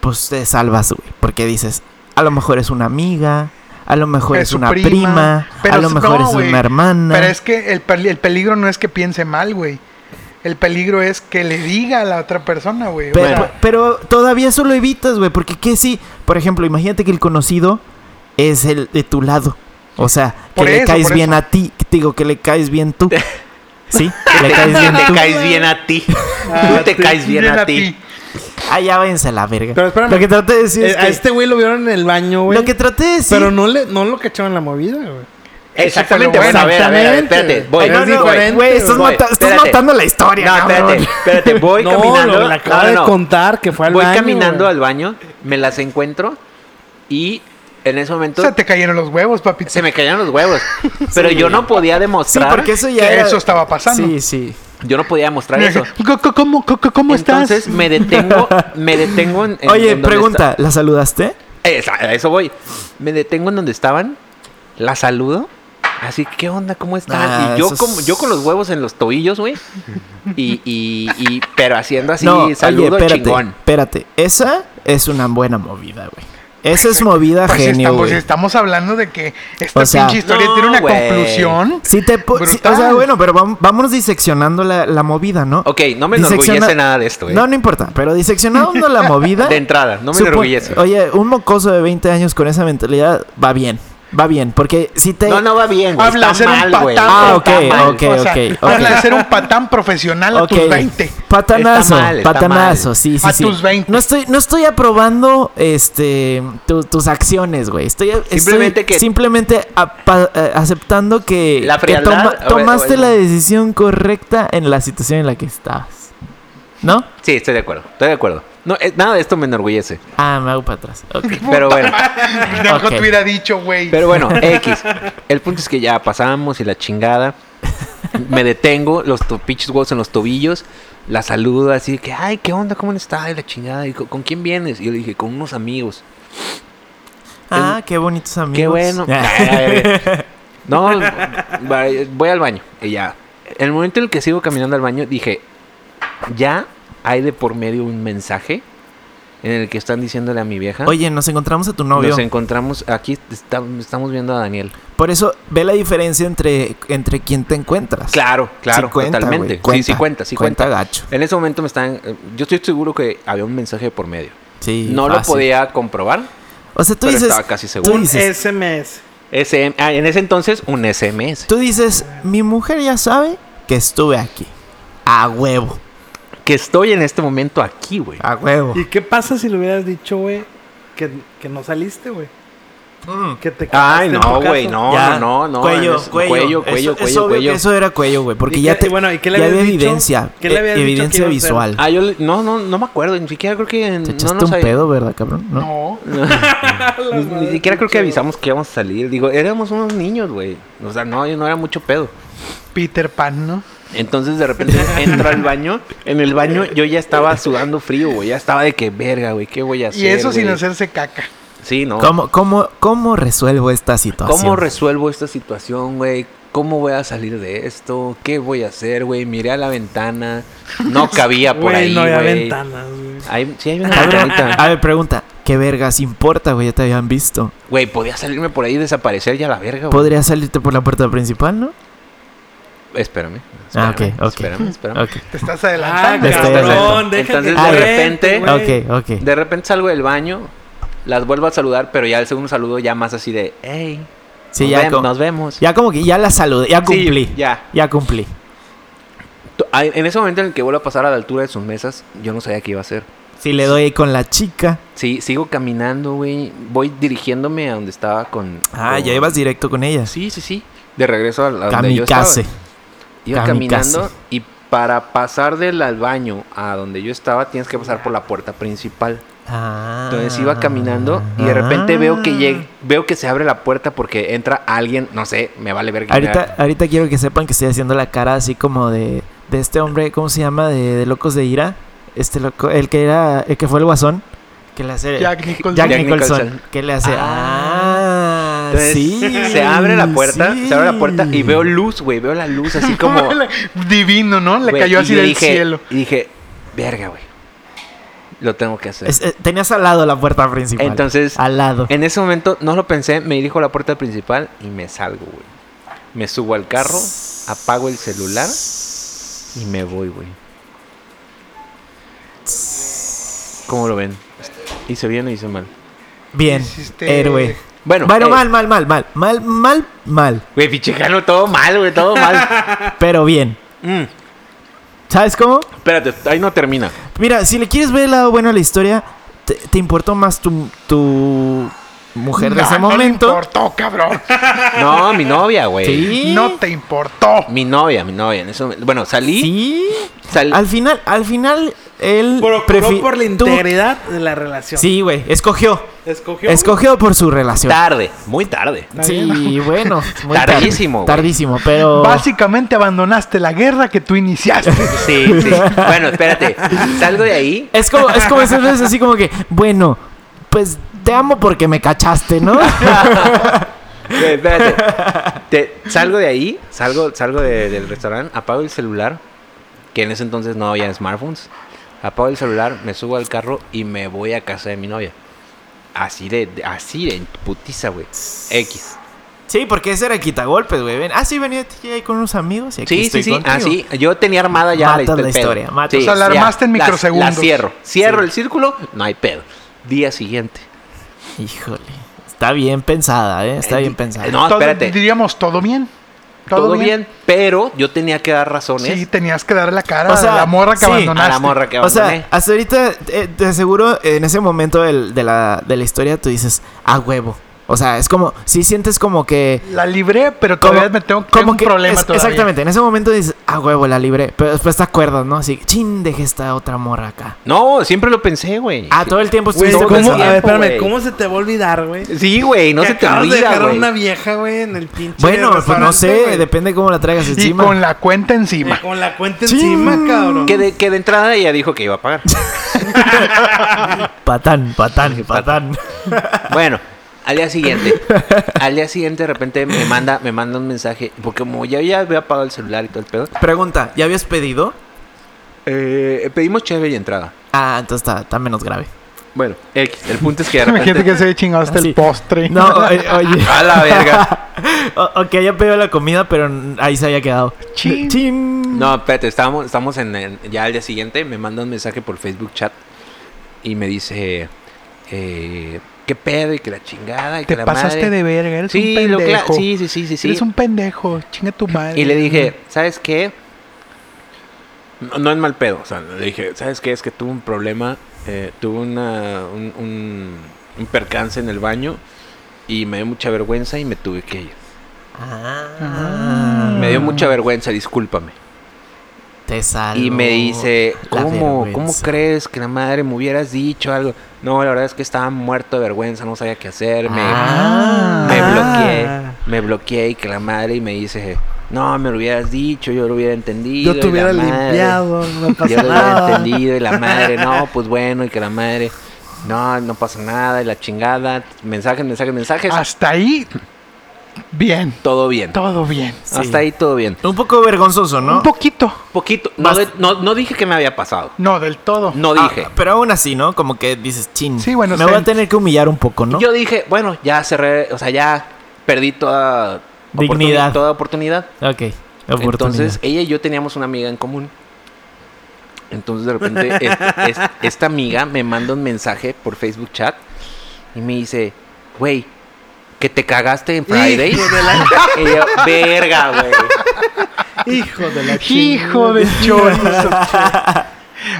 [SPEAKER 5] pues te salvas, güey. Porque dices, a lo mejor es una amiga, a lo mejor es,
[SPEAKER 2] su
[SPEAKER 5] una prima,
[SPEAKER 2] Pero
[SPEAKER 5] a lo
[SPEAKER 2] es-
[SPEAKER 5] mejor
[SPEAKER 2] no,
[SPEAKER 5] es
[SPEAKER 2] güey.
[SPEAKER 5] una hermana.
[SPEAKER 2] Pero es que el, pel- el peligro no es que piense mal, güey. El peligro es que le diga a la otra persona, güey. O
[SPEAKER 5] Pero,
[SPEAKER 2] sea,
[SPEAKER 5] pero todavía eso lo evitas, güey. Porque qué si, por ejemplo, imagínate que el conocido es el de tu lado. O sea, que
[SPEAKER 2] Por
[SPEAKER 5] le
[SPEAKER 2] eso,
[SPEAKER 5] caes
[SPEAKER 2] por
[SPEAKER 5] bien
[SPEAKER 2] eso.
[SPEAKER 5] a ti. Te Digo, que le caes bien tú. ¿Sí?
[SPEAKER 4] Te,
[SPEAKER 5] Le caes bien
[SPEAKER 4] te
[SPEAKER 5] tú.
[SPEAKER 4] caes bien a ti.
[SPEAKER 2] Ah,
[SPEAKER 4] Tú te caes bien, a ti.
[SPEAKER 5] Ah, ya váyanse a la verga.
[SPEAKER 6] Pero espérame.
[SPEAKER 5] Lo que traté de decir
[SPEAKER 6] Eh,
[SPEAKER 5] es
[SPEAKER 6] a
[SPEAKER 5] que-
[SPEAKER 6] este güey lo vieron en el baño, güey.
[SPEAKER 5] Lo que traté de decir...
[SPEAKER 6] Pero no le, no lo cacharon en la movida, güey.
[SPEAKER 4] Exactamente.
[SPEAKER 2] Eso
[SPEAKER 4] Bueno,
[SPEAKER 2] fue lo
[SPEAKER 4] a
[SPEAKER 6] bueno.
[SPEAKER 4] ver, a ver, a ver,
[SPEAKER 6] Exactamente.
[SPEAKER 4] espérate. Voy,
[SPEAKER 6] Ay, no,
[SPEAKER 4] voy,
[SPEAKER 6] no,
[SPEAKER 4] voy.
[SPEAKER 6] diferente,
[SPEAKER 5] Güey, estás,
[SPEAKER 4] Voy,
[SPEAKER 5] mata- estás
[SPEAKER 4] espérate.
[SPEAKER 5] matando la historia,
[SPEAKER 4] No,
[SPEAKER 5] cabrón.
[SPEAKER 4] espérate, espérate, voy caminando.
[SPEAKER 6] lo- la acaba
[SPEAKER 4] No, no,
[SPEAKER 6] de
[SPEAKER 4] no.
[SPEAKER 6] contar que fue al
[SPEAKER 4] voy
[SPEAKER 6] baño,
[SPEAKER 4] caminando
[SPEAKER 6] güey.
[SPEAKER 4] al baño, me las encuentro y en ese
[SPEAKER 2] O
[SPEAKER 4] momento
[SPEAKER 2] sea, te cayeron los huevos, papi.
[SPEAKER 4] se me cayeron los huevos. Pero yo no podía
[SPEAKER 5] Sí,
[SPEAKER 4] demostrar.
[SPEAKER 5] porque eso ya
[SPEAKER 2] Que
[SPEAKER 5] era-
[SPEAKER 2] eso estaba pasando.
[SPEAKER 5] Sí, sí.
[SPEAKER 4] Yo no podía demostrar eso.
[SPEAKER 2] ¿Cómo, cómo, cómo, cómo estás?
[SPEAKER 4] Entonces me detengo, me detengo en. en-
[SPEAKER 5] Oye,
[SPEAKER 4] en donde
[SPEAKER 5] pregunta, ¿la saludaste?
[SPEAKER 4] Esa- a eso voy. Me detengo en donde estaban, la saludo. Así, ¿qué onda? ¿Cómo estás?
[SPEAKER 5] Ah,
[SPEAKER 4] y yo,
[SPEAKER 5] eso es-
[SPEAKER 4] como- yo con los huevos en los tobillos, güey. Y, y, y- pero haciendo así,
[SPEAKER 5] no,
[SPEAKER 4] saludo
[SPEAKER 5] oye, espérate,
[SPEAKER 4] chingón.
[SPEAKER 5] espérate. Esa es una buena movida, güey. Esa es movida
[SPEAKER 2] Pues si
[SPEAKER 5] genio,
[SPEAKER 2] estamos,
[SPEAKER 5] güey.
[SPEAKER 2] si estamos hablando de que esta
[SPEAKER 5] O sea,
[SPEAKER 2] pinche historia
[SPEAKER 4] no,
[SPEAKER 2] tiene una
[SPEAKER 4] güey.
[SPEAKER 2] conclusión.
[SPEAKER 5] Sí te po- sí, o sea,
[SPEAKER 2] Brutal.
[SPEAKER 5] bueno, pero vam- vámonos diseccionando la, la movida, ¿no?
[SPEAKER 4] Ok, no me
[SPEAKER 5] Disecciona-
[SPEAKER 4] enorgullece nada de esto, güey.
[SPEAKER 5] No, no importa, pero diseccionando la movida...
[SPEAKER 4] De entrada, no me
[SPEAKER 5] supo-
[SPEAKER 4] enorgullece.
[SPEAKER 5] Oye, un mocoso de 20 años con esa mentalidad va bien, va bien, porque si te...
[SPEAKER 4] No, no va bien, güey.
[SPEAKER 2] Habla
[SPEAKER 4] Está
[SPEAKER 2] de ser un
[SPEAKER 4] mal, güey.
[SPEAKER 2] patán.
[SPEAKER 5] Ah,
[SPEAKER 4] Está
[SPEAKER 5] ok,
[SPEAKER 4] mal.
[SPEAKER 5] ok.
[SPEAKER 2] o sea, habla de
[SPEAKER 5] ok.
[SPEAKER 2] ser un patán profesional a
[SPEAKER 5] Ok.
[SPEAKER 2] tus 20.
[SPEAKER 5] Patanazo,
[SPEAKER 4] Está mal, está
[SPEAKER 5] patanazo,
[SPEAKER 4] mal.
[SPEAKER 5] sí, sí,
[SPEAKER 2] A
[SPEAKER 5] sí.
[SPEAKER 2] tus 20.
[SPEAKER 5] No estoy, no estoy aprobando este tu- tus acciones, güey. Estoy estoy
[SPEAKER 4] Simplemente que-
[SPEAKER 5] simplemente apa- eh, aceptando que,
[SPEAKER 4] La
[SPEAKER 5] que
[SPEAKER 4] frialdad,
[SPEAKER 5] toma-
[SPEAKER 4] a ver,
[SPEAKER 5] tomaste
[SPEAKER 4] bueno.
[SPEAKER 5] la decisión correcta en la situación en la que estabas. ¿No?
[SPEAKER 4] Sí, estoy de acuerdo, estoy de acuerdo. No, eh, nada de esto me enorgullece.
[SPEAKER 5] Ah, me hago para atrás. Ok.
[SPEAKER 4] Pero bueno,
[SPEAKER 2] Mejor
[SPEAKER 5] Ok.
[SPEAKER 2] te hubiera dicho, güey.
[SPEAKER 4] pero bueno, X. El punto es que ya pasamos y la chingada. Me detengo, los to- pinches huevos en los tobillos. La saludo así de que, ay, ¿qué onda? ¿Cómo está? Y la chingada. Y, "¿Con- ¿Con quién vienes? Y yo le dije, con unos amigos.
[SPEAKER 5] Ah, qué bonitos amigos.
[SPEAKER 4] Qué bueno. no, va- voy al baño. Y ya. En el momento en el que sigo caminando al baño, dije, ya hay de por medio un mensaje en el que están diciéndole a mi vieja.
[SPEAKER 5] Oye, nos encontramos a tu novio.
[SPEAKER 4] Nos encontramos aquí, está- estamos viendo a Daniel.
[SPEAKER 5] Por eso ve la diferencia entre, entre quien te encuentras.
[SPEAKER 4] Claro, claro,
[SPEAKER 5] Sí cuenta,
[SPEAKER 4] totalmente.
[SPEAKER 5] güey, cuenta,
[SPEAKER 4] sí, sí cuenta, sí cuenta.
[SPEAKER 5] gacho.
[SPEAKER 4] En ese momento me están, eh, yo estoy seguro que había un mensaje de por medio.
[SPEAKER 5] Sí,
[SPEAKER 4] no lo
[SPEAKER 5] fácil.
[SPEAKER 4] podía comprobar.
[SPEAKER 5] O sea, tú
[SPEAKER 4] pero
[SPEAKER 5] dices,
[SPEAKER 4] estaba casi seguro.
[SPEAKER 5] tú
[SPEAKER 6] Un
[SPEAKER 5] dices,
[SPEAKER 6] SMS.
[SPEAKER 4] SM ah, en ese entonces un SMS.
[SPEAKER 5] tú dices, mi mujer ya sabe que estuve aquí. A huevo,
[SPEAKER 4] Que estoy en este momento aquí, güey.
[SPEAKER 5] a huevo.
[SPEAKER 6] ¿Y qué pasa si le hubieras dicho, güey, que, que no saliste, güey?
[SPEAKER 5] Mm.
[SPEAKER 6] Que te quedaste
[SPEAKER 4] Ay,
[SPEAKER 6] en
[SPEAKER 4] no,
[SPEAKER 6] tu
[SPEAKER 4] güey,
[SPEAKER 6] casa.
[SPEAKER 4] no,
[SPEAKER 5] Ya,
[SPEAKER 4] no, no.
[SPEAKER 5] cuello,
[SPEAKER 4] es-
[SPEAKER 5] cuello,
[SPEAKER 4] cuello, cuello,
[SPEAKER 5] eso, es
[SPEAKER 4] cuello,
[SPEAKER 5] obvio que
[SPEAKER 4] cuello.
[SPEAKER 5] eso era cuello, güey, porque
[SPEAKER 6] ¿Y
[SPEAKER 5] ya
[SPEAKER 6] qué-
[SPEAKER 5] te,
[SPEAKER 6] y bueno, ¿y qué le
[SPEAKER 5] ya
[SPEAKER 6] habías
[SPEAKER 5] había
[SPEAKER 6] dicho?
[SPEAKER 5] evidencia,
[SPEAKER 6] ¿Qué le
[SPEAKER 5] eh,
[SPEAKER 6] habías dicho que
[SPEAKER 5] evidencia
[SPEAKER 6] ibas a hacer?
[SPEAKER 5] visual.
[SPEAKER 4] Ah, yo le- no, no, no me acuerdo, ni siquiera creo que
[SPEAKER 5] te
[SPEAKER 4] no
[SPEAKER 5] echaste
[SPEAKER 4] nos
[SPEAKER 5] un
[SPEAKER 4] había-
[SPEAKER 5] pedo, ¿verdad, cabrón? No.
[SPEAKER 2] no.
[SPEAKER 4] ni, ni siquiera creo que avisamos que íbamos a salir. Digo, éramos unos niños, güey. O sea, no, yo no era mucho pedo.
[SPEAKER 2] Peter Pan, ¿no?
[SPEAKER 4] Entonces de repente entro al baño. En el baño yo ya estaba sudando frío, güey. Ya estaba de que verga, güey. ¿Qué voy a hacer?
[SPEAKER 2] Y eso sin
[SPEAKER 4] güey?"
[SPEAKER 2] hacerse caca.
[SPEAKER 4] Sí, ¿no? ¿Cómo,
[SPEAKER 5] ¿Cómo, cómo, ¿Cómo resuelvo esta situación?
[SPEAKER 4] resuelvo esta situación, güey? ¿Cómo voy a salir de esto? ¿Qué voy a hacer, güey? Miré a la ventana. No cabía por
[SPEAKER 6] Güey,
[SPEAKER 4] ahí,
[SPEAKER 6] no había
[SPEAKER 4] güey. Ah,
[SPEAKER 6] ventanas, güey.
[SPEAKER 4] Hay- sí, hay una
[SPEAKER 5] Cabrón,
[SPEAKER 4] ventanita.
[SPEAKER 5] a ver, pregunta, ¿qué vergas importa, güey? Ya te habían visto.
[SPEAKER 4] Güey, podía salirme por ahí y desaparecer ya la verga, güey.
[SPEAKER 5] ah. Podría salirte por la puerta principal, ¿no?
[SPEAKER 4] Espérame.
[SPEAKER 5] Ah,
[SPEAKER 4] espérame,
[SPEAKER 5] ok, ok.
[SPEAKER 4] Espérame, espérame.
[SPEAKER 5] Ok,
[SPEAKER 2] Te estás
[SPEAKER 6] Ah,
[SPEAKER 2] adelantando.
[SPEAKER 5] Este-
[SPEAKER 6] cabrón, déjate.
[SPEAKER 4] Entonces,
[SPEAKER 5] de
[SPEAKER 4] repente,
[SPEAKER 6] güey.
[SPEAKER 5] ok, ok.
[SPEAKER 4] Ah, De repente salgo del baño, las vuelvo a saludar, pero ya el segundo saludo ya más así de, hey,
[SPEAKER 5] Sí,
[SPEAKER 4] nos,
[SPEAKER 5] ya,
[SPEAKER 4] vem-
[SPEAKER 5] como-
[SPEAKER 4] nos vemos.
[SPEAKER 5] ya como que ya la saludé, ya
[SPEAKER 4] Sí,
[SPEAKER 5] cumplí.
[SPEAKER 4] ya.
[SPEAKER 5] Ya cumplí.
[SPEAKER 4] T- ay, En ese momento en el que vuelvo a pasar a la altura de sus mesas, yo no sabía qué iba a hacer.
[SPEAKER 5] Si le doy con la chica.
[SPEAKER 4] Sí, sigo caminando, güey. Voy dirigiéndome a donde estaba con...
[SPEAKER 5] Ah,
[SPEAKER 4] con-
[SPEAKER 5] ya ibas directo con ella.
[SPEAKER 4] Oh. Sí, sí, sí. De regreso a la donde yo estaba.
[SPEAKER 5] Kamikaze.
[SPEAKER 4] Iba
[SPEAKER 5] Kamikaze.
[SPEAKER 4] caminando y para pasar del al baño a donde yo estaba tienes que pasar por la puerta principal.
[SPEAKER 5] Ah.
[SPEAKER 4] Entonces iba caminando y de repente veo que lleg- veo que se abre la puerta porque entra alguien, no sé, me vale ver
[SPEAKER 5] Ahorita, ahorita quiero que sepan que estoy haciendo la cara así como de, de este hombre, ¿cómo se llama? De, de Locos de Ira. Este loco, el que era, el que fue el guasón. Que le hace.
[SPEAKER 2] Jack Nicholson.
[SPEAKER 5] Jack
[SPEAKER 4] Jack
[SPEAKER 5] Nicholson.
[SPEAKER 4] Nicholson.
[SPEAKER 5] Que le hace.
[SPEAKER 4] Ah, Entonces,
[SPEAKER 5] sí,
[SPEAKER 4] se abre la puerta,
[SPEAKER 5] sí.
[SPEAKER 4] se abre la puerta y veo luz, güey. Veo la luz así como.
[SPEAKER 2] Divino, ¿no? Le
[SPEAKER 4] güey,
[SPEAKER 2] cayó
[SPEAKER 4] y
[SPEAKER 2] así
[SPEAKER 4] yo
[SPEAKER 2] del
[SPEAKER 4] dije-
[SPEAKER 2] cielo.
[SPEAKER 4] Y dije, verga, güey. Lo tengo que hacer.
[SPEAKER 5] Es- eh, tenías al lado la puerta principal.
[SPEAKER 4] Este. Entonces-
[SPEAKER 5] Al lado.
[SPEAKER 4] En ese momento no lo pensé, me dirijo a la puerta principal y me salgo, güey. Me subo al carro, apago el celular y me voy, güey. ¿Cómo lo ven? ¿Hice bien o hice mal?
[SPEAKER 5] Bien.
[SPEAKER 2] Hiciste-
[SPEAKER 5] Héroe.
[SPEAKER 4] Bueno,
[SPEAKER 5] bueno,
[SPEAKER 4] eh,
[SPEAKER 5] mal, mal, mal, mal. Mal, mal, mal.
[SPEAKER 4] Güey, pichicano, todo mal, güey, todo mal.
[SPEAKER 5] Pero bien.
[SPEAKER 4] Mm,
[SPEAKER 5] ¿Sabes cómo?
[SPEAKER 4] espérate, ahí no termina.
[SPEAKER 5] Mira, si le quieres ver el lado bueno a la historia, te, te importó más tu, tu mujer de
[SPEAKER 2] No,
[SPEAKER 5] ese
[SPEAKER 2] no le
[SPEAKER 5] momento.
[SPEAKER 2] importó, cabrón.
[SPEAKER 4] No, mi novia, güey.
[SPEAKER 5] sí.
[SPEAKER 2] No te importó.
[SPEAKER 4] Mi novia, mi novia. En ese momento- Bueno, salí.
[SPEAKER 5] Sí.
[SPEAKER 4] salí-
[SPEAKER 5] Al final, al final, él. prefi-
[SPEAKER 6] Procuró por la
[SPEAKER 5] tuvo-
[SPEAKER 6] integridad de la relación.
[SPEAKER 5] Sí, güey. Escogió.
[SPEAKER 6] Escogió.
[SPEAKER 5] Escogió por su relación.
[SPEAKER 4] tarde, muy tarde.
[SPEAKER 5] Sí, bueno. muy tarde.
[SPEAKER 4] Tardísimo, güey.
[SPEAKER 5] Tardísimo, pero.
[SPEAKER 2] Básicamente abandonaste la guerra que tú iniciaste.
[SPEAKER 4] Sí, sí. Bueno, espérate. Salgo de ahí.
[SPEAKER 5] Es como, es como esas veces así como que, bueno, pues te amo porque me cachaste, ¿no?
[SPEAKER 4] Güey, espérate. Te- salgo de ahí, salgo, salgo de- del restaurante, apago el celular, que en ese entonces no había smartphones. Apago el celular, me subo al carro y me voy a casa de mi novia. Así de, de- así de putiza, güey. X.
[SPEAKER 5] Sí, porque ese era quitagolpes, güey. Ven, ah, sí, venía aquí ahí con unos amigos y aquí
[SPEAKER 4] Sí,
[SPEAKER 5] estoy
[SPEAKER 4] sí, sí,
[SPEAKER 5] contigo.
[SPEAKER 4] así. Yo tenía armada ya
[SPEAKER 5] Matas
[SPEAKER 4] histo-
[SPEAKER 5] la
[SPEAKER 4] el pedo.
[SPEAKER 5] historia, matas.
[SPEAKER 2] O sea, la
[SPEAKER 4] ya,
[SPEAKER 2] armaste en
[SPEAKER 4] la-
[SPEAKER 2] microsegundos.
[SPEAKER 4] La cierro. Cierro
[SPEAKER 5] Sí.
[SPEAKER 4] el círculo, no hay pedo. Día siguiente.
[SPEAKER 5] Híjole. Está bien pensada, ¿eh? Está bien pensada.
[SPEAKER 4] No,
[SPEAKER 2] Todo-
[SPEAKER 4] espérate.
[SPEAKER 2] diríamos todo bien.
[SPEAKER 4] Todo, bien? pero yo tenía que dar razones
[SPEAKER 2] Sí, tenías que darle la cara
[SPEAKER 5] O sea,
[SPEAKER 2] a la morra que
[SPEAKER 5] sí,
[SPEAKER 4] a
[SPEAKER 2] abandonaste.
[SPEAKER 4] la morra que
[SPEAKER 5] o
[SPEAKER 4] abandoné.
[SPEAKER 5] sea, hasta ahorita, eh, te seguro, en ese momento del- de, la, de la historia, tú dices, a huevo. O sea, es como, sí sientes como que...
[SPEAKER 2] La libré, pero
[SPEAKER 5] como-
[SPEAKER 2] todavía me tengo,
[SPEAKER 5] como
[SPEAKER 2] tengo un
[SPEAKER 5] que-
[SPEAKER 2] problema
[SPEAKER 5] es-
[SPEAKER 2] todavía.
[SPEAKER 5] Exactamente, en ese momento dices, a huevo, la libre. Pero después te acuerdas, ¿no? Así, chin, dejé esta otra morra acá.
[SPEAKER 4] No, siempre lo pensé, güey.
[SPEAKER 5] Ah, todo el tiempo
[SPEAKER 6] Güey,
[SPEAKER 5] estuviste
[SPEAKER 6] ¿cómo,
[SPEAKER 5] pensando.
[SPEAKER 6] a ver, espérame,
[SPEAKER 4] güey.
[SPEAKER 6] ¿cómo se te va a olvidar, güey?
[SPEAKER 4] Sí, güey, no
[SPEAKER 6] Que
[SPEAKER 4] se te
[SPEAKER 6] acabas de
[SPEAKER 4] olvida,
[SPEAKER 6] dejar a
[SPEAKER 4] güey.
[SPEAKER 6] una vieja, güey, en el pinche
[SPEAKER 5] Bueno, pues no
[SPEAKER 6] restaurante,
[SPEAKER 5] sé,
[SPEAKER 6] güey.
[SPEAKER 5] depende cómo la traigas
[SPEAKER 2] Y
[SPEAKER 5] encima.
[SPEAKER 2] con la cuenta
[SPEAKER 6] Eh,
[SPEAKER 2] encima.
[SPEAKER 6] Con la cuenta
[SPEAKER 5] Sí.
[SPEAKER 6] encima, cabrón.
[SPEAKER 4] Que de, que de entrada ella dijo que iba a pagar.
[SPEAKER 5] Patán, patán, patán.
[SPEAKER 4] bueno, al día siguiente. Al día siguiente de repente me manda, me manda un mensaje. Porque como ya, ya había apagado el celular y todo el pedo.
[SPEAKER 5] Pregunta, ¿ya habías pedido?
[SPEAKER 4] eh, pedimos cheve y entrada.
[SPEAKER 5] Ah, entonces está, está menos grave.
[SPEAKER 4] Bueno, X. El punto es que de
[SPEAKER 2] Imagínate que
[SPEAKER 4] repente...
[SPEAKER 2] se haya chingado hasta
[SPEAKER 5] Sí.
[SPEAKER 2] el postre.
[SPEAKER 5] No, o- oye.
[SPEAKER 4] A la verga.
[SPEAKER 5] O- ok, ya pedido la comida, pero n- ahí se había quedado.
[SPEAKER 2] Chin.
[SPEAKER 5] Chin.
[SPEAKER 4] No, espérate, estábamos, estamos en, en- ya al día siguiente. Me manda un mensaje por Facebook chat. Y me dice... eh, ¿Qué pedo? Y que la chingada. Y
[SPEAKER 2] Te
[SPEAKER 4] que la
[SPEAKER 2] pasaste
[SPEAKER 4] madre.
[SPEAKER 2] de verga, eres
[SPEAKER 4] Sí,
[SPEAKER 2] un
[SPEAKER 4] lo cla-
[SPEAKER 2] pendejo.
[SPEAKER 4] sí, sí, sí, sí, sí.
[SPEAKER 2] Eres un pendejo, chinga tu madre.
[SPEAKER 4] Y le dije, ¿sabes qué? No, no es mal pedo. O sea, le dije, ¿sabes qué? Es que tuve un problema, eh, tuve una, un, un- un percance en el baño y me dio mucha vergüenza y me tuve que ir.
[SPEAKER 5] Ah.
[SPEAKER 4] Me dio mucha vergüenza, discúlpame.
[SPEAKER 5] Te salvo.
[SPEAKER 4] Y me dice,
[SPEAKER 5] la
[SPEAKER 4] ¿cómo, ¿cómo
[SPEAKER 5] vergüenza".
[SPEAKER 4] crees que la madre me hubieras dicho algo? No, la verdad es que estaba muerto de vergüenza, no sabía qué hacer. me-
[SPEAKER 5] Ah.
[SPEAKER 4] Me
[SPEAKER 6] Ah.
[SPEAKER 4] bloqueé, me bloqueé y que la madre y me dice, no, me lo hubieras dicho, yo lo hubiera entendido.
[SPEAKER 6] Yo te
[SPEAKER 4] y la
[SPEAKER 6] hubiera
[SPEAKER 4] madre,
[SPEAKER 6] limpiado, no
[SPEAKER 4] Yo
[SPEAKER 6] pasa
[SPEAKER 4] lo hubiera
[SPEAKER 6] nada.
[SPEAKER 4] entendido y la madre, no, pues bueno, y que la madre, no, no pasa nada, y la chingada, mensajes, mensajes, mensajes,
[SPEAKER 6] Ah,
[SPEAKER 2] hasta ahí, bien,
[SPEAKER 4] todo bien.
[SPEAKER 2] todo bien.
[SPEAKER 5] Sí.
[SPEAKER 4] Hasta ahí todo bien.
[SPEAKER 5] Un poco vergonzoso, ¿no?
[SPEAKER 2] Un poquito,
[SPEAKER 4] Poquito, no,
[SPEAKER 5] Bast-
[SPEAKER 4] de- no, no dije que me había pasado,
[SPEAKER 2] no del todo.
[SPEAKER 4] no
[SPEAKER 5] Ah,
[SPEAKER 4] dije.
[SPEAKER 5] pero aún así, ¿no? Como que dices, chin.
[SPEAKER 2] Sí, bueno,
[SPEAKER 5] Me
[SPEAKER 2] sí.
[SPEAKER 5] voy a tener que humillar un poco, ¿no?
[SPEAKER 4] Yo dije, bueno, ya cerré, o sea, ya perdí toda oportuni-
[SPEAKER 5] Dignidad.
[SPEAKER 4] toda oportunidad.
[SPEAKER 5] Ok. oportunidad.
[SPEAKER 4] Entonces, ella y yo teníamos una amiga en común. Entonces, de repente, es- es- esta amiga me manda un mensaje por Facebook chat y me dice, güey, que te cagaste en Friday.
[SPEAKER 6] Hijo de la,
[SPEAKER 4] Y yo, verga, güey.
[SPEAKER 6] hijo de la
[SPEAKER 2] Hijo de chorizo.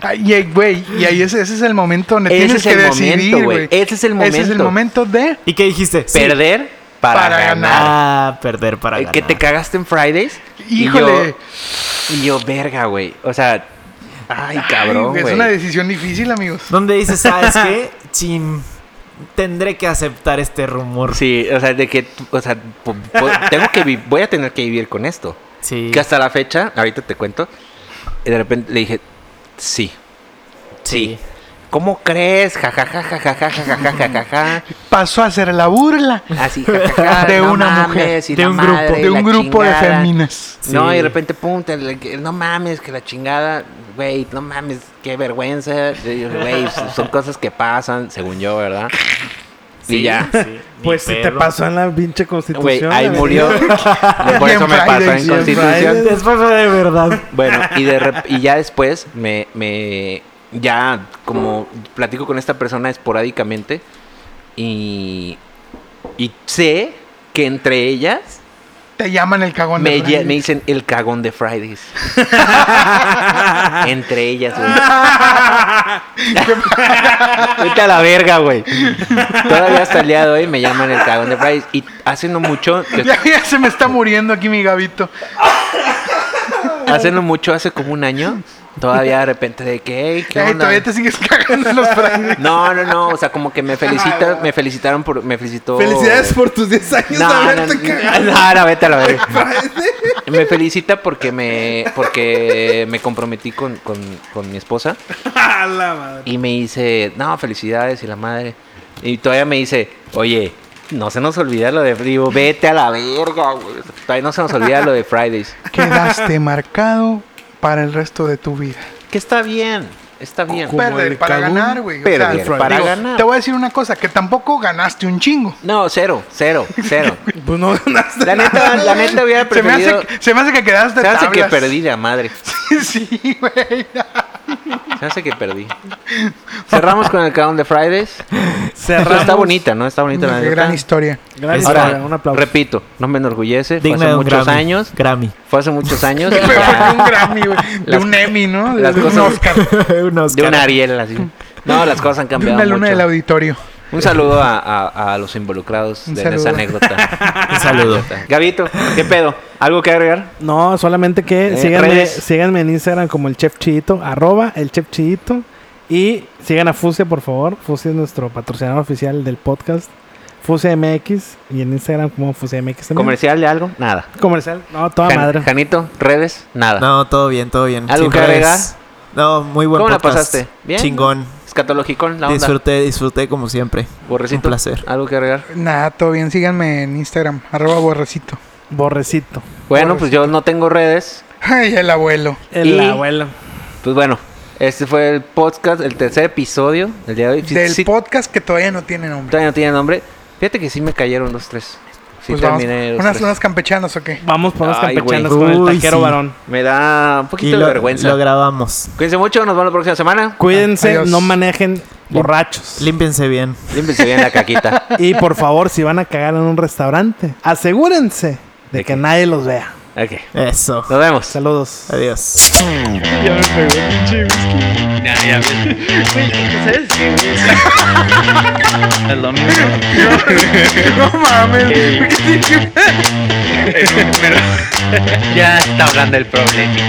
[SPEAKER 2] Ay, y, güey, y ahí ese, ese es el momento donde
[SPEAKER 4] Ese es
[SPEAKER 2] tienes
[SPEAKER 4] el
[SPEAKER 2] que
[SPEAKER 4] momento,
[SPEAKER 2] decidir,
[SPEAKER 4] güey.
[SPEAKER 2] güey.
[SPEAKER 4] Ese es el
[SPEAKER 2] Ese es el
[SPEAKER 4] momento.
[SPEAKER 2] momento de
[SPEAKER 5] ¿Y qué dijiste? Sí.
[SPEAKER 4] Perder para,
[SPEAKER 2] Para
[SPEAKER 4] ganar.
[SPEAKER 5] Ah, perder para
[SPEAKER 4] Eh,
[SPEAKER 5] ganar.
[SPEAKER 4] Que te cagaste en Fridays. Y
[SPEAKER 2] Híjole.
[SPEAKER 4] yo- Y yo, verga, güey. O sea, ay, cabrón,
[SPEAKER 2] Ay,
[SPEAKER 4] güey.
[SPEAKER 2] Es una decisión difícil, amigos.
[SPEAKER 5] Donde dices, ¿sabes qué? Chin, tendré que aceptar este rumor. Sí.
[SPEAKER 4] Sí, o sea, de que, o sea, po- po- tengo que, vi- voy a tener que vivir con esto. Que hasta la fecha, ahorita te cuento, y de repente le dije, sí, sí. ¿Cómo crees? Ja, ja, ja, ja, ja, ja, ja, ja, ja, ja, ja.
[SPEAKER 2] Pasó a ser la burla
[SPEAKER 4] Así, ja, ja, ja,
[SPEAKER 2] De
[SPEAKER 4] no
[SPEAKER 2] una
[SPEAKER 4] mames, y
[SPEAKER 5] mujer, de
[SPEAKER 4] la
[SPEAKER 5] un grupo,
[SPEAKER 4] madre, y
[SPEAKER 2] de un
[SPEAKER 4] la
[SPEAKER 2] grupo de
[SPEAKER 4] chingada.
[SPEAKER 2] feminas.
[SPEAKER 4] No,
[SPEAKER 5] Sí.
[SPEAKER 4] y de repente, pum, te le- que- no mames, que la chingada, güey, no mames, qué vergüenza, güey, pues, son cosas que pasan, según yo, ¿verdad? y ya,
[SPEAKER 6] Pues si te pasó en la pinche constitución.
[SPEAKER 4] güey, ahí
[SPEAKER 6] la
[SPEAKER 4] murió, por eso me pasó en
[SPEAKER 2] Fridays, y en
[SPEAKER 4] Constitución.
[SPEAKER 5] Es pasó de verdad.
[SPEAKER 4] Bueno, y, de rep- y ya después me, me. Ya como platico con esta persona esporádicamente. Y. Y sé que entre ellas
[SPEAKER 2] Te llaman el cagón
[SPEAKER 4] me,
[SPEAKER 2] de
[SPEAKER 4] lle-
[SPEAKER 2] Fridays.
[SPEAKER 4] me dicen el cagón de Fridays. entre ellas, güey. Vete a la verga, güey. Todavía hasta el día de hoy me llaman el cagón de Fridays. Y hace no mucho. te-
[SPEAKER 2] Ya, ya se me está muriendo aquí mi gabito.
[SPEAKER 4] Hace no mucho, hace como un año. Todavía de repente de que, "Ey, ¿qué
[SPEAKER 2] Ay,
[SPEAKER 4] onda?"
[SPEAKER 2] todavía te sigues cagando en los Fridays.
[SPEAKER 4] No, no, no, o sea, como que me
[SPEAKER 2] Ah,
[SPEAKER 4] felicita, me felicitaron por, me felicitó.
[SPEAKER 1] Felicidades por tus 10 años
[SPEAKER 4] No,
[SPEAKER 1] de
[SPEAKER 4] no, no,
[SPEAKER 1] haberte cagado.
[SPEAKER 4] no, no, vete a la verga. Me felicita porque me, porque me comprometí con, con, con mi esposa y me dice, no, felicidades y la madre. Y todavía me dice, oye, no se nos olvida lo de frío, vete a la verga, güey. Todavía no se nos olvida lo de Fridays.
[SPEAKER 2] Quedaste marcado para el resto de tu vida.
[SPEAKER 4] Que está bien, está bien.
[SPEAKER 2] Perder para ganar, güey. O
[SPEAKER 4] Perder para
[SPEAKER 2] digo,
[SPEAKER 4] ganar.
[SPEAKER 2] Te voy a decir una cosa, que tampoco ganaste un chingo.
[SPEAKER 4] No, cero, cero, cero.
[SPEAKER 1] Pues no ganaste.
[SPEAKER 4] La neta, Ah, la neta hubiera
[SPEAKER 2] Se me,
[SPEAKER 4] preferido.
[SPEAKER 2] hace, que- se me hace que quedaste
[SPEAKER 4] Se hace que
[SPEAKER 2] tablas.
[SPEAKER 4] perdí la madre.
[SPEAKER 2] sí, güey.
[SPEAKER 4] Se hace que perdí. Cerramos con el Count de Fridays.
[SPEAKER 6] Cerramos.
[SPEAKER 4] Está bonita, ¿no? Está bonita la
[SPEAKER 2] Qué
[SPEAKER 4] anécdota.
[SPEAKER 2] gran historia.
[SPEAKER 6] Gran
[SPEAKER 4] Ahora,
[SPEAKER 6] historia, un aplauso.
[SPEAKER 4] Repito, no me enorgullece. Fue
[SPEAKER 5] Digna de
[SPEAKER 4] hace
[SPEAKER 5] un
[SPEAKER 4] muchos
[SPEAKER 5] Grammy.
[SPEAKER 4] años.
[SPEAKER 5] Grammy.
[SPEAKER 4] Fue hace muchos años.
[SPEAKER 2] Pero fue un Grammy, güey. De
[SPEAKER 4] Las-
[SPEAKER 2] un Emmy, ¿no? De,
[SPEAKER 4] las
[SPEAKER 2] de un
[SPEAKER 4] cosas-
[SPEAKER 2] Oscar.
[SPEAKER 5] Un
[SPEAKER 4] de
[SPEAKER 5] Oscar.
[SPEAKER 4] un Ariel así. No, las cosas han
[SPEAKER 2] De
[SPEAKER 4] cambiado
[SPEAKER 2] una luna del
[SPEAKER 4] mucho.
[SPEAKER 2] auditorio.
[SPEAKER 4] Un saludo a, a- a los involucrados
[SPEAKER 2] Un
[SPEAKER 4] de esa
[SPEAKER 2] saludo.
[SPEAKER 4] anécdota.
[SPEAKER 5] Un saludo.
[SPEAKER 4] Gabito, ¿qué pedo? ¿Algo que agregar?
[SPEAKER 6] No, solamente que
[SPEAKER 4] Eh,
[SPEAKER 6] síganme,
[SPEAKER 4] redes.
[SPEAKER 6] síganme en Instagram como el Chef Chidito, arroba el Chef Chidito. Y sigan a Fusia, por favor. Fusia es nuestro patrocinador oficial del podcast. Fusia MX y en Instagram como Fusia MX también.
[SPEAKER 4] ¿Comercial de algo? Nada.
[SPEAKER 6] Comercial. No, toda
[SPEAKER 4] Jan-
[SPEAKER 6] madre.
[SPEAKER 4] Janito, redes, nada.
[SPEAKER 5] No, todo bien, todo bien.
[SPEAKER 4] ¿Algo
[SPEAKER 5] Sin
[SPEAKER 4] que
[SPEAKER 5] redes.
[SPEAKER 4] agregar?
[SPEAKER 5] No, muy buen
[SPEAKER 4] ¿Cómo la
[SPEAKER 5] podcast.
[SPEAKER 4] pasaste? ¿Bien?
[SPEAKER 5] Chingón.
[SPEAKER 4] Escatologicón, la onda.
[SPEAKER 5] Disfruté, disfruté como siempre.
[SPEAKER 4] Borrecito.
[SPEAKER 5] Un placer.
[SPEAKER 4] ¿Algo que agregar?
[SPEAKER 2] Nada, todo bien. Síganme en Instagram, arroba borrecito.
[SPEAKER 6] Borrecito.
[SPEAKER 4] Bueno, pues yo no tengo redes.
[SPEAKER 2] Ay, el abuelo.
[SPEAKER 6] El
[SPEAKER 4] Y-
[SPEAKER 6] abuelo.
[SPEAKER 4] Pues bueno, este fue el podcast, el tercer episodio del día de hoy. Si,
[SPEAKER 2] del
[SPEAKER 4] si
[SPEAKER 2] podcast que todavía no tiene nombre.
[SPEAKER 4] todavía no tiene nombre, fíjate que sí me cayeron los tres. Sí
[SPEAKER 2] Pues vamos,
[SPEAKER 4] terminé los
[SPEAKER 2] unas,
[SPEAKER 4] tres.
[SPEAKER 2] unas campechanas o qué.
[SPEAKER 6] Vamos por los
[SPEAKER 4] Ay,
[SPEAKER 6] campechanas
[SPEAKER 5] güey.
[SPEAKER 6] con el
[SPEAKER 5] Uy,
[SPEAKER 6] taquero
[SPEAKER 5] sí.
[SPEAKER 6] varón.
[SPEAKER 4] Me da un
[SPEAKER 5] Y
[SPEAKER 4] poquito
[SPEAKER 5] lo,
[SPEAKER 4] de vergüenza.
[SPEAKER 5] lo grabamos.
[SPEAKER 4] Cuídense mucho, nos vemos la próxima semana.
[SPEAKER 6] Cuídense,
[SPEAKER 2] Adiós.
[SPEAKER 6] no manejen borrachos.
[SPEAKER 5] Límpense bien.
[SPEAKER 4] Límpense bien la caquita.
[SPEAKER 6] Y por favor, si van a cagar en un restaurante, asegúrense de
[SPEAKER 4] ¿De
[SPEAKER 6] que
[SPEAKER 4] qué?
[SPEAKER 6] nadie los vea.
[SPEAKER 4] Ok,
[SPEAKER 5] Eso.
[SPEAKER 4] nos vemos.
[SPEAKER 6] Saludos.
[SPEAKER 5] Adiós.
[SPEAKER 3] Ya me pegó el pinche whisky. Ya, ya me. Güey, ¿sabes qué, güey? Es lo mismo.
[SPEAKER 2] No mames.
[SPEAKER 3] Eh. Pero ya está hablando el problema.